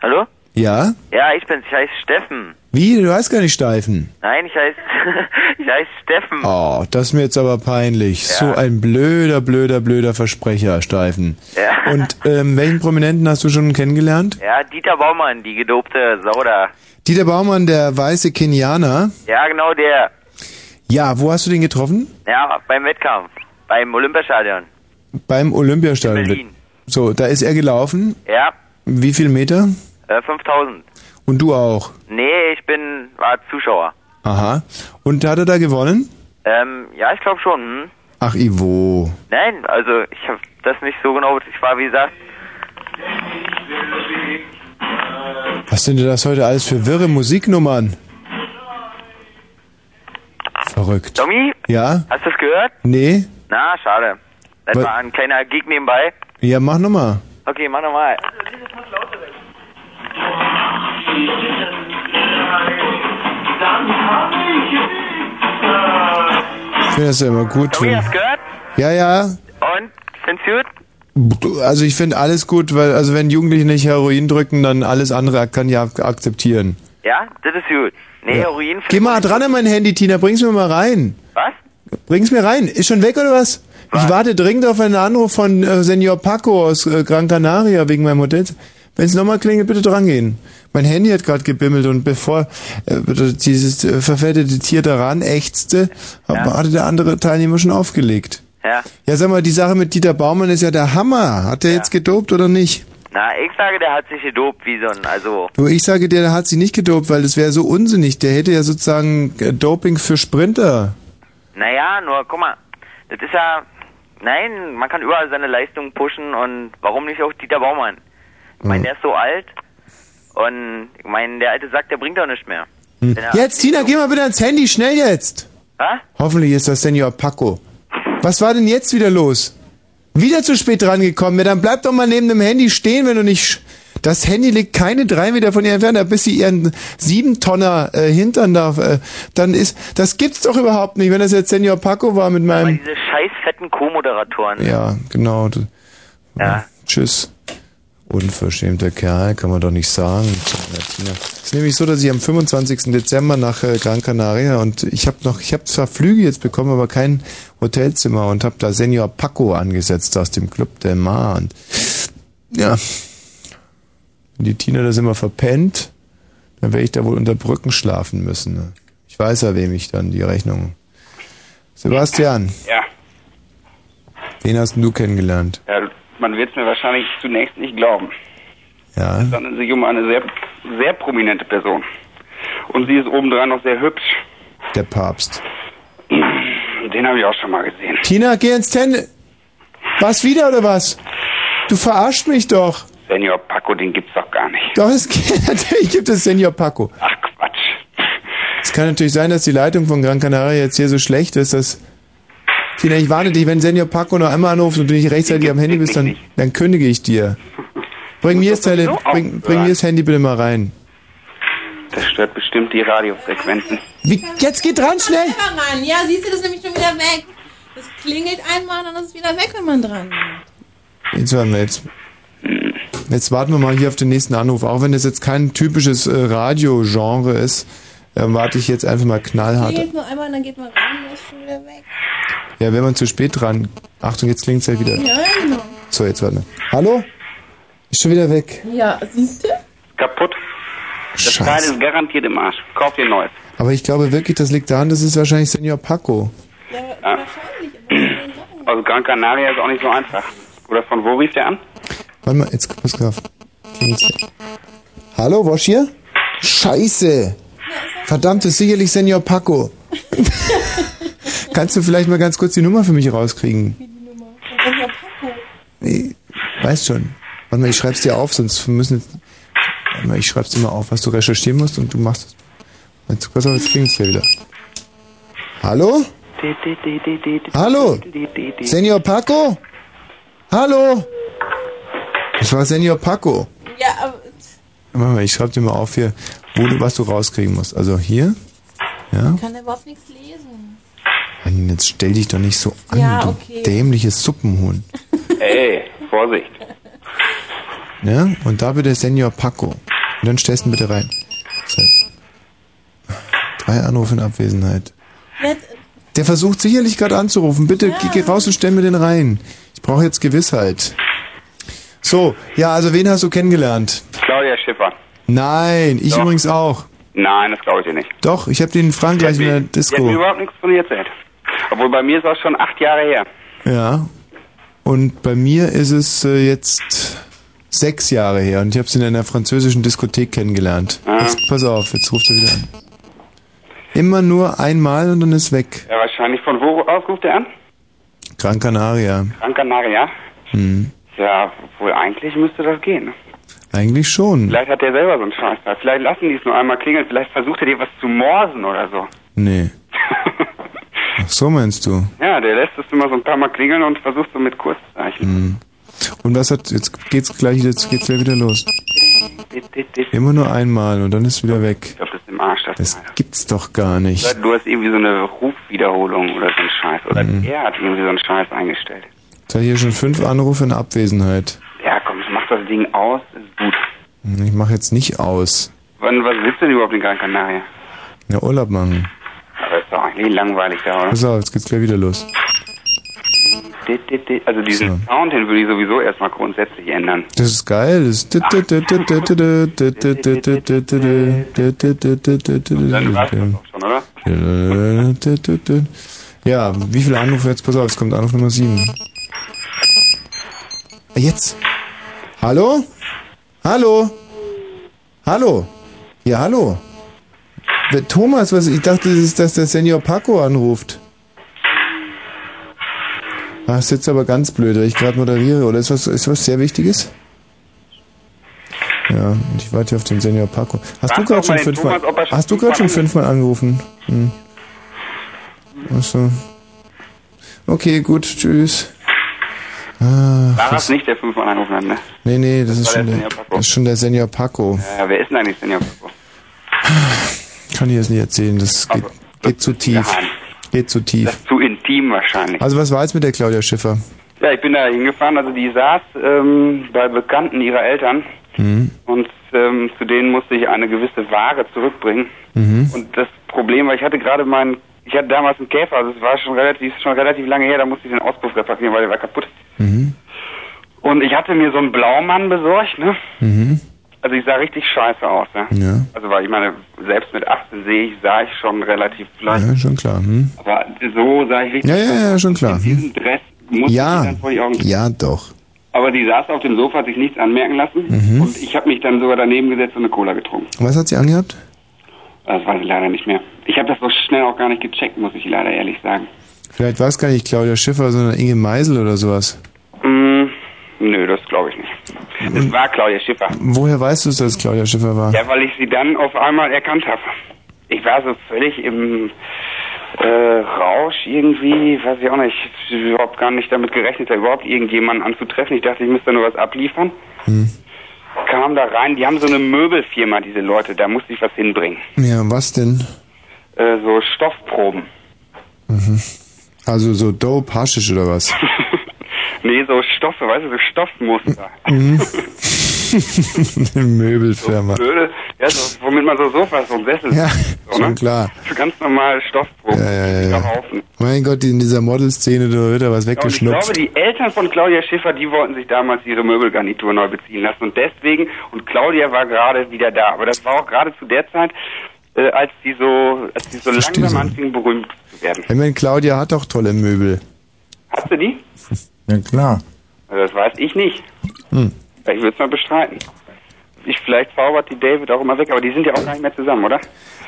Hallo? Ja? Ja, ich bin's. Ich heiße Steffen. Wie? Du heißt gar nicht Steifen. Nein, ich heiße [laughs] [laughs] ich heiße Steffen. Oh, das ist mir jetzt aber peinlich. So ein blöder, blöder, blöder Versprecher, Steifen. Ja. Und ähm, welchen Prominenten hast du schon kennengelernt? Ja, Dieter Baumann, die gedopte Sau da. Dieter Baumann, der weiße Kenianer. Ja, genau der. Ja, wo hast du den getroffen? Ja, beim Wettkampf. Beim Olympiastadion. Beim Olympiastadion. Berlin. So, da ist er gelaufen. Ja, Wie viel Meter? äh, 5000. Und du auch. Nee, ich bin, war Zuschauer. Aha. Und hat er da gewonnen? Ähm, ja, ich glaube schon. Hm? Ach, Ivo. Nein, also ich habe das nicht so genau. Ich war, wie gesagt, Was sind denn das heute alles für wirre Musiknummern? Verrückt. Tommy, Ja? hast du es gehört? Nee? Na, schade. Das Was? war ein kleiner Gig nebenbei. Ja, mach nochmal. Okay, mach nochmal. Ich finde das ja immer gut. Tommy, Wenn, hast du gehört? ja, ja. Und? Findest du gut? Also ich finde alles gut, weil also wenn Jugendliche nicht Heroin drücken, dann alles andere kann ja ak- akzeptieren. Ja, das ist gut. Nee, Ja. Heroin. Geh mal dran an mein Handy, Tina, bring's mir mal rein. Was? Bring's mir rein. Ist schon weg oder was? Ich warte dringend auf einen Anruf von äh, Senior Paco aus äh, Gran Canaria wegen meinem Hotel. Wenn es nochmal klingelt, bitte drangehen. Mein Handy hat gerade gebimmelt und bevor äh, dieses äh, verfettete Tier daran ächzte, hab- hatte der andere Teilnehmer schon aufgelegt. Ja. Ja, sag mal, die Sache mit Dieter Baumann ist ja der Hammer. Hat der jetzt gedopt oder nicht? Na, ich sage, der hat sich gedopt wie so ein, also. Nur ich sage dir, der hat sie nicht gedopt, weil das wäre so unsinnig. Der hätte ja sozusagen äh, Doping für Sprinter. Naja, nur guck mal, das ist ja, nein, man kann überall seine Leistung pushen und warum nicht auch Dieter Baumann? Ich Mhm. meine, der ist so alt und ich meine, der alte Sack, der bringt doch nichts mehr. Wenn er- Jetzt, Tina, geh mal bitte ans Handy, schnell jetzt! Was? Hoffentlich ist das Senior Paco. Was war denn jetzt wieder los? Wieder zu spät drangekommen. Ja, dann bleib doch mal neben dem Handy stehen, wenn du nicht... sch- Das Handy liegt keine drei Meter von ihr entfernt, da bis sie ihren Siebentonner äh, hintern darf. Äh, dann ist... Das gibt's doch überhaupt nicht, wenn das jetzt Senior Paco war mit Aber meinem... diese scheiß fetten Co-Moderatoren. Ja, genau. D- Tschüss. Unverschämter Kerl, kann man doch nicht sagen. Ja, Tina. Es ist nämlich so, dass ich am 25. Dezember nach äh, Gran Canaria und ich habe noch, ich habe zwar Flüge jetzt bekommen, aber kein Hotelzimmer und habe da Senior Paco angesetzt aus dem Club Del Mar. Und, ja, wenn die Tina das immer verpennt, dann werde ich da wohl unter Brücken schlafen müssen. Ne? Ich weiß ja, wem ich dann die Rechnung. Sebastian, Ja, wen hast denn du kennengelernt? ja man wird es mir wahrscheinlich zunächst nicht glauben. Ja. Es handelt sich um eine sehr, sehr prominente Person. Und sie ist obendrein noch sehr hübsch. Der Papst. Den habe ich auch schon mal gesehen. Tina, geh ins Tennis. Was wieder oder was? Du verarscht mich doch. Senior Paco, den gibt's doch gar nicht. Doch, es geht [laughs] natürlich gibt es Senior Paco. Ach Quatsch. Es kann natürlich sein, dass die Leitung von Gran Canaria jetzt hier so schlecht ist, dass. Tina, ich warne dich, wenn Senior Paco noch einmal anruft und du nicht rechtzeitig am Handy bist, dann, dann kündige ich dir. Bring mir das, Tele bring, bring mir das Handy bitte mal rein. Das stört bestimmt die Radiofrequenzen. Wie, jetzt geht dran schnell! Selber ran. Ja, siehst du, das ist nämlich schon wieder weg. Das klingelt einmal, dann ist es wieder weg, wenn man dran ist. Jetzt warten wir jetzt. Jetzt warten wir mal hier auf den nächsten Anruf. Auch wenn das jetzt kein typisches äh, Radiogenre ist, äh, warte ich jetzt einfach mal knallhart. Klingelt nur einmal, dann geht man ran, dann ist es schon wieder weg. Ja, wenn man zu spät dran. Achtung, jetzt klingt's halt wieder. Ja, genau. So, jetzt warte. Hallo? Ist schon wieder weg. Ja, siehst du? Kaputt. Das Kleine ist garantiert im Arsch. Kauf dir ein neues. Aber ich glaube wirklich, das liegt daran, das ist wahrscheinlich Senor Paco. Ja. Also Gran Canaria ist auch nicht so einfach. Oder von wo rief der an? Warte mal, jetzt pass auf. Klingelt's. Hallo, Wosch hier? Scheiße! Verdammt, das ist sicherlich Senor Paco. [laughs] Kannst du vielleicht mal ganz kurz die Nummer für mich rauskriegen? Nee, weiß schon. Warte mal, ich schreib's dir auf, sonst müssen. Warte mal, ich schreib's dir mal auf, was du recherchieren musst und du machst es. Jetzt, pass auf, jetzt klingelt's ja wieder. Hallo? Hallo? Senor Paco? Hallo? Das war Senor Paco. Ja, aber Warte mal, ich schreib dir mal auf hier, wo du, was du rauskriegen musst. Also hier. Ja. ich kann überhaupt nichts lesen. Mann, jetzt stell dich doch nicht so an, Ja, du okay. dämliches Suppenhuhn. Ey, Vorsicht. Ja? Und da bitte Senor Paco. Und dann stellst du ihn bitte rein. So. Drei Anrufe in Abwesenheit. Der versucht sicherlich gerade anzurufen. Bitte geh- geh raus und stell mir den rein. Ich brauche jetzt Gewissheit. So, ja, also wen hast du kennengelernt? Claudia Schiffer. Nein, ich Doch. übrigens auch. Nein, das glaube ich dir nicht. Doch, ich habe den in Frankreich in der Die hat mir Äh, Disco. überhaupt nichts von dir erzählt. Obwohl bei mir ist das schon acht Jahre her. Ja. Und bei mir ist es äh, jetzt sechs Jahre her und ich habe sie in einer französischen Diskothek kennengelernt. Ah. Jetzt, pass auf, jetzt ruft er wieder an. Immer nur einmal und dann ist weg. Ja, wahrscheinlich von wo aus ruft er an? Gran Canaria. Gran Canaria? Hm. Ja, wohl eigentlich müsste das gehen. Eigentlich schon. Vielleicht hat der selber so einen Scheiß. Vielleicht lassen die es nur einmal klingeln. Vielleicht versucht er dir was zu morsen oder so. [laughs] Nee. Ach, so meinst du. Ja, der lässt es immer so ein paar Mal klingeln und versucht so mit Kurzzeichen. Hm. Und was hat, jetzt geht's gleich, jetzt geht's gleich wieder los. Immer nur einmal und dann ist wieder weg. Ich glaube, das ist im Arsch. Das Das gibt's doch gar nicht. Du hast irgendwie so eine Rufwiederholung oder so einen Scheiß. Oder Mhm. der hat irgendwie so einen Scheiß eingestellt. Jetzt hat hier schon fünf Anrufe in Abwesenheit. Ja, komm, mach das Ding aus, ist gut. Ich mache jetzt nicht aus. Wann, was willst du denn überhaupt in Gran Canaria? Ja, Urlaub machen. Aber ist doch eigentlich langweilig da, oder? Pass auf, jetzt geht's gleich wieder los. Dit, dit, dit. Also diesen Sound, den würde ich sowieso erstmal grundsätzlich ändern. Das ist geil. Das ist Schon, oder? ja, wie viele Anrufe jetzt? Pass auf, es kommt Anruf Nummer 7. Jetzt. Hallo? Hallo? Hallo? Ja, hallo? Wer- Thomas, was? Ich dachte, das ist, dass der Senior Paco anruft. Ach, ist jetzt aber ganz blöd, weil ich gerade moderiere. Oder ist was, ist was sehr Wichtiges? Ja, und ich warte hier auf den Senior Paco. Hast Frag du gerade doch mal schon den fünfmal? Thomas, ob er schon Hast du gerade schon fünfmal fünfmal angerufen? Hm. Achso. Okay, gut, tschüss. Ah, was- War das nicht der fünfmal angerufen hat, ne? Nee, nee, das ist Das war schon der der, Senior Paco. das ist schon der Senior Paco. Äh, wer ist denn eigentlich Senior Paco? Kann ich jetzt nicht erzählen, das geht, geht zu tief. Also, geheim. Geht zu Das tief. ist zu intim wahrscheinlich. Also was war jetzt mit der Claudia Schiffer? Ja, ich bin da hingefahren, also die saß ähm, bei Bekannten ihrer Eltern Mhm. und ähm, zu denen musste ich eine gewisse Ware zurückbringen. Mhm. Und das Problem war, ich hatte gerade meinen, ich hatte damals einen Käfer, also es war schon relativ, schon relativ lange her, da musste ich den Auspuff reparieren, weil der war kaputt. Mhm. Und ich hatte mir so einen Blaumann besorgt, ne? Mhm. Also ich sah richtig scheiße aus, ne? Ja. Also weil ich meine, selbst mit 18 sehe ich, sah ich schon relativ blass. Ja, schon klar. Hm? Aber so sah ich richtig Ja, ja, ja, schon klar. Hm? Dress musste ich Ja, dann vor die Augen ja doch. Aber die saß auf dem Sofa, hat sich nichts anmerken lassen. Mhm. Und ich habe mich dann sogar daneben gesetzt und eine Cola getrunken. Und Was hat sie angehabt? Das weiß ich leider nicht mehr. Ich habe das so schnell auch gar nicht gecheckt, muss ich leider ehrlich sagen. Vielleicht war es gar nicht Claudia Schiffer, sondern Inge Meisel oder sowas. Mm, nö, das glaube ich nicht. Mhm. Es war Claudia Schiffer. Woher weißt du es, dass es Claudia Schiffer war? Ja, weil ich sie dann auf einmal erkannt habe. Ich war so völlig im äh, Rausch irgendwie, weiß ich auch nicht, ich hab überhaupt gar nicht damit gerechnet, da überhaupt irgendjemanden anzutreffen. Ich dachte, ich müsste nur was abliefern. Hm. Kam da rein, die haben so eine Möbelfirma, diese Leute, da musste ich was hinbringen. Ja, was denn? Äh, so Stoffproben. Mhm. Also so dope, haschisch oder [laughs] was? Nee, so Stoffe, weißt du, so Stoffmuster. Mhm. [laughs] Eine Möbelfirma. Blöde, Ja, so, womit man so Sofas und Sessel. Ja, so, schon klar. Für ganz normale Stoffproben. Ja, ja, ja. Wieder Haufen. Mein Gott, in dieser Modelszene, da wird da was Ja, und ich glaube, weggeschnupft. die Eltern von Claudia Schiffer, die wollten sich damals ihre Möbelgarnitur neu beziehen lassen. Und deswegen, und Claudia war gerade wieder da. Aber das war auch gerade zu der Zeit, äh, als die so, als die so verstehe langsam so. anfingen, berühmt zu werden. Ich meine, Claudia hat doch tolle Möbel. Hast du die? Ja, klar. Also das weiß ich nicht. Hm. Ich würde es mal bestreiten. Ich, vielleicht zaubert die David auch immer weg, aber die sind ja auch gar nicht mehr zusammen, oder?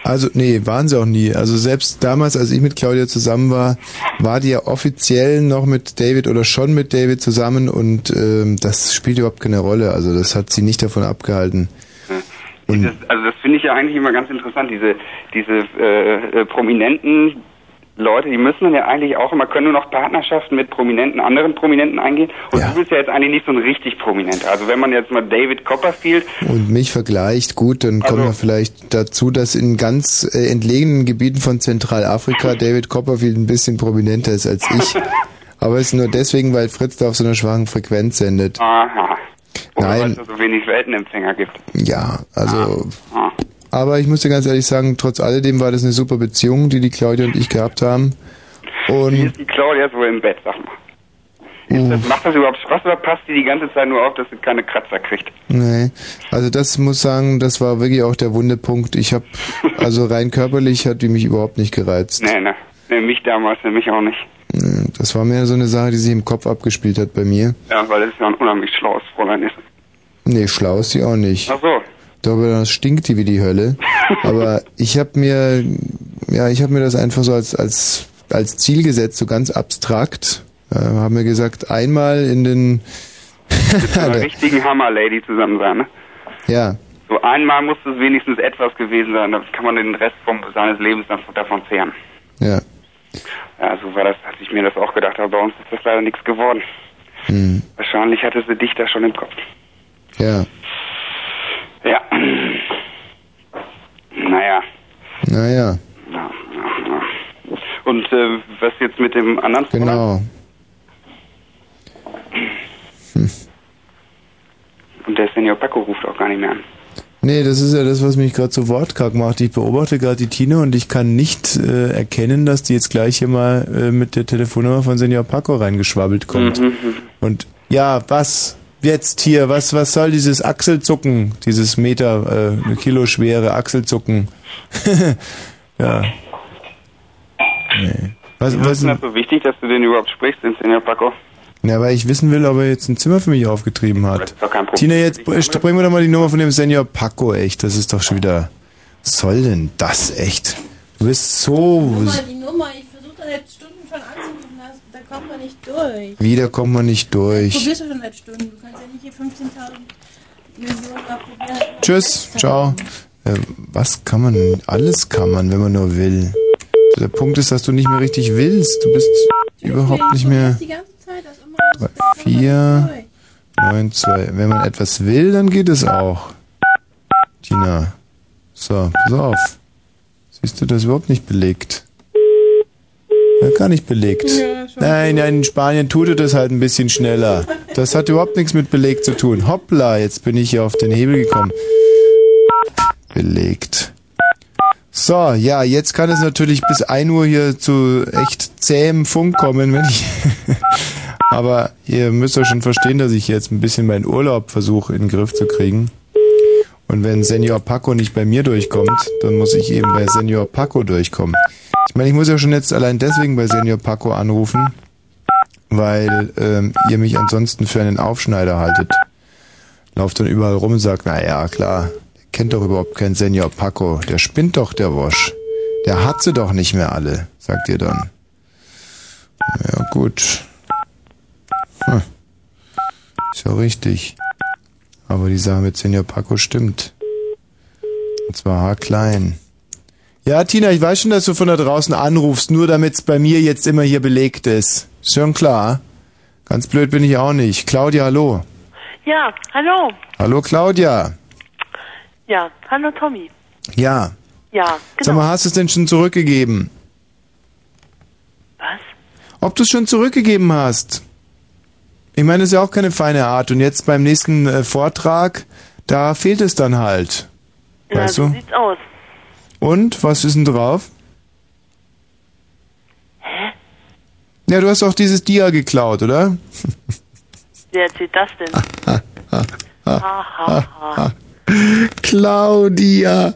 Also, nee, waren sie auch nie. Also selbst damals, als ich mit Claudia zusammen war, war die ja offiziell noch mit David oder schon mit David zusammen und ähm, das spielt überhaupt keine Rolle. Also das hat sie nicht davon abgehalten. Das, also das finde ich ja eigentlich immer ganz interessant, diese, diese äh, äh, prominenten Leute, die müssen dann ja eigentlich auch immer, können nur noch Partnerschaften mit prominenten, anderen Prominenten eingehen. Und du bist ja jetzt eigentlich nicht so ein richtig Prominenter. Also wenn man jetzt mal David Copperfield, Und mich vergleicht, gut, dann kommen wir vielleicht dazu, dass in ganz äh, entlegenen Gebieten von Zentralafrika David Copperfield ein bisschen prominenter ist als ich. Aber es ist nur deswegen, weil Fritz da auf so einer schwachen Frequenz sendet. Ah, aha, oder weil Nein, Mhm. es da so wenig Weltenempfänger gibt. Ja, also. Ah. Aber ich muss dir ganz ehrlich sagen, trotz alledem war das eine super Beziehung, die die Claudia und ich gehabt haben. Und Die Claudia ist wohl im Bett, sag mal. uh, Macht das überhaupt Spaß oder passt die die ganze Zeit nur auf, dass sie keine Kratzer kriegt? nee, also das muss sagen, das war wirklich auch der Wundepunkt. Ich habe, also rein körperlich hat die mich überhaupt nicht gereizt. [laughs] Mm, Nee, ne. Nee, mich damals, nee, mich auch nicht. Das war mehr so eine Sache, die sich im Kopf abgespielt hat bei mir. Ja, weil es ja ein unheimlich schlaues Fräulein ist. Nee, schlau ist sie auch nicht. Ach so. Darüber stinkt die wie die [laughs] Hölle. Aber ich habe mir, ja, ich habe mir das einfach so als, als, als Ziel gesetzt, so ganz abstrakt. Äh, haben mir gesagt, einmal in den, Mit so einer richtigen Hammer-Lady zusammen sein, ne? ja, So einmal muss es wenigstens etwas gewesen sein, dann kann man den Rest vom, seines Lebens dann davon zehren. ja. Ja, so war das, hatte ich mir das auch gedacht, aber bei uns ist das leider nichts geworden. Hm, Wahrscheinlich hatte sie dich da schon im Kopf. ja. Ja. Naja. Naja, Und äh, was jetzt mit dem anderen genau. hm. Und der Senior Paco ruft auch gar nicht mehr an. Nee, das ist ja das, was mich gerade so wortkarg macht. Ich beobachte gerade die Tine und ich kann nicht äh, erkennen, dass die jetzt gleich hier mal äh, mit der Telefonnummer von Senior Paco reingeschwabbelt kommt. Mhm. Und ja, was jetzt hier? Was was soll dieses Achselzucken? Dieses Meter, äh, Kilo schwere Achselzucken? [laughs] ja. Nee. Was, Ist was, das so wichtig, dass du den überhaupt sprichst, den Senior Paco? na, weil ich wissen will, ob er jetzt ein Zimmer für mich aufgetrieben hat. Doch kein Problem. Tina, jetzt br- bring mir doch mal die Nummer von dem Senior Paco, echt. Das ist doch schon wieder. Was soll denn das, echt? Du bist so. die Nummer, ich versuche da seit Stunden schon anzurufen, da- da kommt man nicht durch. Wieder kommt man nicht durch. Probierst du schon seit Stunden, du kannst ja nicht hier 15.000 Millionen mal probieren. Tschüss, ciao. Äh, was kann man? Alles kann man, wenn man nur will. Der Punkt ist, dass du nicht mehr richtig willst. Du bist überhaupt nicht mehr. Die ganze Zeit, das immer. Vier, neun, zwei. Wenn man etwas will, dann geht es auch. Tina. So, pass auf. Siehst du, das ist überhaupt nicht belegt. Ja, gar nicht belegt. Ja, schon. nein, nein, in Spanien tut er das halt ein bisschen schneller. Das hat überhaupt nichts mit belegt zu tun. Hoppla, jetzt bin ich hier auf den Hebel gekommen. Belegt. So, ja, jetzt kann es natürlich bis 1 Uhr hier zu echt zähem Funk kommen, wenn ich. [laughs] Aber ihr müsst doch schon verstehen, dass ich jetzt ein bisschen meinen Urlaub versuche in den Griff zu kriegen. Und wenn Senior Paco nicht bei mir durchkommt, dann muss ich eben bei Senior Paco durchkommen. Ich meine, ich muss ja schon jetzt allein deswegen bei Senior Paco anrufen, weil ähm, ihr mich ansonsten für einen Aufschneider haltet. Lauft dann überall rum und sagt, na ja, klar, der kennt doch überhaupt keinen Senior Paco, der spinnt doch der Wosch. Der hat sie doch nicht mehr alle, sagt ihr dann. Ja, gut. Hm. Ist ja richtig. Aber die Sache mit Senior Paco stimmt. Und zwar haarklein. Ja, Tina, ich weiß schon, dass du von da draußen anrufst, nur damit es bei mir jetzt immer hier belegt ist. Ist Schon klar. Ganz blöd bin ich auch nicht. Claudia, hallo. Ja, hallo. Hallo, Claudia. Ja, hallo Tommy. Ja. Ja, Sag genau. mal, hast du es denn schon zurückgegeben? Was? Ob du es schon zurückgegeben hast? Ich meine, das ist ja auch keine feine Art. Und jetzt beim nächsten äh, Vortrag, da fehlt es dann halt. Ja, Weißt so du? sieht's aus. Und was ist denn drauf? Hä? Ja, du hast auch dieses Dia geklaut, oder? [laughs] Wer erzählt das denn? Ha, ha, ha, ha, ha. Claudia.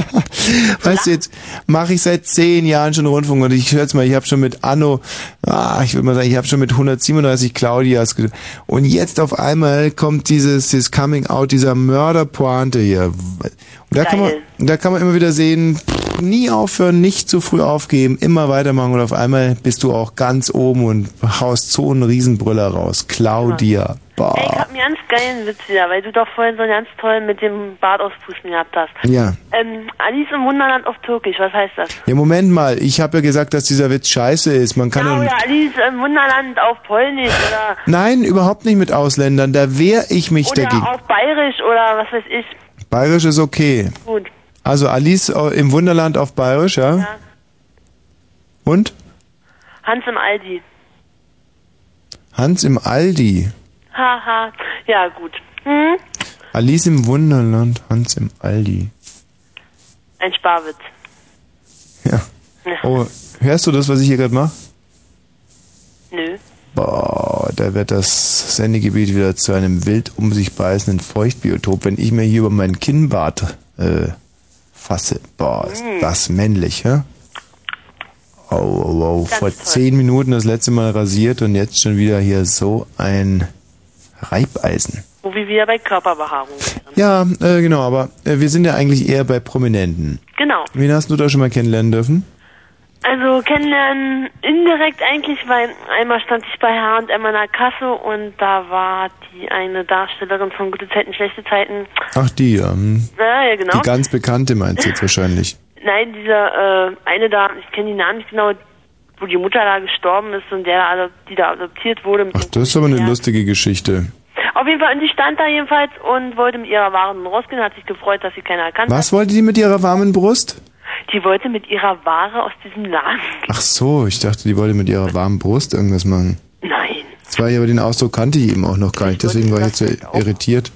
[laughs] weißt du, jetzt mache ich seit zehn Jahren schon Rundfunk und ich schätze mal, ich habe schon mit Anno, ah, ich würde mal sagen, ich habe schon mit 137 Claudias ge- und jetzt auf einmal kommt dieses, dieses Coming Out dieser Mörderpointe hier. Und da kann man, Geil. da kann man immer wieder sehen, pff, nie aufhören, nicht zu früh aufgeben, immer weitermachen und auf einmal bist du auch ganz oben und haust so einen Riesenbrüller raus. Claudia. Ey, ich Boah. hab einen ganz geilen Witz wieder, weil du doch vorhin so einen ganz tollen mit dem Bart auspusten gehabt hast. Ja. Ähm, Alice im Wunderland auf Türkisch, was heißt das? Ja, Moment mal, ich habe ja gesagt, dass dieser Witz scheiße ist. Man kann ja, Oder Alice im Wunderland auf Polnisch oder, Nein, überhaupt nicht mit Ausländern, da wehre ich mich dagegen. oder auf Bayerisch oder was weiß ich. Bayerisch ist okay. Gut. Also Alice au- im Wunderland auf Bayerisch, ja? Ja. Und? Hans im Aldi. Hans im Aldi. Haha. Ja, gut. Hm? Alice im Wunderland, Hans im Aldi. Ein Sparwitz. Ja. Oh, hörst du das, was ich hier gerade mache? Nö. Boah, da wird das Sendegebiet wieder zu einem wild um sich beißenden Feuchtbiotop, wenn ich mir hier über meinen Kinnbart äh, fasse. Boah, ist Hm. Mm. das männlich, hä? Au, au, au. Vor zehn Minuten das letzte Mal rasiert und jetzt schon wieder hier so ein Reibeisen. Wo wir wieder bei Körperbehaarung wären. Ja, äh, genau, aber äh, wir sind ja eigentlich eher bei Prominenten. Genau. Wen hast du da schon mal kennenlernen dürfen? Also kennenlernen indirekt eigentlich, weil einmal stand ich bei H&M an der Kasse und da war die eine Darstellerin von Gute Zeiten, Schlechte Zeiten. Ach, die, ähm, Na, ja, genau. die ganz bekannte meinst du jetzt wahrscheinlich. Nein, dieser äh, eine da, ich kenne den Namen nicht genau, wo die Mutter da gestorben ist und der, da adop- die da adoptiert wurde. Mit dem- Das ist aber eine lustige Geschichte. Auf jeden Fall, und die stand da jedenfalls und wollte mit ihrer wahren rausgehen, hat sich gefreut, dass sie keiner erkannt Was wollte die mit ihrer warmen Brust? hat. Die wollte mit ihrer Ware aus diesem Laden. Ach so, ich dachte, die wollte mit ihrer warmen Brust irgendwas machen. Nein. Das war ja, aber den Ausdruck kannte ich eben auch noch gar nicht, deswegen war ich jetzt so irritiert.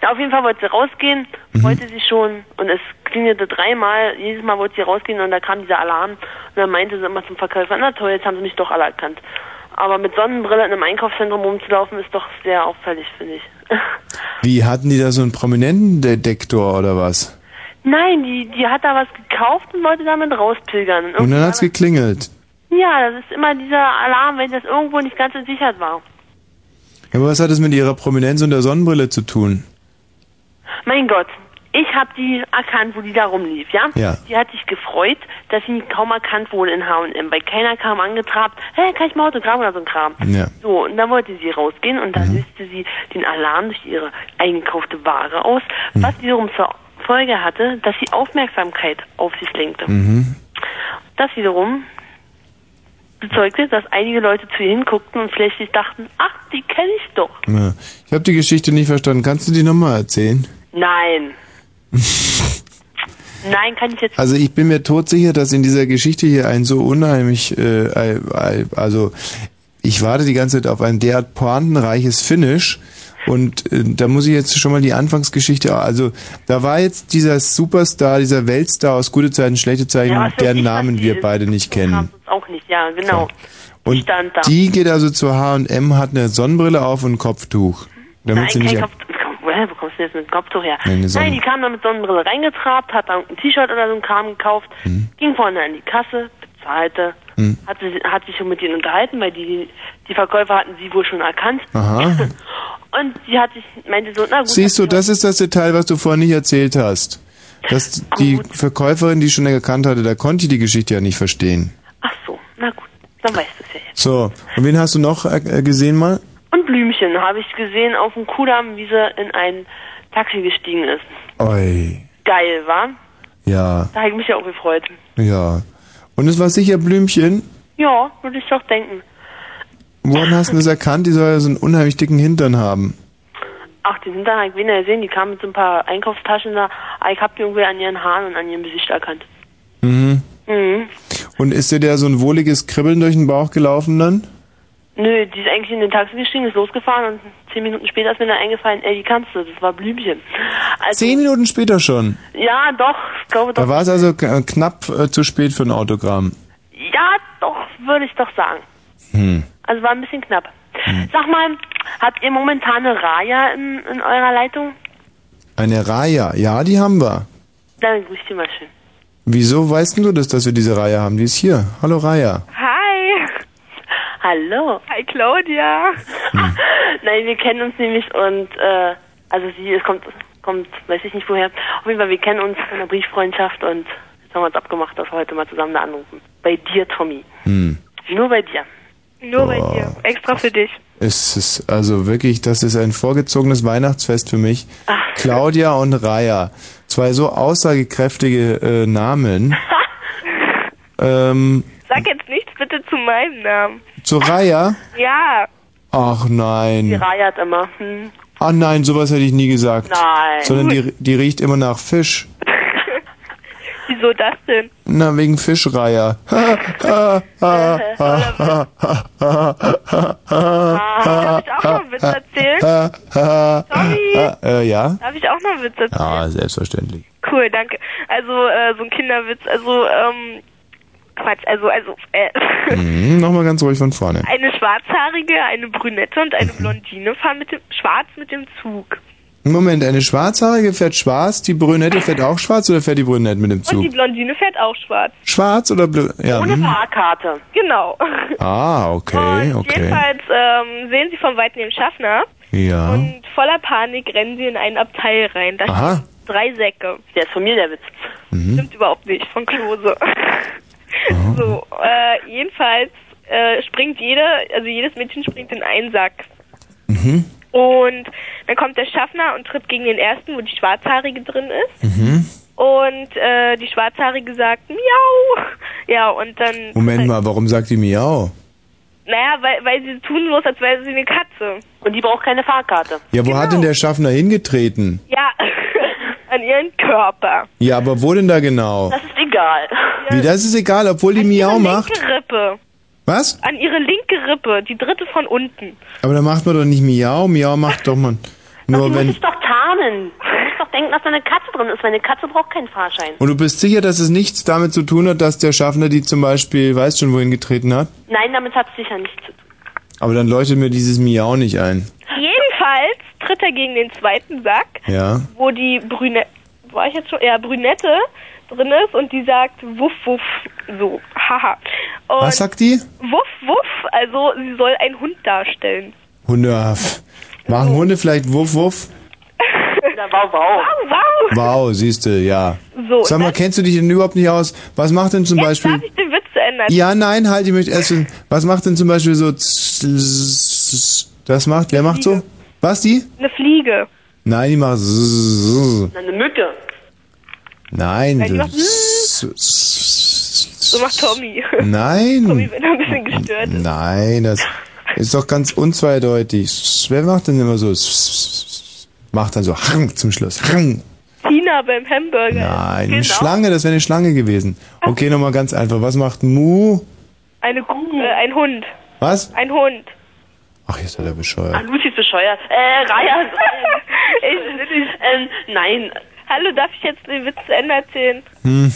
Na, auf jeden Fall wollte sie rausgehen, wollte sie schon und es klingelte dreimal. Jedes Mal wollte sie rausgehen und da kam dieser Alarm und dann meinte sie immer zum Verkäufer, na toll, jetzt haben sie mich doch alle erkannt. Aber mit Sonnenbrille in einem Einkaufszentrum rumzulaufen ist doch sehr auffällig, finde ich. [laughs] Wie hatten die da so einen prominenten Detektor oder was? Nein, die, die hat da was gekauft und wollte damit rauspilgern. Und Und irgendwie- dann hat's geklingelt. ja, das ist immer dieser Alarm, wenn das irgendwo nicht ganz gesichert war. Aber was hat es mit ihrer Prominenz und der Sonnenbrille zu tun? Mein Gott, ich habe die erkannt, wo die da rumlief, ja? Ja. Die hat sich gefreut, dass sie kaum erkannt wurde in H&M, weil keiner kam angetrabt, hey, kann ich mal Autogramm oder so ein Kram. Ja. Mhm. So, und dann wollte sie rausgehen und dann löste sie den Alarm durch ihre eingekaufte Ware aus, Mhm. was wiederum zur Folge hatte, dass sie Aufmerksamkeit auf sich lenkte. Mhm. Das wiederum bezeugte, dass einige Leute zu ihr hinguckten und vielleicht sich dachten, ach, die kenne ich doch. Ja. Ich habe die Geschichte nicht verstanden. Kannst du die nochmal erzählen? [laughs] Nein. Nein, kann ich jetzt Also ich bin mir todsicher, dass in dieser Geschichte hier ein so unheimlich, äh, äh, äh, also ich warte die ganze Zeit auf ein derart pointenreiches Finish und äh, da muss ich jetzt schon mal die Anfangsgeschichte, also da war jetzt dieser Superstar, dieser Weltstar aus gute Zeiten, schlechte Zeiten, Ja, was weiß deren ich, was Namen die wir ist. beide nicht kennen. auch nicht, ja, genau. Und stand da. die geht also zur H&M, hat eine Sonnenbrille auf und ein Kopftuch. Damit sie Nein, nicht kein Kopftuch. Komm, [laughs] Woher wo kommst du jetzt mit dem Kopftuch her? Nein, eine Sonne- Nein, die kam da mit Sonnenbrille reingetrabt, hat dann ein T-Shirt oder so ein Kram gekauft, ging vorne an die Kasse, bezahlte, Mhm. hat, sie, hat sich schon mit denen unterhalten, weil die, die Verkäufer hatten sie wohl schon erkannt. [laughs] Aha. Und sie hat sich, meinte so, na gut. Siehst du, das ist das Detail, was du vorhin nicht erzählt hast. Dass die Verkäuferin, die schon erkannt hatte, da konnte ich die Geschichte ja nicht verstehen. Na gut, dann weißt du es ja jetzt. So, und wen hast du noch äh, gesehen mal? Und Blümchen habe ich gesehen auf dem Kudamm, wie sie in ein Taxi gestiegen ist. Oi, Geil, war? ja, Da habe ich mich ja auch gefreut. ja. Und es war sicher Blümchen. Ja, würde ich doch denken. Woran hast du das erkannt? Die soll ja so einen unheimlich dicken Hintern haben. Ach, die sind da halt weniger gesehen. Die kamen mit so ein paar Einkaufstaschen da. Ah, Ich hab die irgendwie an ihren Haaren und an ihrem Gesicht erkannt. Mhm. Mhm. Und ist dir da so ein wohliges Kribbeln durch den Bauch gelaufen dann? Nö, die ist eigentlich in den Taxi gestiegen, ist losgefahren und zehn Minuten später ist mir dann eingefallen, ey, die kannst du, das war Blümchen. [laughs] Also, Zehn Minuten später schon. ja, doch, ich glaube doch. Da war es also k- knapp äh, zu spät für ein Autogramm. Ja, doch, würde ich doch sagen. Hm. Also war ein bisschen knapp. Sag mal, habt ihr momentan eine Raya in, in eurer Leitung? Eine Reihe. Ja, die haben wir. Dann grüß die mal schön. Wieso weißt denn du das, dass wir diese Reihe haben? Die ist hier. Hallo Reihe. Hi. Hallo. Hi Claudia. Hm. [laughs] Nein, wir kennen uns nämlich und äh, also sie, es kommt, kommt, weiß ich nicht woher. Auf jeden Fall, wir kennen uns von der Brieffreundschaft und jetzt haben wir uns abgemacht, dass wir heute mal zusammen da anrufen. Bei dir, Tommy. Hm. Nur bei dir. Nur bei dir. Extra für dich. Es ist also wirklich, das ist ein vorgezogenes Weihnachtsfest für mich. Ah. Claudia und Raya. Zwei so aussagekräftige [laughs] äh, Namen. ähm, Sag jetzt nichts bitte zu meinem Namen. zu Raya? Ja. Ach Die nein. Raya hat immer. Hm. Ah nein, sowas hätte ich nie gesagt. Nein. Sondern die, die riecht immer nach Fisch. Wieso das denn? Na, wegen [laughs] Ah, Fischreiher. Ah, [laughs] äh, [laughs] ja? Darf ich auch noch einen Witz erzählen? Ja, selbstverständlich. Cool, danke. Also, äh, so ein Kinderwitz, also, ähm, Quatsch, also, also, äh, [laughs] Mhm, Nochmal ganz ruhig von vorne. eine Schwarzhaarige, eine Brünette und Mhm. eine Blondine fahren mit dem, schwarz mit dem Zug. Moment, eine Schwarzhaarige fährt schwarz, die Brünette fährt auch schwarz oder fährt die Brünette mit dem Und die Zug? Blondine fährt auch schwarz. Schwarz oder blö... Ja. mhm. Fahrkarte. Genau. Ah, [laughs] okay, Oh, okay. Jedenfalls ähm, sehen sie von Weitem den Schaffner Ja. und voller Panik rennen sie in ein Abteil rein. Da Aha. stehen drei Säcke. Der ist von mir, der Witz. Mhm. Stimmt überhaupt nicht, von Klose. Ah. [laughs] so, äh, jedenfalls äh, springt jede, also jedes Mädchen springt in einen Sack. Mhm. Und dann kommt der Schaffner und tritt gegen den ersten, wo die Schwarzhaarige drin ist. Mhm. Und äh, die Schwarzhaarige sagt, miau. Ja, und dann, Moment mal, warum sagt die Miau? naja, weil, weil sie tun muss, als wäre sie eine Katze. Und die braucht keine Fahrkarte. Ja, wo hat denn der Schaffner hingetreten? Ja, [laughs] an ihren Körper. Ja, aber wo denn da genau? ist egal. Wie, das ist egal, obwohl die Miau macht. Linke Rippe. Was? An ihre linke Rippe, die dritte von unten. Aber da macht man doch nicht Miau, Miau macht doch man nur Du wenn... musst doch tarnen. Du musst doch denken, dass da eine Katze drin ist, weil eine Katze braucht keinen Fahrschein. Und du bist sicher, dass es nichts damit zu tun hat, dass der Schaffner die zum Beispiel, weiß schon, wohin getreten hat? Nein, damit hat es sicher nichts zu tun. Aber dann leuchtet mir dieses Miau nicht ein. Jedenfalls tritt er gegen den zweiten Sack, Ja. wo die Brünette, war ich jetzt schon, ja, Brünette drin ist und die sagt wuff, wuff, so, haha. Und Was sagt die? Wuff, wuff, also sie soll einen Hund darstellen. Hunde. ah, pff. Machen Hunde vielleicht Wuff Wuff? wow, wow. Wow, wow. Wow, siehst du, ja. So, Sag mal, kennst du dich denn überhaupt nicht aus? Was macht denn zum Beispiel. Darf ich den Witz zu Ende erzählen? Ja, nein, halt, ich möchte erst wissen, was macht denn zum Beispiel so. z- z- Das macht, wer macht so? Was, die? Eine Fliege. Nein, die macht. z- z- Eine Mücke. Nein, Nein, die macht das- So macht Tommy. Nein. [laughs] Tommy, wenn er ein bisschen gestört ist. Nein, das ist doch ganz unzweideutig. Wer macht denn immer so? Macht dann so Hang zum Schluss. Hang. Tina beim Hamburger. Nein, genau. eine Schlange, das wäre eine Schlange gewesen. Okay, nochmal ganz einfach. Was macht Mu? Eine Kuh, äh, ein Hund. Was? Ein Hund. Ach, jetzt hat er bescheuert. Lucy ist bescheuert. Äh, Raya. ist- [laughs] ich, ähm, nein. Hallo, darf ich jetzt den Witz zu Ende erzählen? Hm.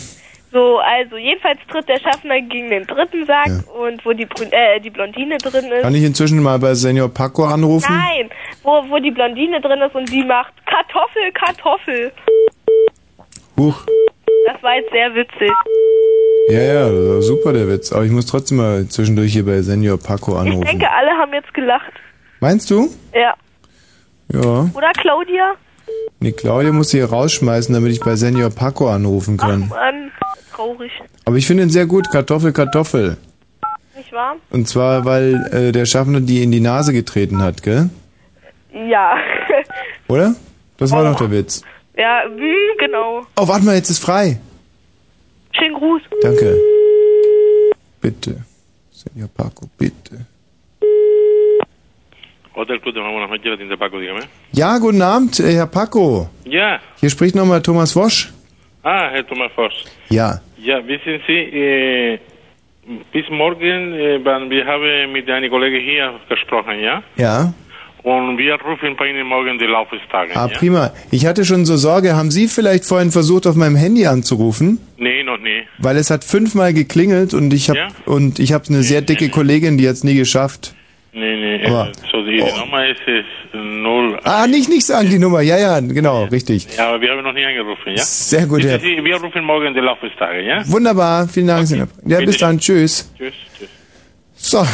So, also jedenfalls tritt der Schaffner gegen den dritten Sack und wo die, Brün äh, die Blondine drin ist. Kann ich inzwischen mal bei Senior Paco anrufen? Nein, wo, wo die Blondine drin ist und die macht Kartoffel, Kartoffel. Huch. Das war jetzt sehr witzig. Ja, ja, das war super der Witz. Aber ich muss trotzdem mal zwischendurch hier bei Senior Paco Ich anrufen. denke, alle haben jetzt gelacht. Meinst du? Ja. Ja. Oder Claudia? Nee, Claudia muss sie hier rausschmeißen, damit ich bei Senior Paco anrufen kann. Mann, traurig. Aber ich finde ihn sehr gut. Kartoffel, Kartoffel. Nicht wahr? Und zwar, weil äh, der Schaffner die in die Nase getreten hat, gell? Ja. [laughs] Oder? Das war doch der Witz. ja, hm, genau. Oh, warte mal, jetzt ist frei. Schönen Gruß. Danke. Bitte. Senior Paco, bitte. Hotel Club de Mamona Machera, Tinte Paco, dígame. Ja, guten Abend, äh, Herr Paco. Ja, Hier spricht nochmal Thomas Wosch. ah, Herr Thomas Voss. Ja. Ja, wissen Sie, äh, Bis morgen, äh, wann- wir haben mit einem Kollegen hier gesprochen, ja? Ja. Und wir rufen bei Ihnen morgen die Laufestage. Ah, ja? prima. Ich hatte schon so Sorge, haben Sie vielleicht vorhin versucht, auf meinem Handy anzurufen? Nee, noch nie. Weil es hat fünfmal geklingelt und ich habe Ja? und ich habe eine sehr dicke Kollegin, die hat's nie geschafft. Nee, nee. Aber- äh, so die Oh. Nummer ist, ist null. Ah, nicht, nicht sagen die Nummer. Ja, ja, genau, richtig. Ja, aber wir haben noch nie angerufen, ja? Sehr gut, Wissen Herr- Sie, Wir rufen morgen die Laufestage, ja? Wunderbar, vielen Dank. Sinab. Ja, bis Bitte. dann, tschüss. Tschüss, tschüss. So.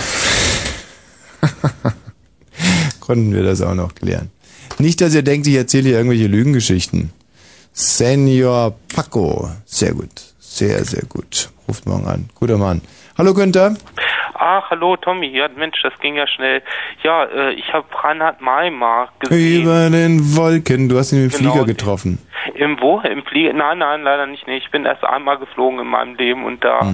[laughs] Konnten wir das auch noch klären. Nicht, dass ihr denkt, ich erzähle hier irgendwelche Lügengeschichten. Senior Paco. Sehr gut. Sehr, sehr gut. Ruft morgen an. Guter Mann. Hallo Günther. Ach, Ah, hallo Tommy. Ja, Mensch, das ging ja schnell. Ja, äh, ich habe Reinhard Maimar gesehen. Über den Wolken. Du hast ihn im Genau, Flieger den- getroffen. Im wo? Im Flieger? Nein, nein, leider nicht. Nee, ich bin erst einmal geflogen in meinem Leben und da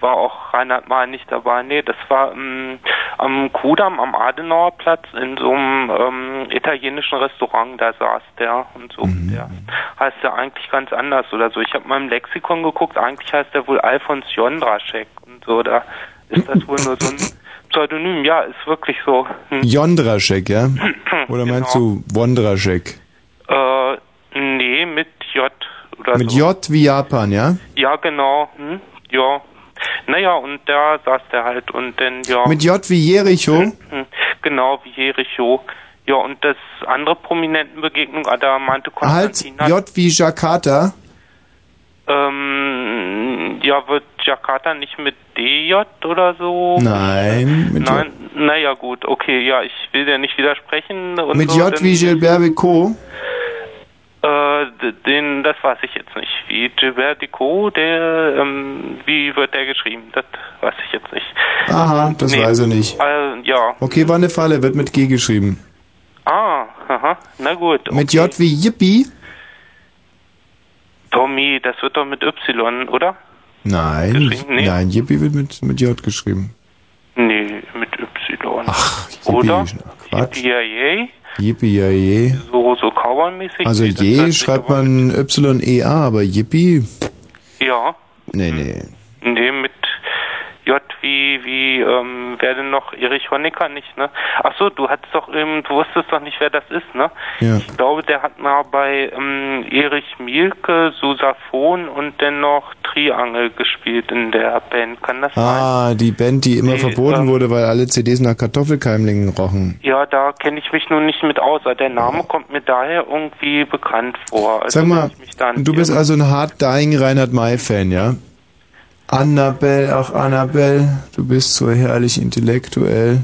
war auch Reinhard Mahl nicht dabei. Nee, das war ähm, am Kudamm, am Adenauerplatz, in so einem ähm, italienischen Restaurant, da saß der und so. Der heißt ja eigentlich ganz anders oder so. Ich habe mal im Lexikon geguckt, eigentlich heißt der wohl Alfons Jondraschek und so. Da ist das wohl nur so ein Pseudonym. Ja, ist wirklich so. Hm. Genau. [clears throat] Jondraschek, ja? Oder meinst du Wondraschek? Äh, nee, mit J oder Mit so. J wie Japan, ja? Ja, genau. Hm? Ja. Naja, und da saß der halt und dann, ja. Mit J wie Jericho? Hm, Genau, wie Jericho. Ja, und das andere Prominentenbegegnung, ah, da meinte Halt, Konstantin, J wie Jakarta? ähm, ja, wird Jakarta nicht mit DJ oder so? Nein. Mit Oh. Nein, naja, gut, okay, ja, ich will dir nicht widersprechen. J, Und mit so, J dann- wie Gilbert Bécaud? Äh, d- den, das weiß ich jetzt nicht. Wie Gilbert Dicot, der, ähm, wie wird der geschrieben? Das weiß ich jetzt nicht. Aha, das weiß er nicht. Äh, ja. Okay, war eine Falle, wird mit G geschrieben. Ah, aha. Na gut. Mit J wie Yippie? Tommy, das wird doch mit Y, oder? Nein, nein, Yippie wird mit, mit J geschrieben. Nee, mit Y. Ach, oder? Quatsch. Yippie-yay, Yippie, ja, je. so, so Cowboy-mäßig. Also Nee, das je hört sich schreibt man Y-E-A, aber Yippie? aber- Ja, Nee, nee. nee, mit J wie, wie, ähm, wer denn noch? Erich Honecker nicht, ne? Ach so, du hattest doch, ähm, du wusstest doch nicht, wer das ist, ne? Ja. Ich glaube, der hat mal bei ähm, Erich Mielke, Susaphon und dennoch Triangel gespielt in der Band. Kann das Ah, die Band, die immer Nee, verboten ähm, wurde, weil alle CDs nach Kartoffelkeimlingen rochen. Ja, da kenne ich mich nun nicht mit aus. aber Der Name kommt mir daher irgendwie bekannt vor. Also Sag mal, wenn ich mich da nicht du bist irre. also ein hard dying Reinhard May-Fan, ja? Annabelle, ach Annabelle, du bist so herrlich intellektuell.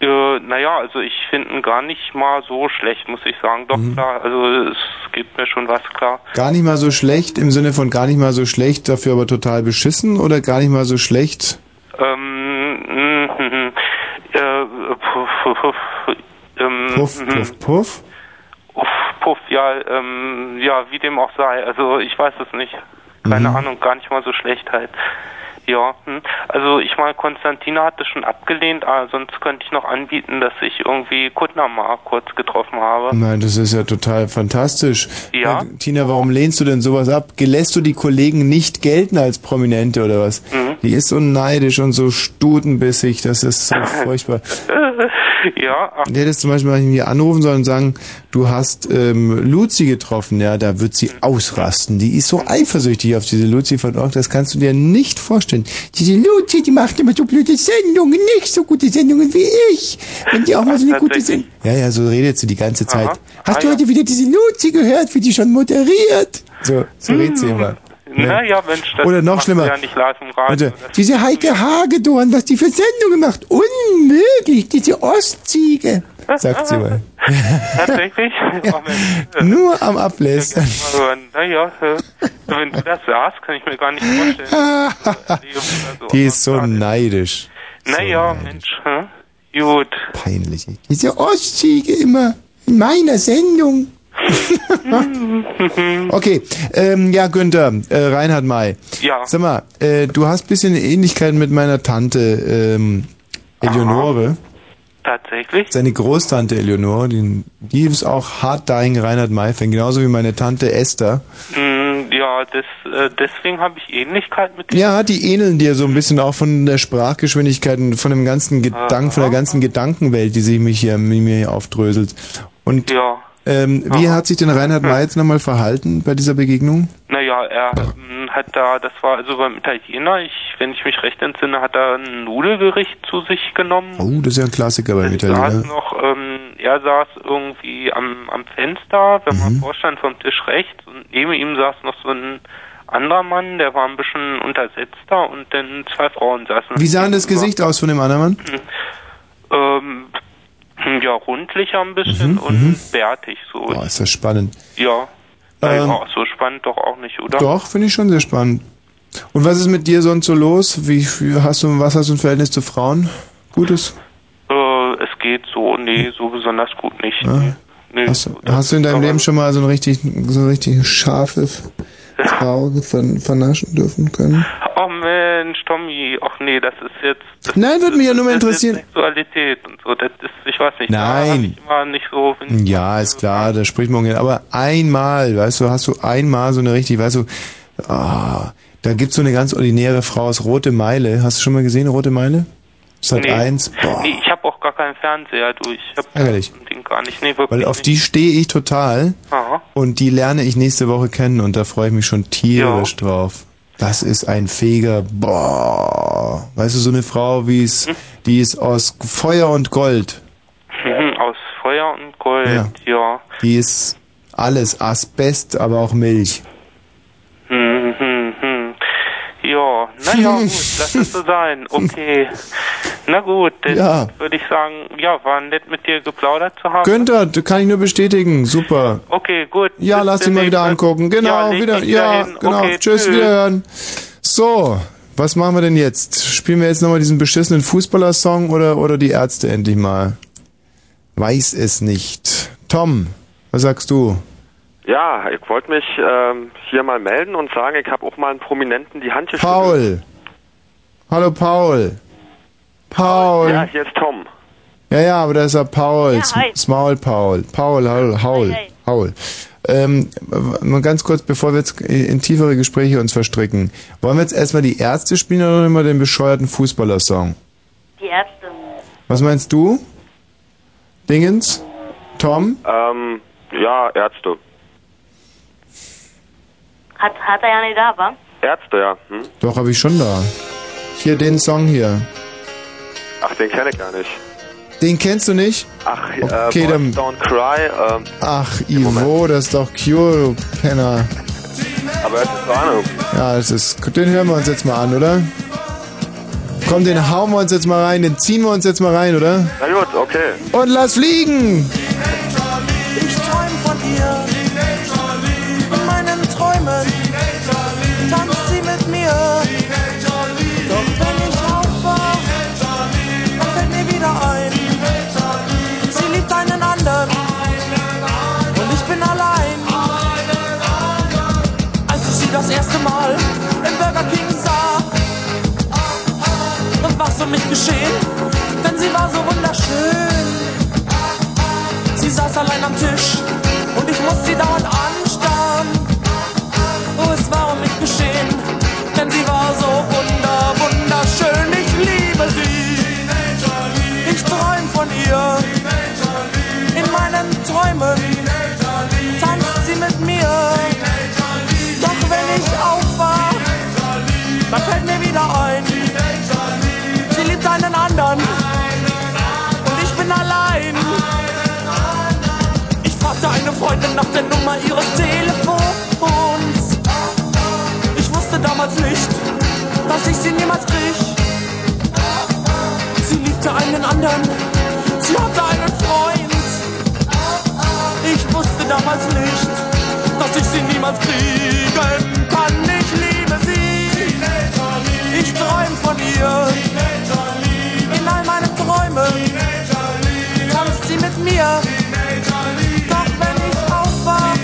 Äh, naja, also ich finde ihn gar nicht mal so schlecht, muss ich sagen. Mhm. Doch, klar, also es gibt mir schon was klar. Gar nicht mal so schlecht, im Sinne von gar nicht mal so schlecht, dafür aber total beschissen oder gar nicht mal so schlecht? Ähm, mm, mm, mm, äh, puff, puff, puff, ähm, Puff, mm, puff, puff. puff, ja, ähm, ja, wie dem auch sei. Also ich weiß es nicht. Keine Mhm. Ahnung, gar nicht mal so schlecht halt. Ja, hm. also ich meine, Konstantina hat das schon abgelehnt, aber sonst könnte ich noch anbieten, dass ich irgendwie Kuttner mal kurz getroffen habe. Nein, das ist ja total fantastisch. Ja. Äh, Tina, warum lehnst du denn sowas ab? Gelässt du die Kollegen nicht gelten als Prominente oder was? Mhm. Die ist so neidisch und so stutenbissig, das [laughs] ist so furchtbar. ja, ach, Der hättest zum Beispiel mal hier anrufen sollen und sagen, du hast ähm, Luzi getroffen, ja, da wird sie ausrasten. Die ist so eifersüchtig auf diese Luzi von Ork, das kannst du dir nicht vorstellen. Diese Luzi, die macht immer so blöde Sendungen, nicht so gute Sendungen wie ich. Wenn die auch mal so eine gute Sendung... Ja, ja, so redet sie die ganze Zeit. Ah, Hast du heute wieder diese Luzi gehört, wie die schon moderiert? Mhm. So, so redet sie immer. naja, Mensch, das Oder noch macht schlimmer. ja nicht um live im Radio. Also, diese Heike Hagedorn, was die für Sendungen macht, unmöglich, diese Ostziege, sagt [laughs] sie mal. [laughs] [laughs] Tatsächlich? Oh, Mensch, Nur am Ablästern. mal hören. Naja, äh, wenn du das sagst, kann ich mir gar nicht vorstellen. [laughs] Die ist so neidisch. naja, Mensch, hm? gut. Peinlich. Diese Ostziege immer in meiner [laughs] Sendung. Mhm. okay, ähm, ja, Günther, äh, Reinhard May. Ja. Sag mal, äh, du hast ein bisschen Ähnlichkeiten mit meiner Tante ähm, Eleonore. Tatsächlich? Seine Großtante Eleonore, die, die ist auch hart dying Reinhard May-Fan, genauso wie meine Tante Esther. Mm, ja, Ja, das, äh, deswegen habe ich Ähnlichkeit mit Ja, die ähneln dir so ein bisschen auch von der Sprachgeschwindigkeit, und von dem ganzen Gedanken, von der ganzen Gedankenwelt, die sich mich hier, mir hier aufdröselt. Und Ja. ähm, wie hat sich denn Reinhard May nochmal verhalten bei dieser Begegnung? Naja, er ähm, hat da, das war also beim Italiener, ich, wenn ich mich recht entsinne, hat er ein Nudelgericht zu sich genommen. Oh, das ist ja ein Klassiker beim Saß Italiener. noch, ähm, er saß irgendwie am, am Fenster, wenn Mhm. man vorstand, vom Tisch rechts und neben ihm saß noch so ein anderer Mann, der war ein bisschen untersetzter und dann zwei Frauen saßen. Hm. Wie sah denn das Gesicht aus von dem anderen Mann? Ähm, ja, rundlicher ein bisschen Mhm, und mhm. bärtig so. Boah, ist das spannend. Ja. Ähm, Naja, so spannend doch auch nicht, oder? Doch, finde ich schon sehr spannend. Und was ist mit dir sonst so los? Wie wie hast du, was hast du ein Verhältnis zu Frauen? Gutes? Äh, es geht so, nee, so besonders gut nicht. Ja. Nee, Hast, du- hast du in deinem Leben schon mal so ein richtig, so ein richtig scharfe Frau ver vernaschen dürfen können? Oh Mensch, Tommy, ach nee, das ist jetzt Nein, würde mich ja nur mal interessieren. Sexualität und so, das ist, ich weiß nicht, Nein. immer nicht so, wenn Ja, ist klar, da spricht man ungern. Aber einmal, weißt du, hast du einmal so eine richtig, weißt du, ah, da gibt's so eine ganz ordinäre Frau aus Rote Meile. Hast du schon mal gesehen, Rote Meile? Sat Nee. eins. Boah, Nee, ich habe auch gar keinen Fernseher, du, ich habe ärgerlich. den gar nicht, nee, wirklich Weil auf die stehe ich total Aha. und die lerne ich nächste Woche kennen und da freue ich mich schon tierisch drauf. Das ist ein feger, boah. Weißt du, so eine Frau, wie es, Hm? die ist aus Feuer und Gold. Mhm, [laughs] aus Feuer und Gold, Ja. ja. Die ist alles, Asbest, aber auch Milch. Hm, hm, hm. Ja, naja, [laughs] gut, lass es so sein. Okay. Na gut, dann Ja. würde ich sagen, ja, war nett mit dir geplaudert zu haben. Günther, das kann ich nur bestätigen. Super. Okay, gut. Ja, lass dich mal wieder angucken. Genau, leg wieder. dich wieder Ja, hin. genau. Okay, tschüss, tschüss. wiederhören. So, was machen wir denn jetzt? Spielen wir jetzt nochmal diesen beschissenen Fußballer-Song oder, oder die Ärzte endlich mal? Weiß es nicht. Tom, was sagst du? Ja, ich wollte mich ähm, hier mal melden und sagen, ich habe auch mal einen Prominenten die Hand geschüttelt. Paul. Hallo, Paul. Paul. Ja, hier ist Tom. Ja, ja, aber da ist er Paul. Ja, S- hi. Small Paul. Paul, Haul, Haul. Hi, Haul. Ähm, w- nur ganz kurz, bevor wir jetzt in tiefere Gespräche uns verstricken. Wollen wir jetzt erstmal die Ärzte spielen oder nehmen wir den bescheuerten Fußballer-Song? Die Ärzte. Was meinst du? Dingens? Tom? Ähm, ja, Ärzte. Hat, hat er ja nicht da, wa? Ärzte, ja. Hm? Doch, habe ich schon da. Hier, den Song hier. Ach, den kenne ich gar nicht. Den kennst du nicht? Ach, Okay, äh, dann- Boys Don't Cry, ähm, Ach, Ivo, das ist doch Cure, du Penner. aber das ist keine Ahnung. Ja, das ist. Den hören wir uns jetzt mal an, oder? Komm, den hauen wir uns jetzt mal rein, den ziehen wir uns jetzt mal rein, oder? Na gut, okay. Und lass fliegen! Ich träum von ihr in meinen Träumen. Tanzt sie mit mir. Doch wenn ich aufwach, dann fällt mir wieder ein. Sie liebt einen anderen und ich bin allein. Als ich sie das erste Mal im Burger King sah, dann was um mich geschehen, denn sie war so wunderschön. Sie saß allein am Tisch und ich musste sie dauernd anstarren. Oh, es war um mich geschehen, denn sie war so wunder, wunderschön. Ich liebe sie. Ich träum von ihr. In meinen Träumen tanzt sie mit mir. Doch wenn ich aufwach, dann fällt mir wieder ein. Sie liebt einen anderen und ich bin allein. Ich fragte eine Freundin nach der Nummer ihres Telefons. Ich wusste damals nicht, dass ich sie niemals krieg. Sie liebte einen anderen, sie hatte einen Freund. Ich wusste damals nicht, dass ich sie niemals kriegen kann. Ich liebe sie, ich träum von ihr. In all meinen Träumen tanzt sie mit mir. Doch wenn ich aufwach,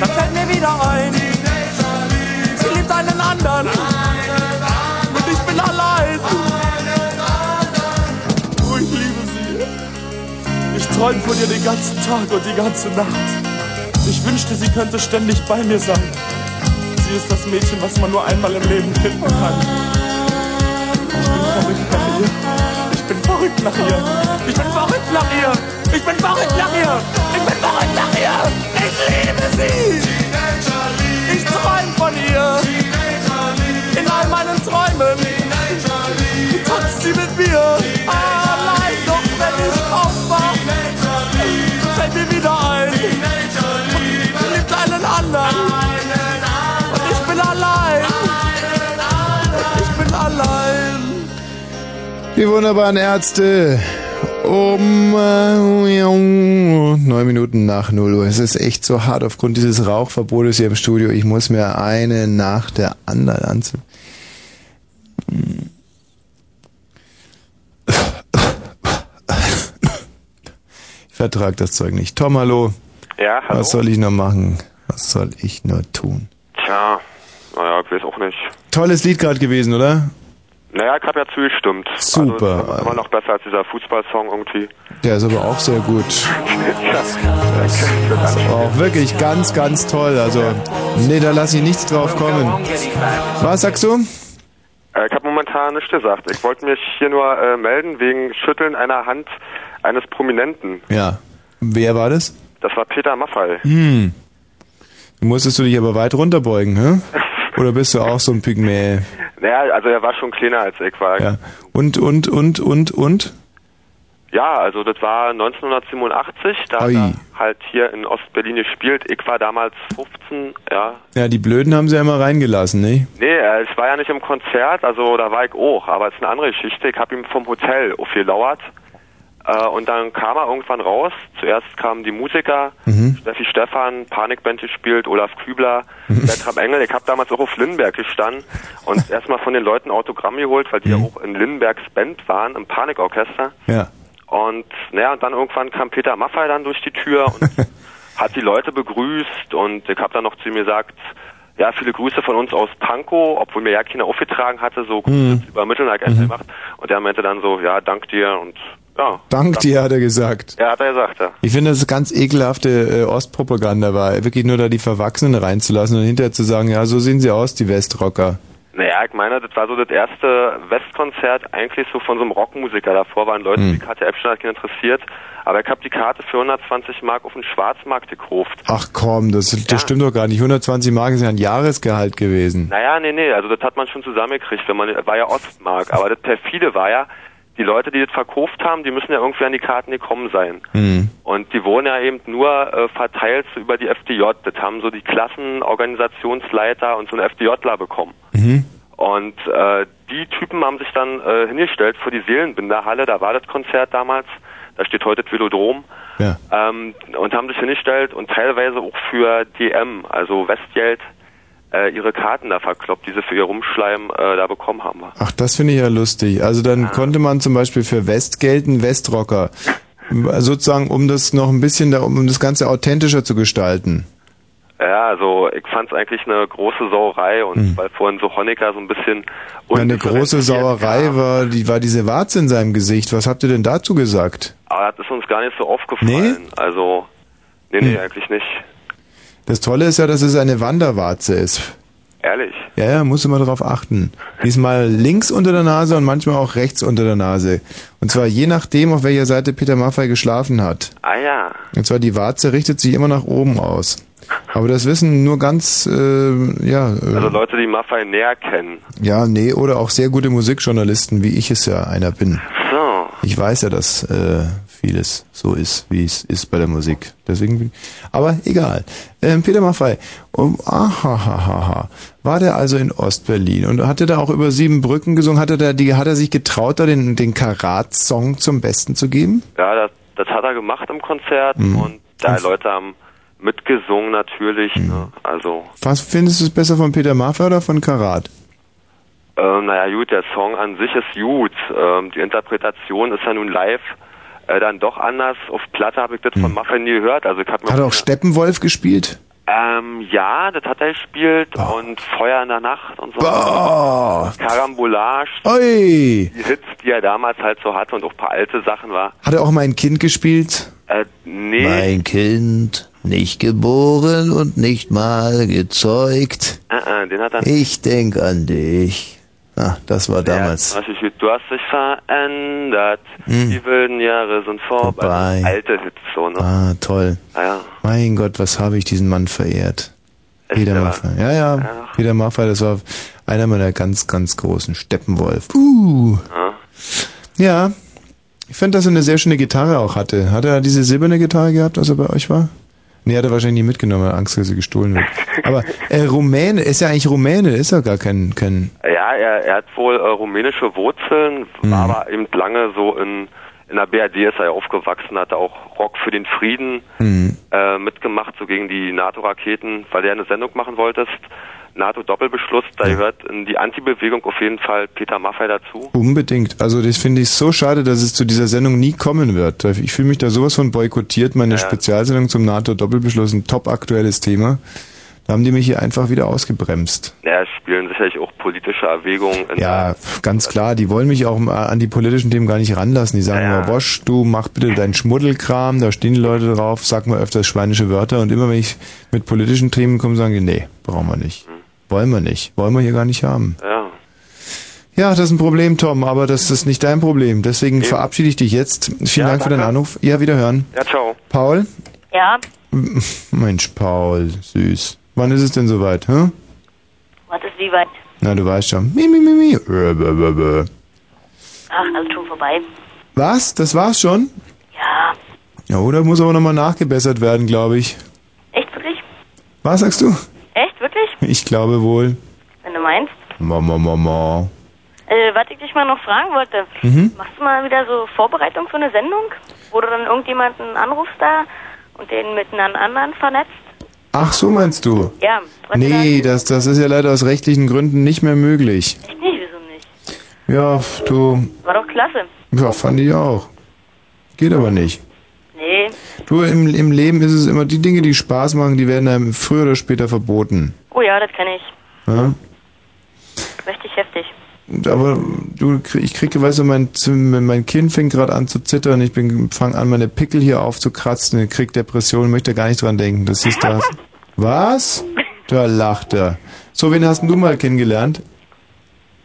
dann fällt mir wieder ein. Sie liebt einen anderen und ich bin allein. Oh, ich liebe sie. Ich träume von ihr den ganzen Tag und die ganze Nacht. Ich wünschte, sie könnte ständig bei mir sein. sie ist das Mädchen, was man nur einmal im Leben finden kann. Ich bin verrückt nach ihr. Ich bin verrückt nach ihr. Ich bin verrückt nach ihr. Ich bin verrückt nach ihr. Ich bin verrückt nach ihr. Ich liebe sie. Ich träum von ihr. In all meinen Träumen. Tanzt sie mit mir. Allein doch, wenn ich aufwache. Fällt mir wieder ein. Und liebt einen anderen. Und ich bin allein. Und ich bin allein. Die wunderbaren Ärzte. Um äh, neun Minuten nach 0 Uhr. Es ist echt so hart aufgrund dieses Rauchverbotes hier im Studio. Ich muss mir eine nach der anderen anziehen. Ich vertrag das Zeug nicht. Tom, hallo. Ja, hallo. Was soll ich nur machen? Was soll ich nur tun? Tja, naja, ich weiß auch nicht. Tolles Lied gerade gewesen, oder? Naja, ich habe ja zugestimmt. Super. Also, das war noch besser als dieser Fußballsong irgendwie. Der ist aber auch sehr gut. Das ist auch wirklich ganz, ganz toll. Also, nee, da lasse ich nichts drauf kommen. Was sagst du? Äh, ich habe momentan nichts gesagt. Ich wollte mich hier nur äh, melden wegen Schütteln einer Hand eines Prominenten. Ja. Wer war das? Das war Peter Maffay. Hm. Du musstest du dich aber weit runterbeugen, hä? Oder bist du auch so ein Pygmäe? Naja, also er war schon kleiner als ich war. Ja. Und, und, und, und, und? Ja, also das war 1987, da hat Ui. er halt hier in Ostberlin gespielt. Ich war damals 15, ja. Ja, die Blöden haben sie ja immer reingelassen, nicht? Nee, äh, ich war ja nicht im Konzert, also da war ich auch, aber es ist eine andere Geschichte. Ich habe ihm vom Hotel aufgelauert äh, und dann kam er irgendwann raus. Zuerst kamen die Musiker, Steffi Stefan, Panikband gespielt, Olaf [laughs] Kübler, Bertram Engel. Ich habe damals auch auf Lindenberg gestanden [laughs] und erstmal von den Leuten Autogramm geholt, weil die ja Mhm. auch in Lindenbergs Band waren, im Panikorchester. Ja. Und naja, und dann irgendwann kam Peter Maffay dann durch die Tür [laughs] und hat die Leute begrüßt und ich habe dann noch zu ihm gesagt, ja, viele Grüße von uns aus Pankow, obwohl mir ja keiner aufgetragen hatte, so Hm. übermitteln, hat er Mhm. gemacht. Und der meinte dann so, ja, dank dir und ja. Dank dir, hat er gesagt. Ja, hat er gesagt, ja. Ich finde, dass es ganz ekelhafte äh, Ostpropaganda war, wirklich nur da die Verwachsenen reinzulassen und hinterher zu sagen, ja, so sehen sie aus, die Westrocker. Naja, ich meine, das war so das erste Westkonzert eigentlich so von so einem Rockmusiker. Davor waren Leute, Hm. die Karte Epstein hat keinen interessiert. Aber ich habe die Karte für 120 Mark auf dem Schwarzmarkt gekauft. Ach komm, das, das stimmt doch gar nicht. 120 Mark ist ja ein Jahresgehalt gewesen. Naja, nee, nee, also das hat man schon zusammengekriegt, wenn man war ja Ostmark, aber das perfide war ja, die Leute, die das verkauft haben, die müssen ja irgendwie an die Karten gekommen sein. Hm. Und die wurden ja eben nur äh, verteilt so über die FDJ. Das haben so die Klassenorganisationsleiter und so eine FDJler bekommen. Mhm. Und äh, die Typen haben sich dann äh, hingestellt vor die Seelenbinderhalle, da war das Konzert damals, da steht heute das Velodrom, ähm, und haben sich hingestellt und teilweise auch für DM, also Westgeld, äh, ihre Karten da verkloppt, die sie für ihr Rumschleim äh, da bekommen haben. Ach, das finde ich ja lustig. Also dann konnte man zum Beispiel für West gelten, Westrocker. Sozusagen, um das noch ein bisschen, da, um das Ganze authentischer zu gestalten. Ja, also ich fand es eigentlich eine große Sauerei und weil vorhin so Honecker so ein bisschen Und eine große Sauerei war, die, war diese Warze in seinem Gesicht. Was habt ihr denn dazu gesagt? Aber das ist uns gar nicht so aufgefallen. Also, nee, nee, eigentlich nicht. Das Tolle ist ja, dass es eine Wanderwarze ist. Ehrlich. Ja, ja, muss immer darauf achten. Diesmal links unter der Nase und manchmal auch rechts unter der Nase. Und zwar je nachdem, auf welcher Seite Peter Maffay geschlafen hat. Ah ja. Und zwar die Warze richtet sich immer nach oben aus. Aber das wissen nur ganz, äh, ja, äh, Also Leute, die Maffei näher kennen. ja, nee, oder auch sehr gute Musikjournalisten, wie ich es ja einer bin. So. Ich weiß ja, dass äh, vieles so ist, wie es ist bei der Musik. Deswegen bin Aber egal. Ähm, Peter Maffay. Um, ahahaha. War der also in Ostberlin und hat er da auch über sieben Brücken gesungen? Hat er da die, hat er sich getraut, da den, den Karat-Song zum Besten zu geben? Ja, das, das hat er gemacht im Konzert Mhm. und da Leute haben mitgesungen natürlich. Mhm. Ne? Also, Was findest du es besser von Peter Maffay oder von Karat? ähm, naja gut, der Song an sich ist gut. Ähm, die Interpretation ist ja nun live äh, dann doch anders. Auf Platte habe ich das Mhm. von Maffei nie gehört. Also ich hab mir Hat er auch Steppenwolf gespielt? Ähm, ja, das hat er gespielt und Feuer in der Nacht und so. Boah. Oh Karambolage, Oi! die Hits, die er damals halt so hatte und auch ein paar alte Sachen war. Hat er auch mein Kind gespielt? Äh, nee, Mein Kind. Nicht geboren und nicht mal gezeugt. Äh, äh, den hat er. Ich denk an dich. Ah, das war damals. Was ich, du hast dich verändert. Die wilden Jahre sind vorbei. Vorbei. Alte Hits, so, ne? Ah, toll. Ah, ja. Mein Gott, was habe ich diesen Mann verehrt. Peter Maffay. Ja, ja. Peter Maffay, das war einer meiner ganz, ganz großen Steppenwolf. Uh. Ja. Ja. Ich fand, dass er eine sehr schöne Gitarre auch hatte. Hat er diese silberne Gitarre gehabt, als er bei euch war? Nee, hat er wahrscheinlich nie mitgenommen, weil er Angst, dass sie gestohlen wird. Aber äh, Rumäne, ist ja eigentlich Rumäne, ist ja gar kein, kein Ja, er, er hat wohl äh, rumänische Wurzeln, war aber eben lange so in, in der BRD ist er ja aufgewachsen, hat auch Rock für den Frieden Hm. äh, mitgemacht, so gegen die NATO-Raketen, weil er eine Sendung machen wolltest. NATO-Doppelbeschluss, da gehört in die Anti-Bewegung auf jeden Fall Peter Maffay dazu. Unbedingt. Also das finde ich so schade, dass es zu dieser Sendung nie kommen wird. Ich fühle mich da sowas von boykottiert. Meine Ja. Spezialsendung zum NATO-Doppelbeschluss, ein top aktuelles Thema. Da haben die mich hier einfach wieder ausgebremst. Ja, es spielen sicherlich auch politische Erwägungen in Ja, pf, ganz klar, die wollen mich auch mal an die politischen Themen gar nicht ranlassen. Die sagen immer, Bosch, du mach bitte deinen Schmuddelkram, da stehen die Leute drauf, sag mal öfters schweinische Wörter und immer wenn ich mit politischen Themen komme, sagen die, nee, brauchen wir nicht. Wollen wir nicht. Wollen wir hier gar nicht haben. Ja. Ja, das ist ein Problem, Tom, aber das ist nicht dein Problem. Deswegen verabschiede ich dich jetzt. Vielen Dank für deinen Anruf. Ja, wiederhören. Ja, ciao. Paul? [laughs] Ja, Mensch, Paul, süß. Wann ist es denn soweit, hä? was ist wie weit? Na, du weißt schon. Mi, mi, mi, mi. Äh, bäh, bäh, bäh. Ach, alles schon vorbei. Was? Das war's schon? Ja, Ja, oder muss aber nochmal nachgebessert werden, glaube ich. echt wirklich? Was sagst du? Echt wirklich? Ich glaube wohl. Wenn du meinst. Mama, Mama. Äh, was ich dich mal noch fragen wollte, Mhm. machst du mal wieder so Vorbereitung für eine Sendung, wo du dann irgendjemanden anrufst da und den mit einem anderen vernetzt? Ach, so meinst du? Ja, was Nee, das, das ist ja leider aus rechtlichen Gründen nicht mehr möglich. echt nicht, wieso nicht? Ja, du, War doch klasse. ja, fand ich auch. Geht aber nicht. Nee, Du, im, im Leben ist es immer, die Dinge, die Spaß machen, die werden einem früher oder später verboten. oh ja, das kenne ich. Ja? Richtig heftig. Aber du, krieg- ich kriege, weißt du, mein, Zim- mein Kinn fängt gerade an zu zittern, ich bin fang an, meine Pickel hier aufzukratzen, ich krieg Depressionen, möchte gar nicht dran denken. Das ist [laughs] das. Was? Da lacht er. So, wen hast denn du mal kennengelernt?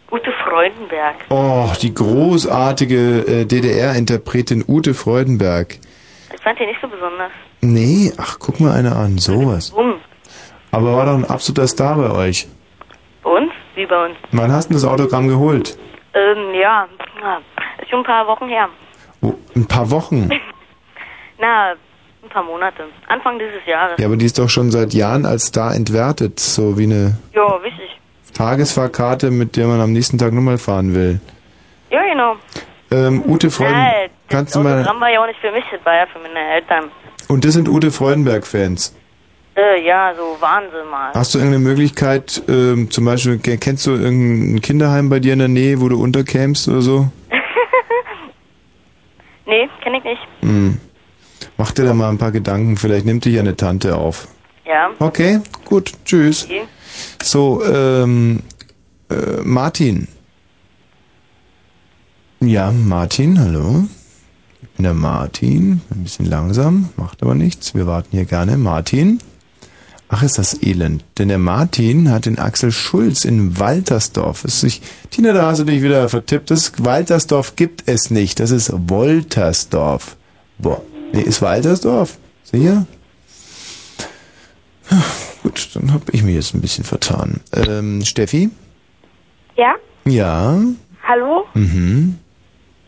Gute Freudenberg. Oh, die großartige äh, DDR-Interpretin Ute Freudenberg. Ich fand die nicht so besonders. Hm. Nee, ach, guck mal eine an, sowas. Bumm. Aber war doch ein absoluter Star bei euch. Bei uns? Wie bei uns? Wann hast du das Autogramm geholt? Ähm, ja, na, ist schon ein paar Wochen her. Oh, ein paar Wochen. [laughs] Na, ein paar Monate. Anfang dieses Jahres. Ja, aber die ist doch schon seit Jahren als Star entwertet. So wie eine Ja, wichtig. Tagesfahrkarte, mit der man am nächsten Tag nochmal fahren will. Ja, genau. Ähm, Ute Nein, Freuden, kannst du Das mal... Programm war ja auch nicht für mich, das war ja für meine Eltern. Und das sind Ute Freudenberg-Fans. Äh, ja, so Wahnsinn mal. Hast du irgendeine Möglichkeit, ähm, zum Beispiel, ke- kennst du irgendein Kinderheim bei dir in der Nähe, wo du unterkämst oder so? Nee, kenne ich nicht. Hm. Mach dir da mal ein paar Gedanken, vielleicht nimmt dich ja eine Tante auf. Ja. Okay, gut, tschüss. Okay. So, ähm, äh, Martin. Ja, Martin, hallo. Ich bin der Martin, ein bisschen langsam, macht aber nichts. Wir warten hier gerne. Martin. Ach, ist das elend. Denn der Martin hat den Axel Schulz in Waltersdorf. Ist sich, Tina, da hast du dich wieder vertippt. Das Waltersdorf gibt es nicht. Das ist Woltersdorf. Boah. Nee, ist Waltersdorf. Sicher? Gut, dann habe ich mir jetzt ein bisschen vertan. Ähm, Steffi? Ja? Ja. Hallo? Mhm.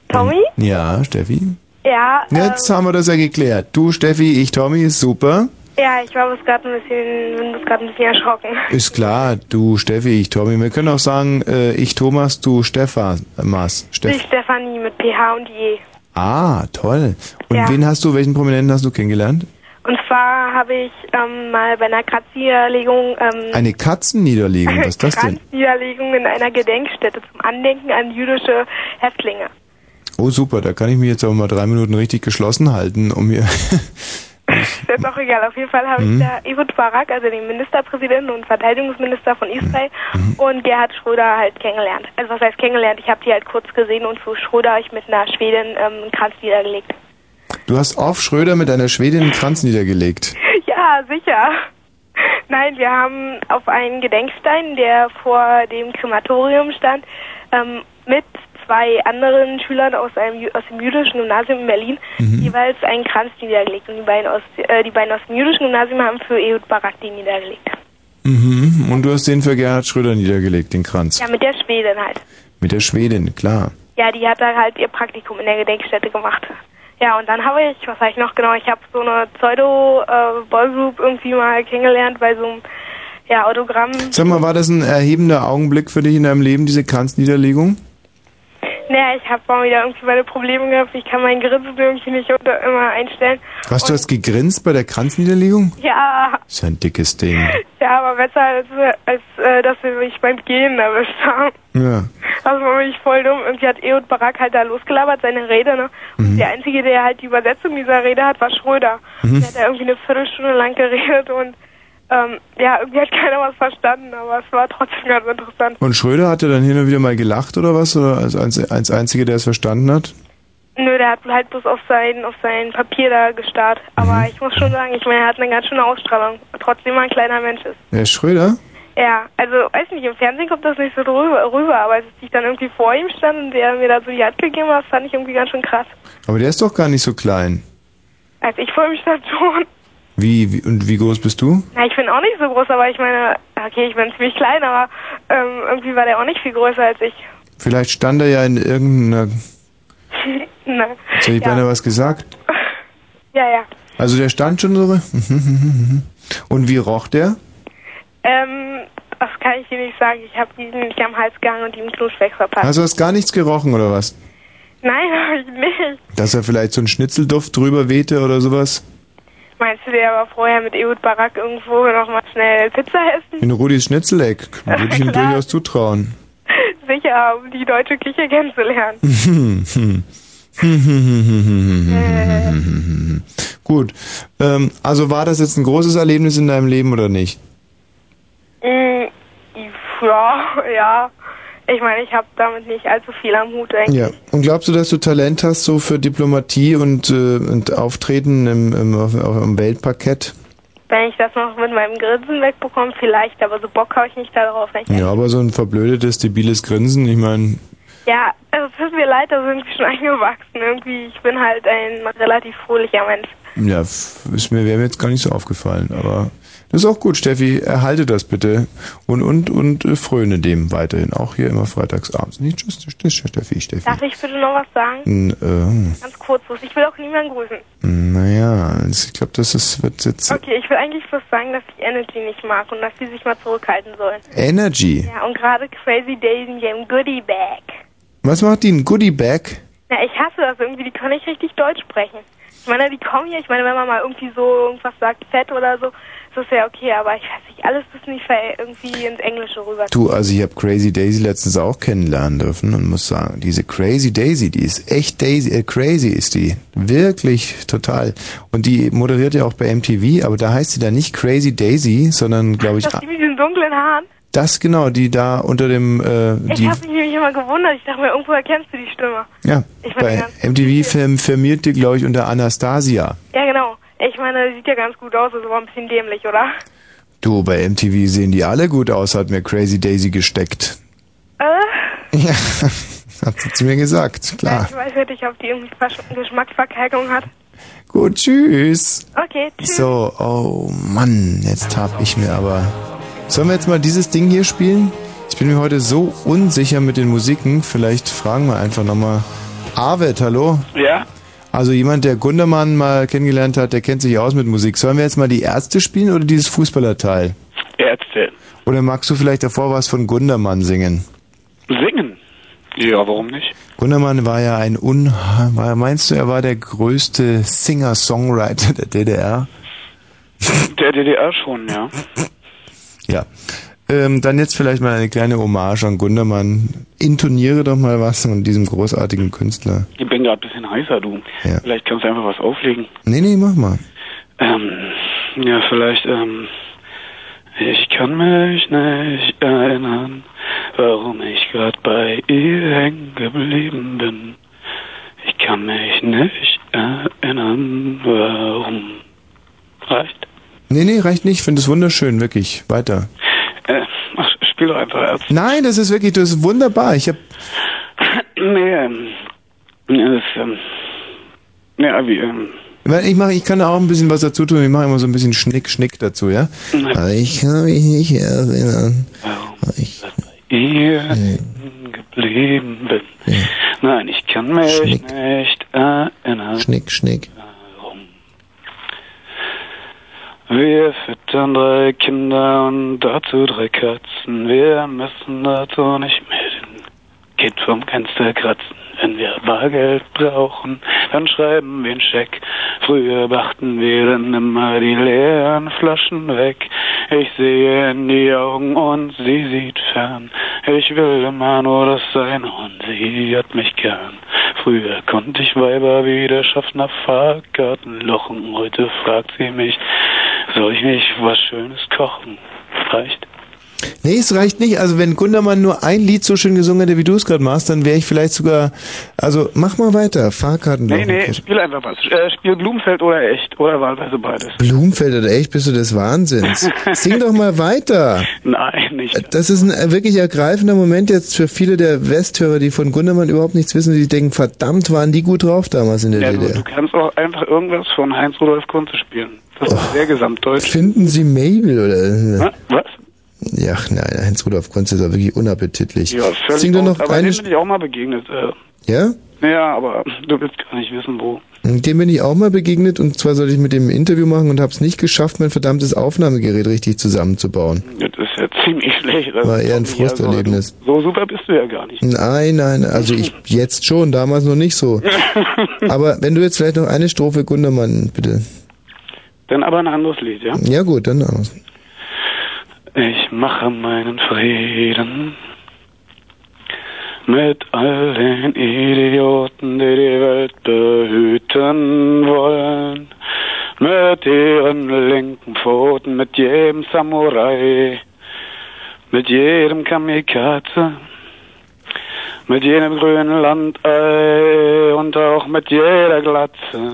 Tommy? Ja, Steffi. Ja, Hm. äh, Jetzt haben wir das ja geklärt. Du, Steffi, ich, Tommy, ist super. ja, ich war bis gerade ein bisschen, bin bis gerade ein bisschen erschrocken. Ist klar, du, Steffi, ich, Tommy. Wir können auch sagen, äh, ich, Thomas, du, Stefan, äh, Mas, Ich Steff. Stefanie mit PH und J. Ah, toll. Und Ja. wen hast du, welchen Prominenten hast du kennengelernt? Und zwar habe ich ähm, mal bei einer Kratzniederlegung ähm, Eine Katzenniederlegung, was ist das [laughs] denn? Kranzniederlegung in einer Gedenkstätte zum Andenken an jüdische Häftlinge. Oh, super, da kann ich mich jetzt aber mal drei Minuten richtig geschlossen halten, um [laughs] hier... Das ist auch egal. Auf jeden Fall habe Mhm. ich da Ehud Barak, also den Ministerpräsidenten und Verteidigungsminister Mhm. von Israel, und Gerhard Schröder halt kennengelernt. Also was heißt kennengelernt? Ich habe die halt kurz gesehen und zu Schröder habe ich mit einer Schwedin ähm, einen Kranz niedergelegt. Du hast auf Schröder mit einer Schwedin einen Kranz niedergelegt. Ja, [laughs] Ja, sicher. Nein, wir haben auf einen Gedenkstein, der vor dem Krematorium stand, ähm, mit zwei anderen Schülern aus, einem, Jü- aus dem jüdischen Gymnasium in Berlin jeweils einen Kranz niedergelegt. Und die beiden, aus, äh, die beiden aus dem jüdischen Gymnasium haben für Ehud Barak den niedergelegt. Mhm. Und du hast den für Gerhard Schröder niedergelegt, den Kranz. Ja, mit der Schwedin halt. Mit der Schwedin, klar. Ja, die hat da halt ihr Praktikum in der Gedenkstätte gemacht. Ja, und dann habe ich, was habe ich noch genau, ich habe so eine Pseudo-Boygroup irgendwie mal kennengelernt bei so einem ja, Autogramm. Sag mal, war das ein erhebender Augenblick für dich in deinem Leben, diese Kranzniederlegung? Naja, ich habe mal wieder irgendwie meine Probleme gehabt, ich kann mein Grinsen irgendwie nicht unter, immer einstellen. Hast du das gegrinst bei der Kranzniederlegung? Ja, Ist ja ein dickes Ding. ja, aber besser als, als äh, dass wir mich beim Gehen erwischt haben. Ja. Das war wirklich voll dumm. Irgendwie hat Ehud Barak halt da losgelabert, seine Rede, ne? Und der Einzige, der halt die Übersetzung dieser Rede hat, war Schröder. Mhm. Der hat da irgendwie eine Viertelstunde lang geredet und ähm, ja, irgendwie hat keiner was verstanden, aber es war trotzdem ganz interessant. Und Schröder hatte dann hin und wieder mal gelacht oder was? Oder als, als, als einziger, der es verstanden hat? Nö, der hat halt bloß auf sein, auf sein Papier da gestarrt. Aber Mhm. ich muss schon sagen, ich meine, er hat eine ganz schöne Ausstrahlung, trotzdem er ein kleiner Mensch ist. Der Schröder? Ja, also weiß nicht, im Fernsehen kommt das nicht so drüber, rüber, aber als ich dann irgendwie vor ihm stand und der mir da so die Hand gegeben hat, fand ich irgendwie ganz schön krass. Aber der ist doch gar nicht so klein. Als ich vor ihm stand [laughs] schon. Wie, wie und wie groß bist du? Na, ich bin auch nicht so groß, aber ich meine, okay, ich bin ziemlich klein, aber ähm, irgendwie war der auch nicht viel größer als ich. [laughs] Vielleicht stand er ja in irgendeiner. Na, Jetzt hätte ich beinahe was gesagt. ja, ja. Also der stand schon so. [laughs] Und wie roch der? Ähm, das kann ich dir nicht sagen. Ich habe diesen nicht am Hals gehangen und ihm Knutschweg verpasst. Also hast gar nichts gerochen oder was? Nein, [laughs] habe ich nicht. Dass er vielleicht so einen Schnitzelduft drüber wehte oder sowas? Meinst du, der war vorher mit Ehud Barak irgendwo nochmal schnell Pizza essen? [laughs] In Rudis Schnitzeleg. Würde ich ihm Klar. durchaus zutrauen. Sicher, um die deutsche Küche kennenzulernen. [laughs] Gut. Ähm, also war das jetzt ein großes Erlebnis in deinem Leben oder nicht? Mm, ja, [laughs] ja. Ich meine, ich habe damit nicht allzu viel am Hut eigentlich. Ja. Und glaubst du, dass du Talent hast so für Diplomatie und, äh, und Auftreten im, im, auf, auf, im Weltparkett? Wenn ich das noch mit meinem Grinsen wegbekomme, vielleicht, aber so Bock habe ich nicht darauf. Nicht? Ja, aber so ein verblödetes, debiles Grinsen, ich meine, Ja, also es tut mir leid, da sind wir schon [laughs] eingewachsen. Irgendwie, ich bin halt ein relativ fröhlicher Mensch. ja, f- ist mir, wäre mir jetzt gar nicht so aufgefallen, aber das ist auch gut, Steffi, erhalte das bitte und, und, und äh, fröne dem weiterhin, auch hier immer freitags abends. Nicht, tschüss, tschüss, tschüss, Steffi, Steffi. Darf ich bitte noch was sagen? N- äh, Ganz kurz, bloß. ich will auch niemanden grüßen. naja, ich glaube, das ist, wird jetzt Okay, ich will eigentlich bloß sagen, dass ich Energy nicht mag und dass die sich mal zurückhalten sollen. Energy. Ja, und gerade Crazy Days in ihrem Goodie Bag. Was macht die, ein Goodie Bag? Ja, ich hasse das irgendwie, die können nicht richtig Deutsch sprechen. Ich meine, die kommen hier, ich meine, wenn man mal irgendwie so irgendwas sagt, fett oder so, ist das ja okay, aber ich weiß nicht, alles ist nicht ver- irgendwie ins Englische rüber. Du, also ich habe Crazy Daisy letztens auch kennenlernen dürfen und muss sagen, diese Crazy Daisy, die ist echt Daisy, äh, crazy ist die. Wirklich total. Und die moderiert ja auch bei MTV, aber da heißt sie dann nicht Crazy Daisy, sondern glaube ich das die mit diesen dunklen Haaren? das genau, die da unter dem äh, Ich die habe mich nämlich immer gewundert, ich dachte mir, irgendwo erkennst du die Stimme. ja, ich fand die bei ganz- MTV Film firmiert die glaube ich unter Anastasia. Ja, genau. Ich meine, die sieht ja ganz gut aus, ist aber ein bisschen dämlich, oder? Du, bei MTV sehen die alle gut aus, hat mir Crazy Daisy gesteckt. [laughs] Äh? Ja, hat sie zu mir gesagt, klar. Ich weiß nicht, ob die irgendwie Versch- Geschmacksverkalkung hat. Gut, tschüss. Okay, tschüss. So, oh Mann, jetzt hab ich mir aber. Sollen wir jetzt mal dieses Ding hier spielen? Ich bin mir heute so unsicher mit den Musiken. Vielleicht fragen wir einfach nochmal. Arvid, hallo? Ja? Also jemand, der Gundermann mal kennengelernt hat, der kennt sich aus mit Musik. Sollen wir jetzt mal die Ärzte spielen oder dieses Fußballerteil? Ärzte. Oder magst du vielleicht davor was von Gundermann singen? Singen? Ja, warum nicht? Gundermann war ja ein un... War, meinst du, er war der größte Singer-Songwriter der DDR? Der DDR schon, ja. Ja. Ähm, dann jetzt vielleicht mal eine kleine Hommage an Gundermann. Intoniere doch mal was von diesem großartigen Künstler. Ich bin gerade ein bisschen heißer, du. Ja. Vielleicht kannst du einfach was auflegen. Nee, nee, mach mal. Ähm, ja, vielleicht, ähm, ich kann mich nicht erinnern, warum ich gerade bei ihr hängen geblieben bin. Ich kann mich nicht erinnern, warum. Reicht? Nee, nee, reicht nicht. Ich finde es wunderschön, wirklich. Weiter. Äh, ach, spiel doch einfach erst. Nein, das ist wirklich, das ist wunderbar. Ich habe Nee, ähm, ja, das, ähm, ja, wie, ähm, Weil ich mache, ich kann da auch ein bisschen was dazu tun. Ich mache immer so ein bisschen Schnick, Schnick dazu, ja? Aber ich kann mich nicht erinnern. Ich, ihr geblieben bin. Nein, ich kann mich nicht erinnern. Schnick, Schnick. Wir füttern drei Kinder und dazu drei Katzen. Wir müssen dazu nicht mehr den Kind vom Fenster kratzen. Wenn wir Bargeld brauchen, dann schreiben wir einen Scheck. Früher brachten wir dann immer die leeren Flaschen weg. Ich sehe in die Augen und sie sieht fern. Ich will immer nur das Seine und sie hat mich gern. Früher konnte ich Weiber wie der Schaffner Fahrgarten lochen. Heute fragt sie mich, soll ich nicht was Schönes kochen? Reicht? Nee, es reicht nicht. Also wenn Gundermann nur ein Lied so schön gesungen hätte, wie du es gerade machst, dann wäre ich vielleicht sogar. Also mach mal weiter. Fahrkarten. Nee, nee, spiel einfach was. Äh, spiel Blumenfeld oder echt. Oder wahlweise beides. Blumenfeld oder echt bist du des Wahnsinns. Sing doch mal weiter. Nein, nicht. Das ist ein äh, wirklich ergreifender Moment jetzt für viele der Westhörer, die von Gundermann überhaupt nichts wissen. Die denken, verdammt, waren die gut drauf damals in der Ja, du, DDR. du kannst auch einfach irgendwas von Heinz Rudolf Kunze spielen. Das ist sehr gesamtdeutsch. Finden Sie Mabel oder? Was? Ja, nein, Heinz Rudolf Kunze ist auch wirklich unappetitlich. Ja, völlig Sing doch aus. noch aber eine. dem bin ich auch mal begegnet. Äh, Ja? ja, aber du willst gar nicht wissen, wo. Dem bin ich auch mal begegnet und zwar sollte ich mit dem ein Interview machen und habe es nicht geschafft, mein verdammtes Aufnahmegerät richtig zusammenzubauen. Das ist ja [laughs] ziemlich schlecht. Das War ist eher ein doch nicht- also, Frusterlebnis. So super bist du ja gar nicht. Nein, nein, also ich jetzt schon, damals noch nicht so. Aber wenn du jetzt vielleicht noch eine Strophe Gundermann, bitte. Dann aber ein anderes Lied, ja? Ja gut, dann aus. Ich mache meinen Frieden mit all den Idioten, die die Welt behüten wollen. Mit ihren linken Pfoten, mit jedem Samurai, mit jedem Kamikaze, mit jedem grünen Landei und auch mit jeder Glatze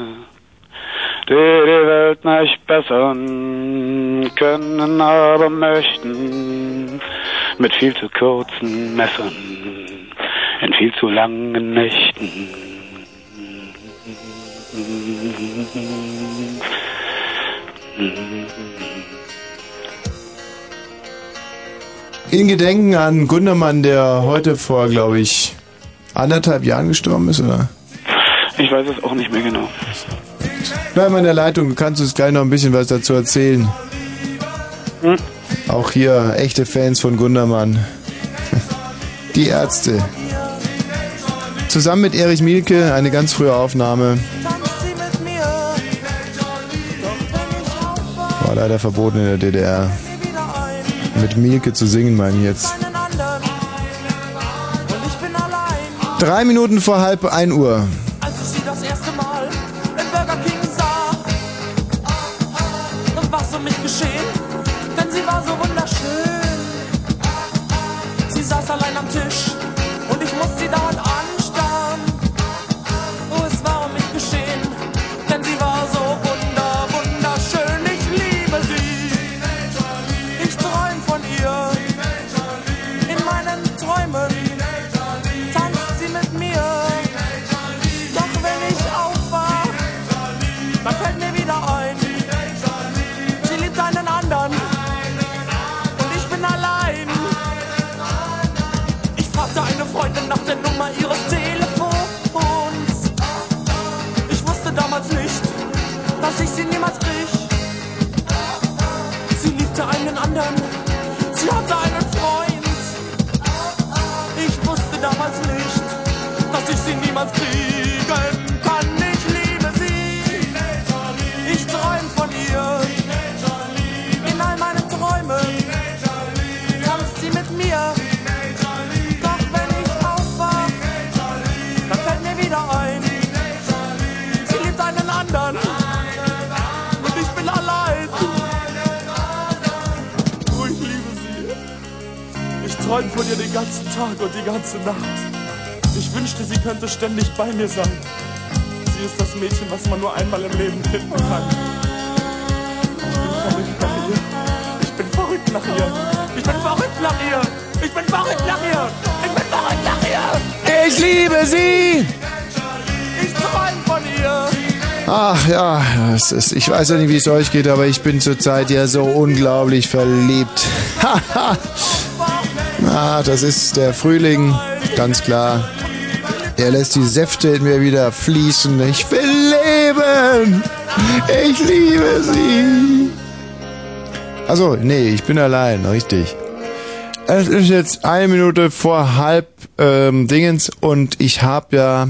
die die Welt nicht bessern können, aber möchten mit viel zu kurzen Messern in viel zu langen Nächten. In Gedenken an Gundermann, der heute vor, glaube ich, anderthalb Jahren gestorben ist, oder? Ich weiß es auch nicht mehr genau. Bleib mal in der Leitung, du kannst uns gleich noch ein bisschen was dazu erzählen. Hm? Auch hier echte Fans von Gundermann. Die Ärzte. Zusammen mit Erich Mielke eine ganz frühe Aufnahme. War leider verboten in der DDR. Mit Mielke zu singen, meine ich jetzt. Drei Minuten vor halb ein Uhr. Als ich sie das erste Mal im Burger King sah, dann war's um mich geschehen, denn sie war so wunderschön. Sie saß allein am Tisch und ich musste sie dauernd anstarren. Oh, es war um mich geschehen, denn sie war so wunder, wunderschön. Ich liebe sie, ich träum von ihr. In meinen Träumen tanzt sie mit mir. Doch wenn ich aufwach, dann fällt mir wieder ein, sie liebt einen anderen und ich bin allein. Ich fragte eine Freundin nach der Nummer ihres Telefons. Ich wusste damals nicht, dass ich sie niemals krieg. Sie liebte einen anderen, sie hatte einen Freund. Ich wusste damals nicht, dass ich sie niemals kriegen kann. Ich liebe sie, ich träum von ihr. In all meinen Träumen tanzt sie mit mir. Doch wenn ich aufwach, dann fällt mir wieder ein, sie liebt einen anderen. Und ich bin allein. Oh, ich liebe sie. Ich träum von ihr den ganzen Tag und die ganze Nacht. Ich wünschte, sie könnte ständig bei mir sein. Sie ist das Mädchen, was man nur einmal im Leben finden kann. Ich bin verrückt. verrückt nach ihr. Ich bin verrückt nach ihr. Ich bin verrückt nach ihr. Ich bin verrückt nach ihr. Ich liebe sie. Ich träum von ihr. Ach ja, es ist, ich weiß ja nicht, wie es euch geht, aber ich bin zurzeit ja so unglaublich verliebt. [laughs] Haha. ah, das ist der Frühling, ganz klar. Er lässt die Säfte in mir wieder fließen. Ich will leben. Ich liebe sie. Also, nee, ich bin allein, richtig. Es ist jetzt eine Minute vor halb ähm, Dingens und ich habe ja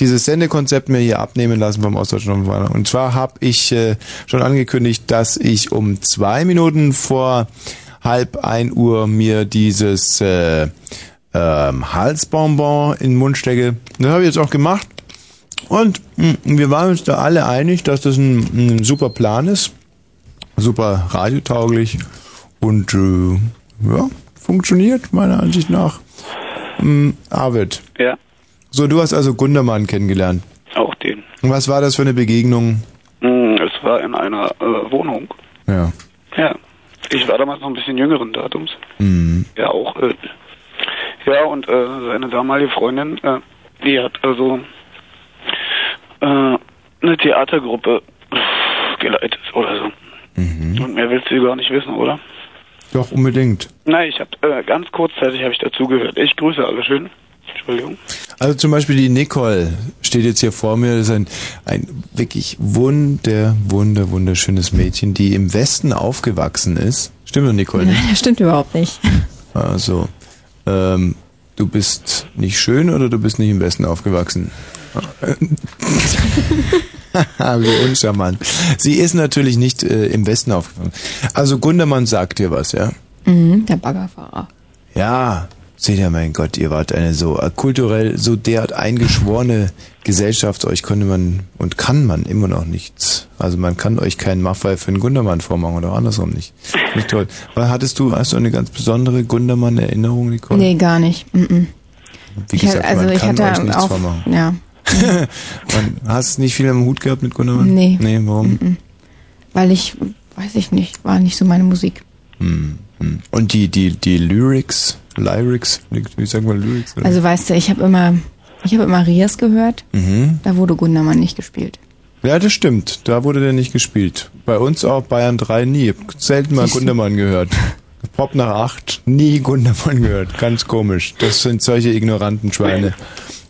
dieses Sendekonzept mir hier abnehmen lassen vom Ostdeutschen Rundfunk. Und zwar habe ich äh, schon angekündigt, dass ich um zwei Minuten vor halb ein Uhr mir dieses äh, ähm, Halsbonbon in den Mund stecke. Das habe ich jetzt auch gemacht. Und mh, wir waren uns da alle einig, dass das ein, ein super Plan ist. Super radiotauglich. Und äh, ja, funktioniert meiner Ansicht nach. Ähm, Arvid. Ja. So, du hast also Gundermann kennengelernt. Auch den. Und was war das für eine Begegnung? Hm, Es war in einer äh, Wohnung. Ja. Ja. Ich war damals noch ein bisschen jüngeren Datums. Mhm. Ja, auch. Äh, ja, und äh, seine damalige Freundin, äh, die hat also äh, eine Theatergruppe geleitet oder so. Und mehr willst du gar nicht wissen, oder? Doch, unbedingt. Nein, ich habe äh, ganz kurzzeitig habe ich dazugehört. Ich grüße alle schön. Entschuldigung. Also zum Beispiel die Nicole steht jetzt hier vor mir. Das ist ein, ein wirklich wunder, wunder, wunderschönes Mädchen, die im Westen aufgewachsen ist. Stimmt doch, Nicole? [laughs] Nein, Nicht? das stimmt überhaupt nicht. Also, ähm, du bist nicht schön oder du bist nicht im Westen aufgewachsen? Ah. [laughs] Wie uncharmant. Sie ist natürlich nicht äh, im Westen aufgewachsen. Also Gundermann sagt dir was, ja? Mhm, der Baggerfahrer. Ja, seht ihr, mein Gott, ihr wart eine so äh, kulturell so derart eingeschworene Gesellschaft. Euch konnte man und kann man immer noch nichts. Also man kann euch keinen Maffei für einen Gundermann vormachen oder andersrum nicht. Nicht toll. Weil hattest du, hast du eine ganz besondere Gundermann-Erinnerung, Nicole? Nee, gar nicht. Mhm. Wie Ich gesagt, hab- also man ich kann hatte euch nichts auch- vormachen. ja. man, hast nicht viel im Hut gehabt mit Gundermann? Nee. Nee, warum? Mhm. Weil ich, weiß ich nicht, war nicht so meine Musik. Hm, hm. Und die, die, die Lyrics, Lyrics, wie sagen wir Lyrics? oder? Also weißt du, ich habe immer, ich habe immer Rias gehört. mhm. Da wurde Gundermann nicht gespielt. Ja, das stimmt. Da wurde der nicht gespielt. Bei uns auch Bayern 3 nie. Selten mal Gundermann gehört. Pop nach 8, nie Gundermann gehört. Ganz komisch. Das sind solche ignoranten Schweine.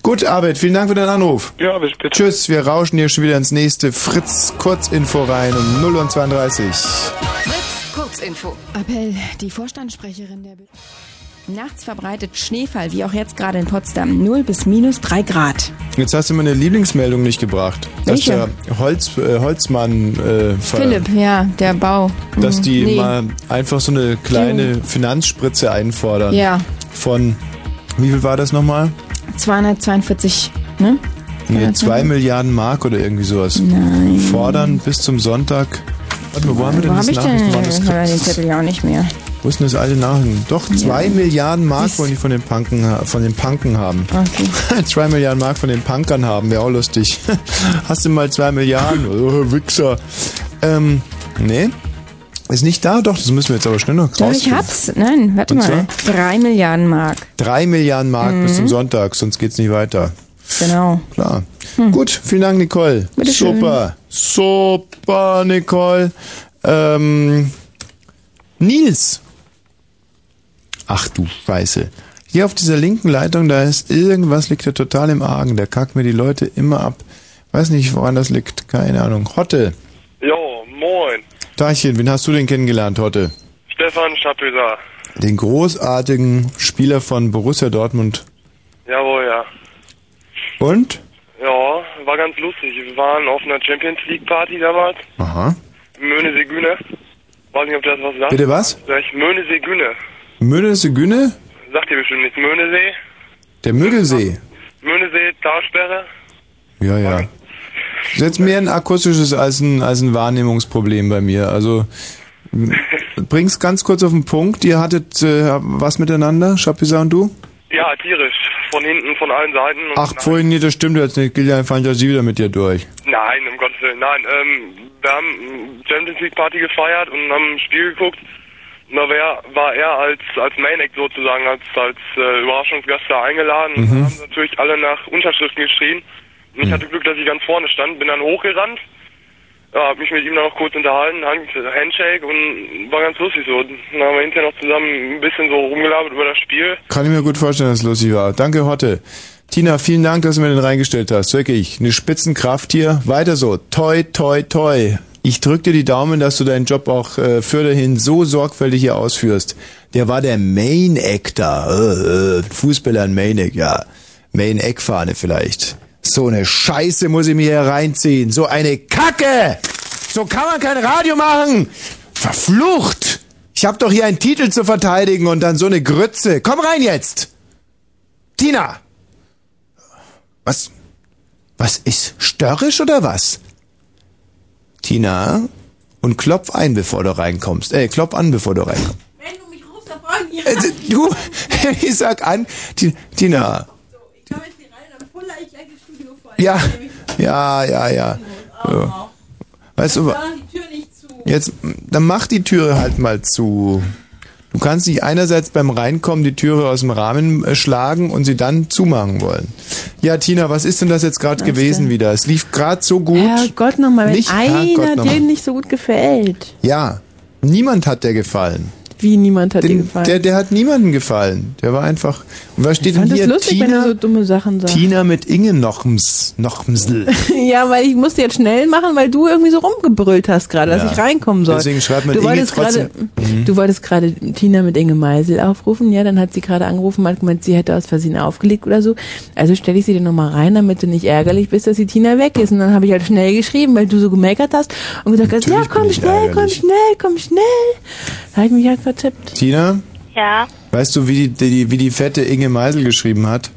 Gut, Arbeit, vielen Dank für deinen Anruf. Ja, bis später. Tschüss, wir rauschen hier schon wieder ins nächste Fritz Kurzinfo rein um 0 und 32. Fritz, Kurzinfo. Appell, die Vorstandssprecherin der... Nachts verbreitet Schneefall, wie auch jetzt gerade in Potsdam. 0 bis minus 3 Grad. Jetzt hast du meine Lieblingsmeldung nicht gebracht. Dass Welche? der Holz, äh, Holzmann äh, ver- Philipp, ja, der Bau. dass Mhm. die Nee. mal einfach so eine kleine Finanzspritze einfordern. Ja. Von, wie viel war das nochmal? 242, ne? Nee, 2 Milliarden Mark oder irgendwie sowas. Nein. Fordern bis zum Sonntag. Warte mal, wo haben wir denn Wo das habe ich denn? Nachrichten? Wo haben wir das- Ich höre den Zettel ja auch nicht mehr. Wo ist denn das alte Nachrichten? Doch, 2 Ja. Milliarden Mark wollen die von den Punken, ha- von den Punken haben. [laughs] Okay. 2 Milliarden Mark von den Punkern haben, wäre auch lustig. [laughs] Hast du mal 2 Milliarden? Oh, Wichser. Ähm, nee. Ist nicht da? Doch, das müssen wir jetzt aber schnell noch Doch, ich rausfinden. hab's. Nein, warte Und mal. 3 Milliarden Mark. 3 Milliarden Mark bis Mhm. zum Sonntag, sonst geht's nicht weiter. Genau. Klar. Gut, vielen Dank, Nicole. Bitte schön. Super. Super, Nicole. Ähm, Nils. Ach du Scheiße. Hier auf dieser linken Leitung, da ist irgendwas, liegt da total im Argen. Der kackt mir die Leute immer ab. Weiß nicht, woran das liegt. Keine Ahnung. Hotte. Jo, moin. Tachchen, wen hast du denn kennengelernt, Hotte? Stefan Schapüser. Den großartigen Spieler von Borussia Dortmund. Jawohl, ja. Und? Ja, war ganz lustig. Wir waren auf einer Champions League Party damals. Aha. Möhne-Seegüne. Weiß nicht, ob das was sagt. Bitte was? Sag ich Möhne-Seegüne. Mödelse Güne? Sagt ihr bestimmt nichts. Möhnesee. Der Müggelsee. Möhnesee, Talsperre. Ja, ja. Das ist jetzt mehr ein akustisches als ein, als ein Wahrnehmungsproblem bei mir. Also m- bring's ganz kurz auf den Punkt. Ihr hattet äh, was miteinander, Schapisa und du? Ja, tierisch. Von hinten, von allen Seiten. Und Ach, vorhin, nee, das stimmt jetzt nicht. Gilt ja eine Fantasie wieder mit dir durch. Nein, um Gottes Willen, nein. Ähm, wir haben Champions League Party gefeiert und haben ein Spiel geguckt. Na, wer war er als, als Main Act sozusagen, als, als äh, Überraschungsgäste eingeladen? Mhm. Dann haben natürlich alle nach Unterschriften geschrien. Und ich hatte Glück, dass ich ganz vorne stand, bin dann hochgerannt, ja, hab mich mit ihm dann noch kurz unterhalten, Hand- Handshake und war ganz lustig so. Dann haben wir hinterher noch zusammen ein bisschen so rumgelabert über das Spiel. Kann ich mir gut vorstellen, dass es lustig war. Danke, Hotte. Tina, vielen Dank, dass du mir den reingestellt hast. Wirklich, eine Spitzenkraft hier. Weiter so. Toi, toi, toi. Ich drück dir die Daumen, dass du deinen Job auch äh, fürderhin so sorgfältig hier ausführst. Der war der Main Actor. Äh, äh, Fußballer in Main Act, ja. Main Act Fahne vielleicht. So eine Scheiße muss ich mir hier reinziehen. So eine Kacke! So kann man kein Radio machen! Verflucht! Ich hab doch hier einen Titel zu verteidigen und dann so eine Grütze. Komm rein jetzt! Tina! Was? Was ist störrisch oder was? Tina, und klopf ein, bevor du reinkommst. Äh, klopf an, bevor du reinkommst. Wenn du mich rufst, dann brauche ich nicht. Äh, du, [laughs] ich sag an, [laughs] Ti- Tina. Ich komme jetzt hier rein, dann puller ich gleich das Studio voll. Ja, Ich nehme ja, ja, ja. ja. Weißt du, wa- die Tür nicht zu. jetzt, dann mach die Türe halt mal zu. Du kannst nicht einerseits beim Reinkommen die Türe aus dem Rahmen äh, schlagen und sie dann zumachen wollen. Ja, Tina, was ist denn das jetzt gerade Was gewesen denn? wieder? Es lief gerade so gut. Herrgott nochmal, wenn Nicht- Herrgott einer noch dir mal. nicht so gut gefällt. Ja, niemand hat der gefallen. Wie niemand hat dir gefallen. Der, der hat niemandem gefallen. Der war einfach. Und was steht denn fand es hier? lustig, wenn Tina, du so dumme Sachen sagst. Tina mit Inge Nochms, Nochmsl. [laughs] Ja, weil ich musste jetzt schnell machen, weil du irgendwie so rumgebrüllt hast gerade, dass Ja. ich reinkommen soll. Deswegen schreibt man du Inge wolltest gerade, trotzdem- Mhm. Du wolltest gerade Tina mit Inge Meisel aufrufen, ja, dann hat sie gerade angerufen und hat gemeint, sie hätte aus Versehen aufgelegt oder so. Also stelle ich sie dir nochmal rein, damit du nicht ärgerlich bist, dass die Tina weg ist. Und dann habe ich halt schnell geschrieben, weil du so gemeckert hast und gesagt hast, ja, komm schnell, komm schnell, komm schnell. Da habe ich mich halt vertippt. Tina, Ja, weißt du, wie die, die, wie die fette Inge Meisel geschrieben hat?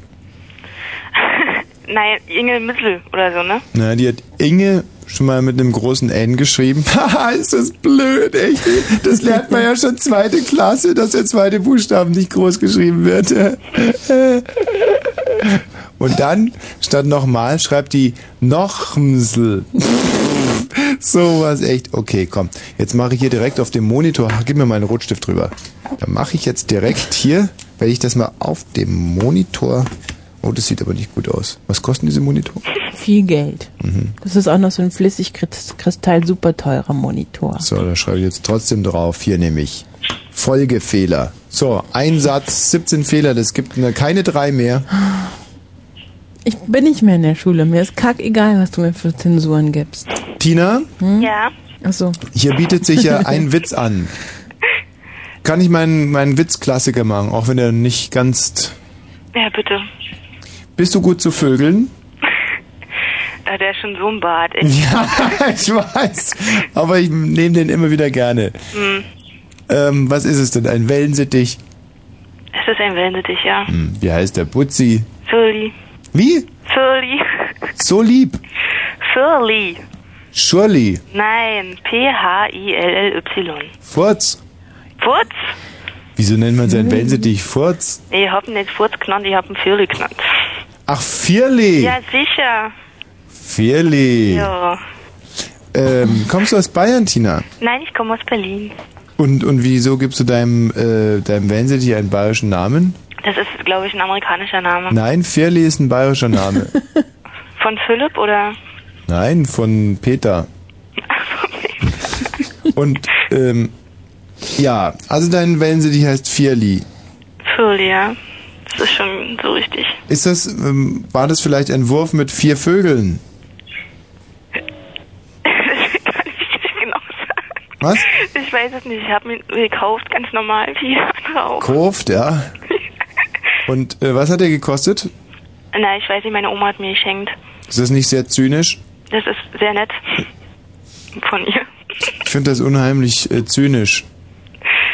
nein, Inge Mittel oder so, ne? Na, die hat Inge schon mal mit einem großen N geschrieben. [laughs] Haha, ist das blöd, echt. Das lernt man ja schon zweite Klasse, dass der zweite Buchstaben nicht groß geschrieben wird. Und dann, statt nochmal, schreibt die Nochmsel. Sowas echt. Okay, komm. Jetzt mache ich hier direkt auf dem Monitor. Gib mir meinen Rotstift drüber. Dann mache ich jetzt direkt hier, wenn ich das mal auf dem Monitor. Oh, das sieht aber nicht gut aus. Was kosten diese Monitor? Viel Geld. Mhm. Das ist auch noch so ein Flüssigkristall super teurer Monitor. So, da schreibe ich jetzt trotzdem drauf. Hier nämlich Folgefehler. So, ein Satz, 17 Fehler. Das gibt ne- keine drei mehr. Ich bin nicht mehr in der Schule. Mir ist kackegal, was du mir für Zensuren gibst. Hm? Tina, Ja. Achso. hier bietet sich ja [laughs] ein Witz an. Kann ich meinen, meinen Witzklassiker machen, auch wenn er nicht ganz... Ja, bitte. Bist du gut zu Vögeln? Äh, der ist schon so ein Bart. Ich, Ja, [laughs] ich weiß. Aber ich nehme den immer wieder gerne. [laughs] Hm. Ähm, was ist es denn? Ein Wellensittich? Es ist ein Wellensittich, ja. Hm, wie heißt der? Putzi? Fürli. Wie? [laughs] Fürli. So lieb. Fürli. Shirley. Nein, P-H-I-L-L-Y. Furz. Furz? Wieso nennt man seinen Wellensittich Furz? Ich hab ihn nicht Furz genannt, ich hab ihn Fürli genannt. Ach, Firli. Ja, sicher. Firli. Ja. Ähm, kommst du aus Bayern, Tina? Nein, ich komme aus Berlin. Und, und wieso gibst du deinem, äh, deinem Wellensittich einen bayerischen Namen? Das ist, glaube ich, ein amerikanischer Name. Nein, Firli ist ein [laughs] bayerischer Name. Von Philipp oder? Nein, von Peter. Und, ähm, ja, also dein Wellensittich heißt Firli. Fürli, ja. Das ist schon so richtig. Ist das, ähm, war das vielleicht ein Wurf mit [laughs] vier Vögeln? genau Was? Ich weiß es nicht. Ich habe ihn gekauft, ganz normal, [laughs] wie jeder andere auch. Kurft, ja. Und äh, was hat er gekostet? Na, ich weiß nicht, meine Oma hat mir geschenkt. Ist das nicht sehr zynisch? Das ist sehr [laughs] nett von ihr. Ich finde das unheimlich äh, zynisch.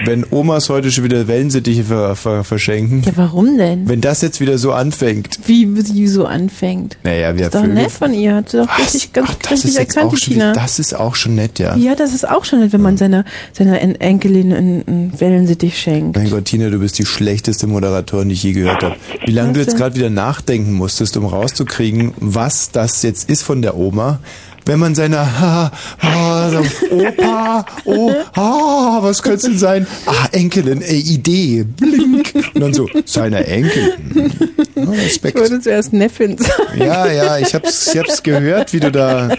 Wenn Omas heute schon wieder Wellensittiche ver ver verschenken. Ja, warum denn? Wenn das jetzt wieder so anfängt. Wie sie so anfängt. Naja, wir ist doch Vögel. nett von ihr. Hat sie doch richtig, ganz Das richtig ist jetzt erkannt, auch die schon, Tina. wieder- das ist auch schon nett, ja. Ja, das ist auch schon nett, wenn man seiner, seiner En- Enkelin einen einen Wellensittich schenkt. Mein Gott, Tina, du bist die schlechteste Moderatorin, die ich je gehört habe. Wie lange du jetzt Warte. gerade wieder nachdenken musstest, um rauszukriegen, was das jetzt ist von der Oma, wenn man seiner ha, ha, so, Opa, oh, ha, was könnte es denn sein? Ah, Enkelin, äh, Idee, blink. Und dann so, seiner Enkel. Hm. Ja, Ich Respekt. würde zuerst Neffin sagen. Ja, ja, ich hab's, ich hab's gehört, wie du da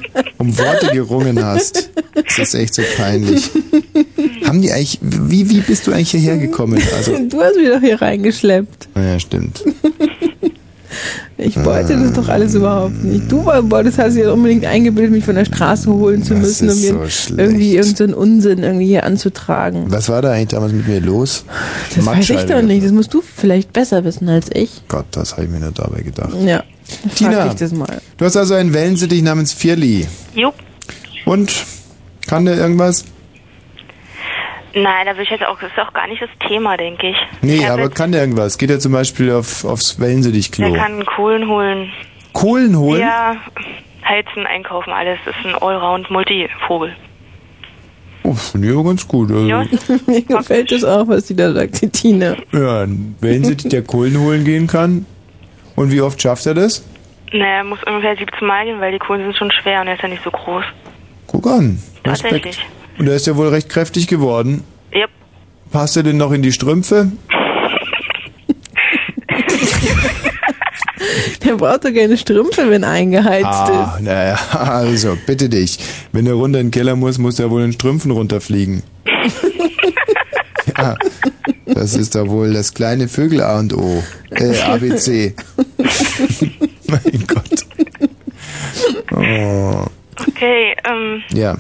[laughs] um Worte gerungen hast. Das ist echt so peinlich. Haben die eigentlich, wie, wie bist du eigentlich hierher gekommen? [laughs] Also, Du hast mich doch hier reingeschleppt. ja, stimmt. Ich wollte das doch alles überhaupt nicht. Du wolltest, hast dir unbedingt eingebildet, mich von der Straße holen zu Das müssen, um ist mir so schlecht. irgendwie irgendeinen Unsinn irgendwie hier anzutragen. Was war da eigentlich damals mit mir los? Das weiß ich Mattscheibe. doch nicht. Das musst du vielleicht besser wissen als ich. Gott, das habe ich mir nur dabei gedacht. Ja. Frag Tina. dich das mal. [laughs] Du hast also einen Wellensittich namens Firli. Jupp. Und? Kann der irgendwas? Nein, da will ich jetzt auch, das ist auch gar nicht das Thema, denke ich. Nee, aber kann der irgendwas? Geht er zum Beispiel auf, aufs Der Wellensittich-Klo? kann einen Kohlen holen. Kohlen holen? Ja, heizen, einkaufen, alles. Das ist ein Allround-Multivogel. Oh, finde ich aber ganz gut. Also, ja. Mir gefällt das auch, was die da sagt, die Tina. ein Wellensittich, der Kohlen holen gehen kann. Und wie oft schafft er das? Naja, er muss ungefähr 17 Mal gehen, weil die Kohlen sind schon schwer und er ist ja nicht so groß. Guck an. Tatsächlich. Respekt. Und er ist ja wohl recht kräftig geworden. Yep. Passt er denn noch in die Strümpfe? Der braucht doch keine Strümpfe, wenn eingeheizt Ah, naja, also bitte dich. Wenn er runter in den Keller muss, muss er wohl in Strümpfen runterfliegen. ja, das ist doch wohl das kleine Vögel A und O. 네, Äh, [laughs] ABC. mein Gott. Oh, Okay, ähm, ja.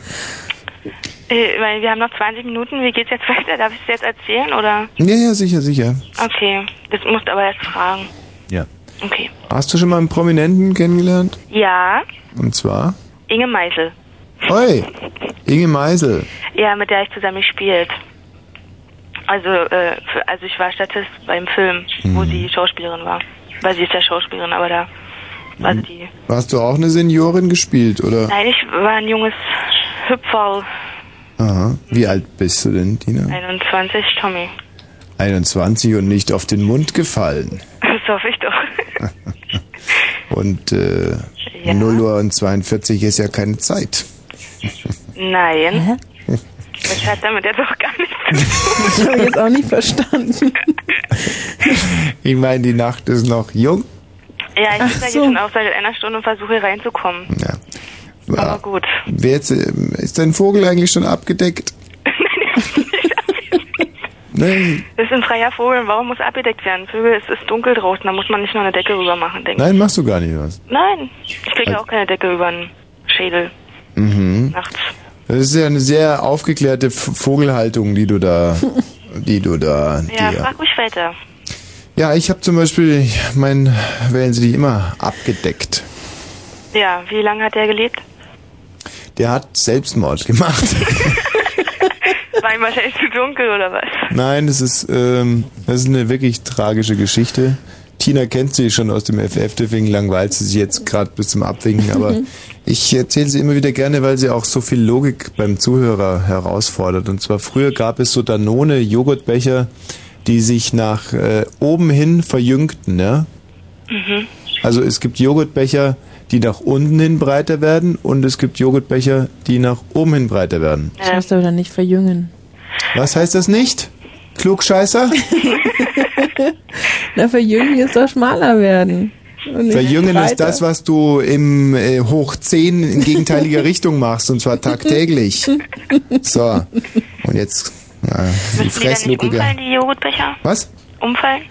äh, ich meine, wir haben noch 20 Minuten. Wie geht's jetzt weiter? Darf ich es jetzt erzählen, oder? Ja, ja, sicher, sicher. Okay, das musst du aber erst fragen. Ja. Okay. Hast du schon mal einen Prominenten kennengelernt? Ja, Und zwar? Inge Meißel. Hoi, Inge Meisel. Ja, mit der ich zusammen gespielt. Also, äh, für, also ich war Statist beim Film, wo Hm. sie Schauspielerin war. Weil sie ist ja Schauspielerin, aber da war sie die. Hast du auch eine Seniorin gespielt, oder? Nein, ich war ein junges Hüpferl, Aha. Wie alt bist du denn, Tina? 21, Tommy. [laughs] 21 und nicht auf den Mund gefallen. Das hoffe ich doch. Und äh, 0 Uhr und 42 ist ja keine Zeit. Nein. Das hat damit jetzt auch gar nichts ist. [laughs] Das habe ich jetzt auch nicht verstanden. Ich meine, die Nacht ist noch jung. Ja, ich Ach sitze so. hier schon auf seit einer Stunde und versuche hier reinzukommen. Ja. Aber gut. Wer jetzt, ähm, ist dein Vogel eigentlich schon abgedeckt? Nein, Das ist ein freier Vogel. Warum muss abgedeckt werden? Vögel, es ist dunkel draußen. Da muss man nicht noch eine Decke rüber machen, denke ich. nein, machst du gar nicht was. Nein. Ich kriege ja auch keine Decke über den Schädel Mhm. nachts. Das ist ja eine sehr aufgeklärte F- Vogelhaltung, die du da, [laughs] die du da Ja, dir. frag mich weiter. Ja, ich habe zum Beispiel meinen Wählen sie dich immer abgedeckt. Ja, wie lange hat der [laughs] gelebt? Der hat Selbstmord gemacht. War ihm wahrscheinlich zu dunkel oder was? Nein, das ist, ähm, das ist eine wirklich tragische Geschichte. Tina kennt sie schon aus dem FF, deswegen langweilt sie sich jetzt gerade bis zum Abwinken, aber Mhm. ich erzähle sie immer wieder gerne, weil sie auch so viel Logik beim Zuhörer herausfordert. Und zwar früher gab es so Danone-Joghurtbecher, die sich nach äh, oben hin verjüngten, ja? Mhm. Also es gibt Joghurtbecher, die nach unten hin breiter werden und es gibt Joghurtbecher, die nach oben hin breiter werden. Das musst du aber dann nicht verjüngen. Was heißt das nicht? Klugscheißer? Na, verjüngen ist doch schmaler werden. Und nicht Verjüngen breiter. ist das, was du im äh, Hoch 10 in gegenteiliger Richtung machst, und zwar tagtäglich. So, und jetzt Müssen die äh, die dann nicht Fressluke. umfallen, ge- die Joghurtbecher? Was? Umfallen?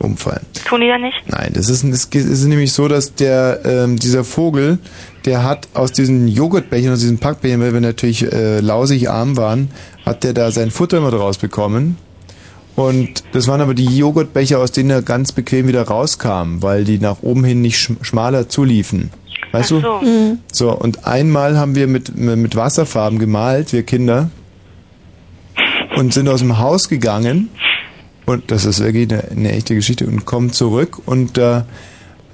Umfallen. Tun die dann nicht? Nein, das ist, das ist nämlich so, dass der ähm, dieser Vogel, der hat aus diesen Joghurtbechern, aus diesen Packbechern, weil wir natürlich äh, lausig arm waren, hat der da sein Futter immer draus bekommen. Und das waren aber die Joghurtbecher, aus denen er ganz bequem wieder rauskam, weil die nach oben hin nicht schm- schmaler zuliefen. Weißt Ach so. du? Mhm. So, und einmal haben wir mit, mit Wasserfarben gemalt, wir Kinder, und sind aus dem Haus gegangen. Und das ist wirklich eine, eine echte Geschichte. Und kommen zurück und da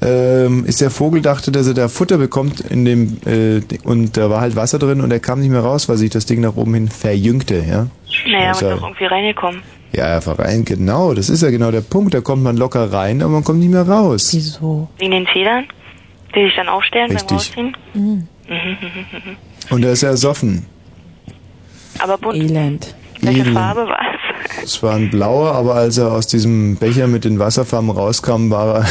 ähm, ist der Vogel dachte, dass er da Futter bekommt in dem äh, und da war halt Wasser drin und er kam nicht mehr raus, weil sich das Ding nach oben hin verjüngte, ja. Naja, Das muss ist ja- doch irgendwie reingekommen. ja, ja, Verein, genau, das ist ja genau der Punkt. Da kommt man locker rein, aber man kommt nicht mehr raus. Wieso? Wegen den Federn, die sich dann aufstellen Richtig. Mhm. beim Rausziehen. Und da ist er ersoffen. [laughs] Hm. Aber bunt. Elend. Welche Elend. Farbe war es? Es war ein blauer, aber als er aus diesem Becher mit den Wasserfarben rauskam, [laughs] war er.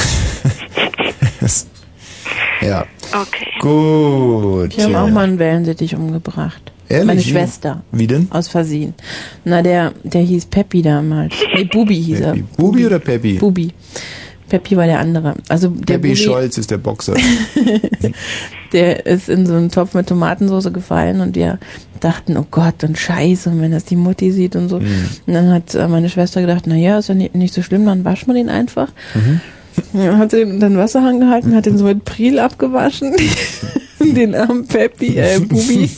ja. Okay. Gut. Ich habe auch mal einen Wellensittich umgebracht. Ehrlich? Meine Wie? Schwester. Wie denn? Aus Versehen. Na, der, der hieß Peppi damals. Nee, Bubi hieß er. Peppi. Bubi oder Peppi? Bubi. Peppi war der andere. Also der Peppi Bubi, Scholz ist [laughs] der Boxer. der ist in so einen Topf mit Tomatensauce gefallen und wir dachten, oh Gott, und scheiße, und wenn das die Mutti sieht und so. Mhm. Und dann hat äh, meine Schwester gedacht, na ja, ist ja ni- nicht so schlimm, dann waschen wir den einfach. Und Dann hat sie den den Wasserhahn gehalten, hat den so mit Priel abgewaschen. [laughs] den armen Peppi, äh, Bubi.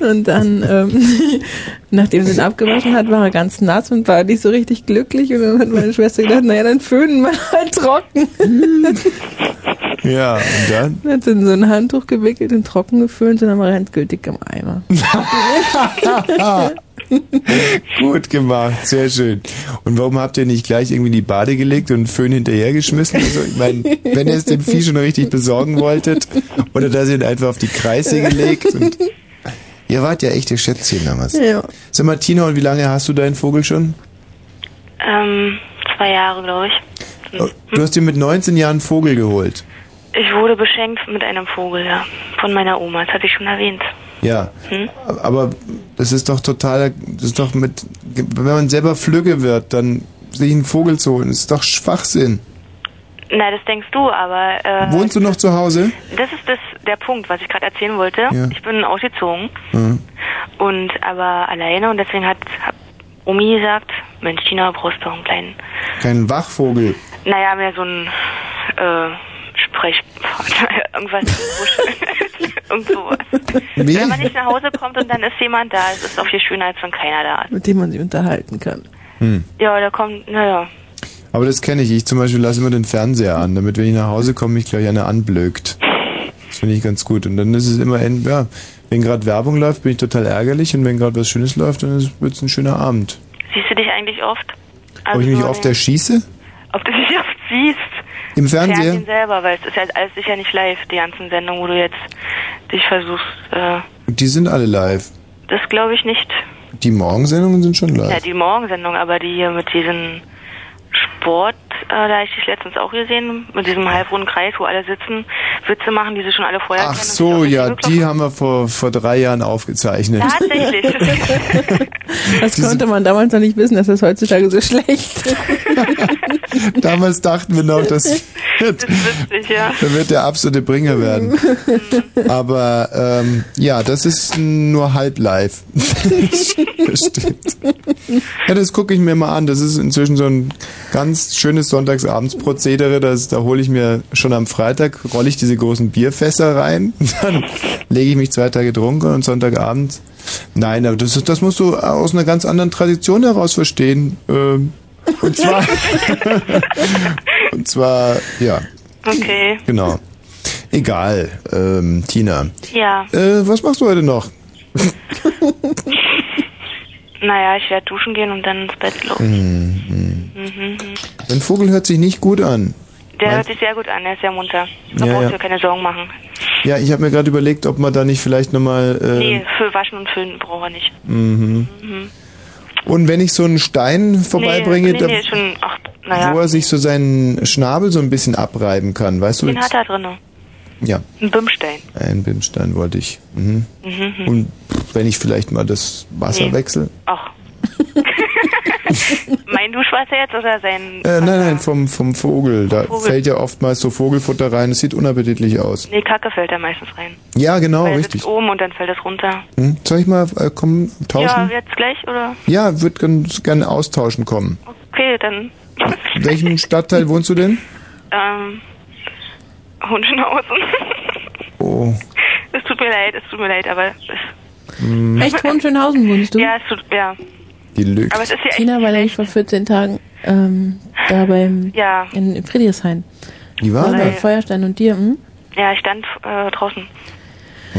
und dann, ähm, [laughs] nachdem sie ihn abgewaschen hat, war er ganz nass und war nicht so richtig glücklich. Und dann hat meine Schwester gedacht, naja, dann föhnen wir halt trocken. [laughs] ja, und dann? Dann hat sie in so ein Handtuch gewickelt und trocken geföhnt und dann war er endgültig im [laughs] Eimer. Gut gemacht, sehr schön. Und warum habt ihr nicht gleich irgendwie in die Bade gelegt und Föhn hinterhergeschmissen? Also, ich meine, wenn ihr es dem Vieh schon richtig besorgen wolltet, oder dass ihr ihn einfach auf die Kreissäge legt und ihr wart ja echte Schätzchen damals. Ja. Sag mal, Tina, und wie lange hast du deinen Vogel schon? Ähm, zwei Jahre, glaube ich. Oh, Du hast dir mit 19 Jahren einen Vogel geholt. Ich wurde beschenkt mit einem Vogel, ja. Von meiner Oma, das hatte ich schon erwähnt. Ja. Hm? Aber das ist doch total, das ist doch mit, wenn man selber Flügge wird, dann sich einen Vogel zu holen, das ist doch Schwachsinn. Na, das denkst du, aber äh, Wohnst du noch zu Hause? das ist das, der Punkt, was ich gerade erzählen wollte. Ja. Ich bin ausgezogen Mhm. und aber alleine und deswegen hat hat Omi gesagt, Mensch, Tina, brauchst du einen kleinen, Kein Wachvogel. naja, mehr so ein äh, Sprech... [laughs] irgendwas im Busch. Irgend sowas. Wie? Wenn man nicht nach Hause kommt und dann ist jemand da, es ist auch viel schöner, als wenn keiner da ist. mit dem man sich unterhalten kann. Hm. Ja, da kommt, naja. Aber das kenne ich. Ich zum Beispiel lasse immer den Fernseher an, damit wenn ich nach Hause komme, mich gleich einer anblökt. Das finde ich ganz gut. Und dann ist es immer, end- ja, wenn gerade Werbung läuft, bin ich total ärgerlich und wenn gerade was Schönes läuft, dann wird es ein schöner Abend. Siehst du dich eigentlich oft? Ob ich mich nur- oft erschieße? Ob du dich oft siehst? Im Fernseher? Fernsehen selber, weil es ist ja alles sicher nicht live, die ganzen Sendungen, wo du jetzt dich versuchst. Äh, Die sind alle live. das glaube ich nicht. Die Morgensendungen sind schon Ja, live. die Morgensendung, aber die hier mit diesem Sport, äh, da habe ich dich letztens auch gesehen, mit diesem halbrunden Kreis, wo alle sitzen, Witze machen, die sie schon alle vorher Ach so, ja, die haben wir vor, vor drei Jahren aufgezeichnet. [laughs] Tatsächlich. Das konnte man damals noch nicht wissen, dass das heutzutage so schlecht ist. Damals dachten wir noch, das wird, witzig, ja. da wird der absolute [laughs] Bringer werden. Aber ähm, ja, das ist nur halb live. Das stimmt. Ja, das gucke ich mir mal an. Das ist inzwischen so ein ganz schönes Sonntagsabendsprozedere. Das, da hole ich mir schon am Freitag, rolle ich diese großen Bierfässer rein. [laughs] Dann lege ich mich zwei Tage trunken und Sonntagabend. Nein, aber das, ist, das musst du aus einer ganz anderen Tradition heraus verstehen. Ähm, und zwar, [laughs] und zwar, ja, Okay. genau. Egal, ähm, Tina. Ja. Äh, was machst du heute noch? [laughs] Naja, ich werde duschen gehen und dann ins Bett laufen. Mhm. Mhm. Dein Vogel hört sich nicht gut an. Der hört sich sehr gut an, der ist sehr munter. Da Ja, brauchst ja. du dir keine Sorgen machen. Ja, ich habe mir gerade überlegt, ob man da nicht vielleicht nochmal... Äh, nee, für Waschen und Füllen braucht er nicht. mhm. Mhm. Und wenn ich so einen Stein vorbeibringe, nee, nee, da- nee, schon, ach, naja. wo er sich so seinen Schnabel so ein bisschen abreiben kann, weißt du? Den hat er drinne. Ja, Ein Bimstein. einen Bimstein wollte ich. Mhm. Mhm, mhm. Und wenn ich vielleicht mal das Wasser Nee. wechsle? [laughs] Ach. mein Duschwasser jetzt oder sein. Äh, nein, nein, vom, vom Vogel. Da Vogel. fällt ja oftmals so Vogelfutter rein. Es sieht unappetitlich aus. Nee, Kacke fällt da meistens rein. Ja, genau, Weil er richtig. sitzt oben und dann fällt es runter. Hm? Soll ich mal äh, kommen, Ja, tauschen? jetzt gleich oder? Ja, würde ganz gerne austauschen kommen. Okay, dann. [laughs] In welchem Stadtteil wohnst du denn? Ähm. Hundschnauzen. Oh. [laughs] es tut mir leid, es tut mir leid, aber. Es, Mhm. Hm, Echt Hohenschönhausen wohnst du? Ja, es tut. Ja. die lügt. Aber es ist ja echt Tina war nämlich vor 14 Tagen ähm, da beim Ja. in Friedrichshain. Die war Bei da. Feuerstein und dir. Hm? Ja, ich stand äh, draußen. Oh.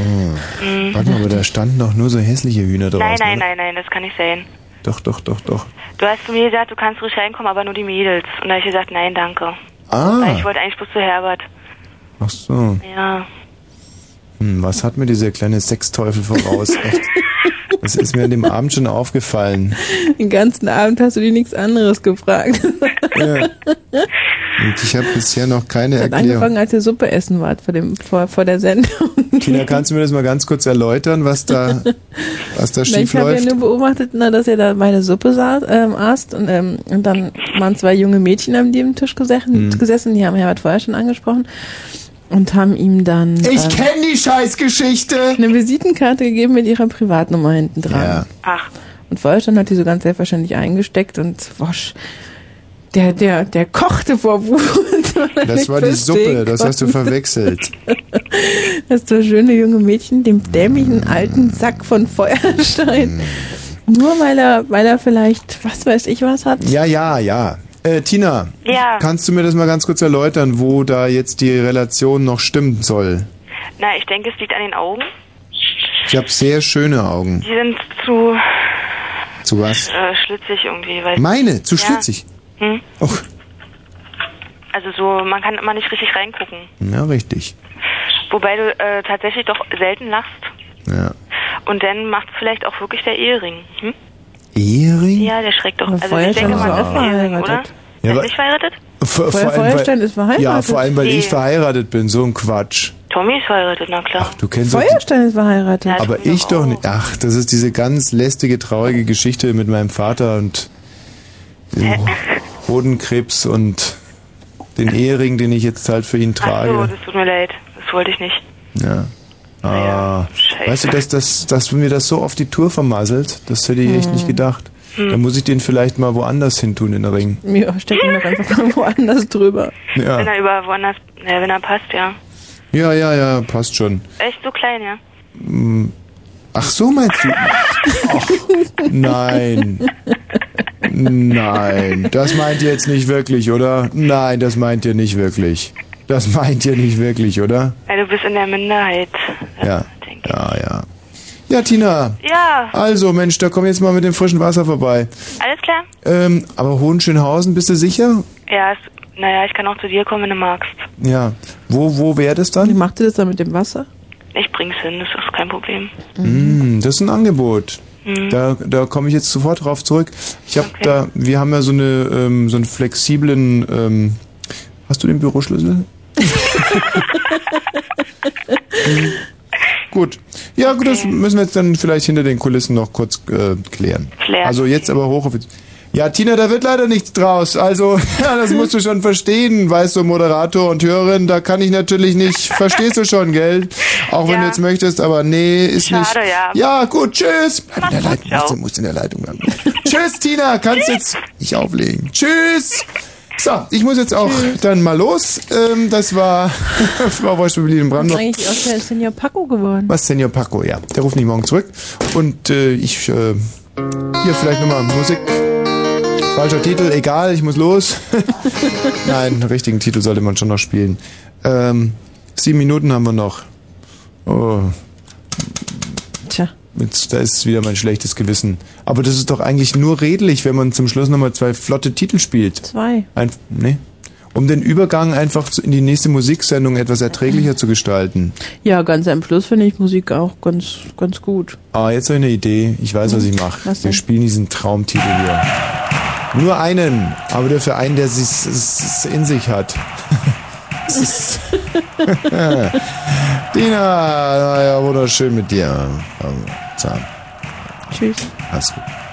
Mhm. Warte mal, aber da standen doch nur so hässliche Hühner drauf. nein, nein, oder? nein, nein, das kann nicht sein. Doch, doch, doch, doch. Du hast zu mir gesagt, du kannst ruhig reinkommen, aber nur die Mädels. Und da habe ich gesagt, nein, danke. Weil ich Ah, wollte eigentlich bloß zu Herbert. ach so. Ja. Hm, was hat mir dieser kleine Sexteufel voraus? [laughs] Echt? Das ist mir an dem Abend schon aufgefallen. Den ganzen Abend hast du dich nichts anderes gefragt. Ja. Und ich habe bisher noch keine Hat Erklärung. angefangen, als ihr Suppe essen wart vor, dem, vor, vor der Sendung. Tina, kannst du mir das mal ganz kurz erläutern, was da, was da Na, schief ich habe ja läuft? nur beobachtet, na, dass ihr da meine Suppe saß, ähm, aßt und, ähm, und dann waren zwei junge Mädchen am dem Tisch gesessen, Mhm. gesessen, die haben Herbert vorher schon angesprochen und haben ihm dann Ich ähm, kenn die Scheißgeschichte! eine Visitenkarte gegeben mit ihrer Privatnummer hinten dran. Ach. Und Feuerstein hat die so ganz selbstverständlich eingesteckt und wasch, der, der, der kochte vor Wut. [laughs] weil er Das nicht war die verstehen Suppe, das hast du konnte. verwechselt. Das so schöne junge Mädchen, dem Mhm. dämlichen alten Sack von Feuerstein. Nur weil er, weil er vielleicht, was weiß ich was hat. Ja, ja, ja. Äh, Tina, Ja. kannst du mir das mal ganz kurz erläutern, wo da jetzt die Relation noch stimmen soll? Na, ich denke, es liegt an den Augen. Ich habe sehr schöne Augen. Die sind zu Zu was? äh, schlitzig irgendwie. Weil Meine, zu Ja. schlitzig. Hm? Oh. Also so, man kann immer nicht richtig reingucken. Ja, richtig. Wobei du äh, tatsächlich doch selten lachst. Ja. Und dann macht vielleicht auch wirklich der Ehering. Hm? Ehering? Ja, der schreckt doch. Also vorher ich denke schon mal, so das ist ein Ehering, oder? verheiratet. Ja, Ja, aber- nicht verheiratet? Vor, Feuer- Feuerstein ist verheiratet. Ja, vor allem, weil Nee. ich verheiratet bin. So ein Quatsch. Tommy ist verheiratet, na klar. Du kennst doch die, Feuerstein ist verheiratet. Aber ich Oh. doch nicht. Ach, das ist diese ganz lästige, traurige Geschichte mit meinem Vater und Äh. dem Hodenkrebs und den Ehering, den ich jetzt halt für ihn Oh, trage. das tut mir leid. Das wollte ich nicht. Ja. Ah, weißt du, dass, dass, dass mir das so auf die Tour vermasselt, das hätte ich echt Hm. nicht gedacht. Hm. Da muss ich den vielleicht mal woanders hin tun, den Ring. Ja, stecken wir doch einfach mal [laughs] woanders drüber. Wenn Ja, er über woanders, naja, wenn er passt, ja. ja, ja, ja passt schon. Echt so klein, ja. Hm. Ach so, meinst du? Ach, nein. Nein, das meint ihr jetzt nicht wirklich, oder? Nein, das meint ihr nicht wirklich. Das meint ihr nicht wirklich, oder? Ja, du bist in der Minderheit. Ja. Ja, ja. Ja, Tina. Ja, Also, Mensch, da komm jetzt mal mit dem frischen Wasser vorbei. alles klar? Ähm, aber Hohenschönhausen, bist du sicher? Ja, es, naja, ich kann auch zu dir kommen, wenn du magst. Ja. Wo, wo wäre das dann? Wie macht ihr das dann mit dem Wasser? Ich bring's hin, das ist kein Problem. Mm, das ist ein Angebot. Mhm. Da, da komme ich jetzt sofort drauf zurück. Ich habe da, wir haben ja so eine ähm, so einen flexiblen. Ähm, hast du den Büroschlüssel? Mhm. gut. Ja, gut, das müssen wir jetzt dann vielleicht hinter den Kulissen noch kurz äh, klären. Klären. Also jetzt aber hochoffiziell. Ja, Tina, da wird leider nichts draus. Also, [laughs] ja, das musst du schon verstehen, weißt du, Moderator und Hörerin, da kann ich natürlich nicht. Verstehst du schon, gell? Auch wenn du jetzt möchtest, aber nee, ist Schade, nicht. ja. Ja, gut, tschüss. Bleib in der Leitung. Musst du musst in der Leitung bleiben. tschüss, Tina, kannst jetzt nicht auflegen. Tschüss. So, ich muss jetzt auch dann mal los. Ähm, das war [laughs] Frau Wolfsbiblin in Ist Brandenburg. eigentlich aus der Senior Paco geworden. Was Senior Paco, ja. Der ruft mich morgen zurück. Und äh, ich, äh, hier vielleicht nochmal Musik. Falscher Titel, egal, ich muss los. Nein, den richtigen Titel sollte man schon noch spielen. Ähm, sieben Minuten haben wir noch. Oh. Tja. Jetzt, da ist wieder mein schlechtes Gewissen. Aber das ist doch eigentlich nur redlich, wenn man zum Schluss nochmal zwei flotte Titel spielt. Zwei. Ein, nee. Um den Übergang einfach zu, in die nächste Musiksendung etwas erträglicher zu gestalten. Ja, ganz am Schluss finde ich Musik auch ganz, ganz gut. Ah, jetzt habe ich eine Idee. Ich weiß, was ich mache. Mhm. Was Wir denn? spielen diesen Traumtitel hier. Nur einen, aber dafür einen, der es- es es in sich hat. [laughs] Es ist- Dina, na ja, wunderschön mit dir. Also, so. Tschüss. Alles gut.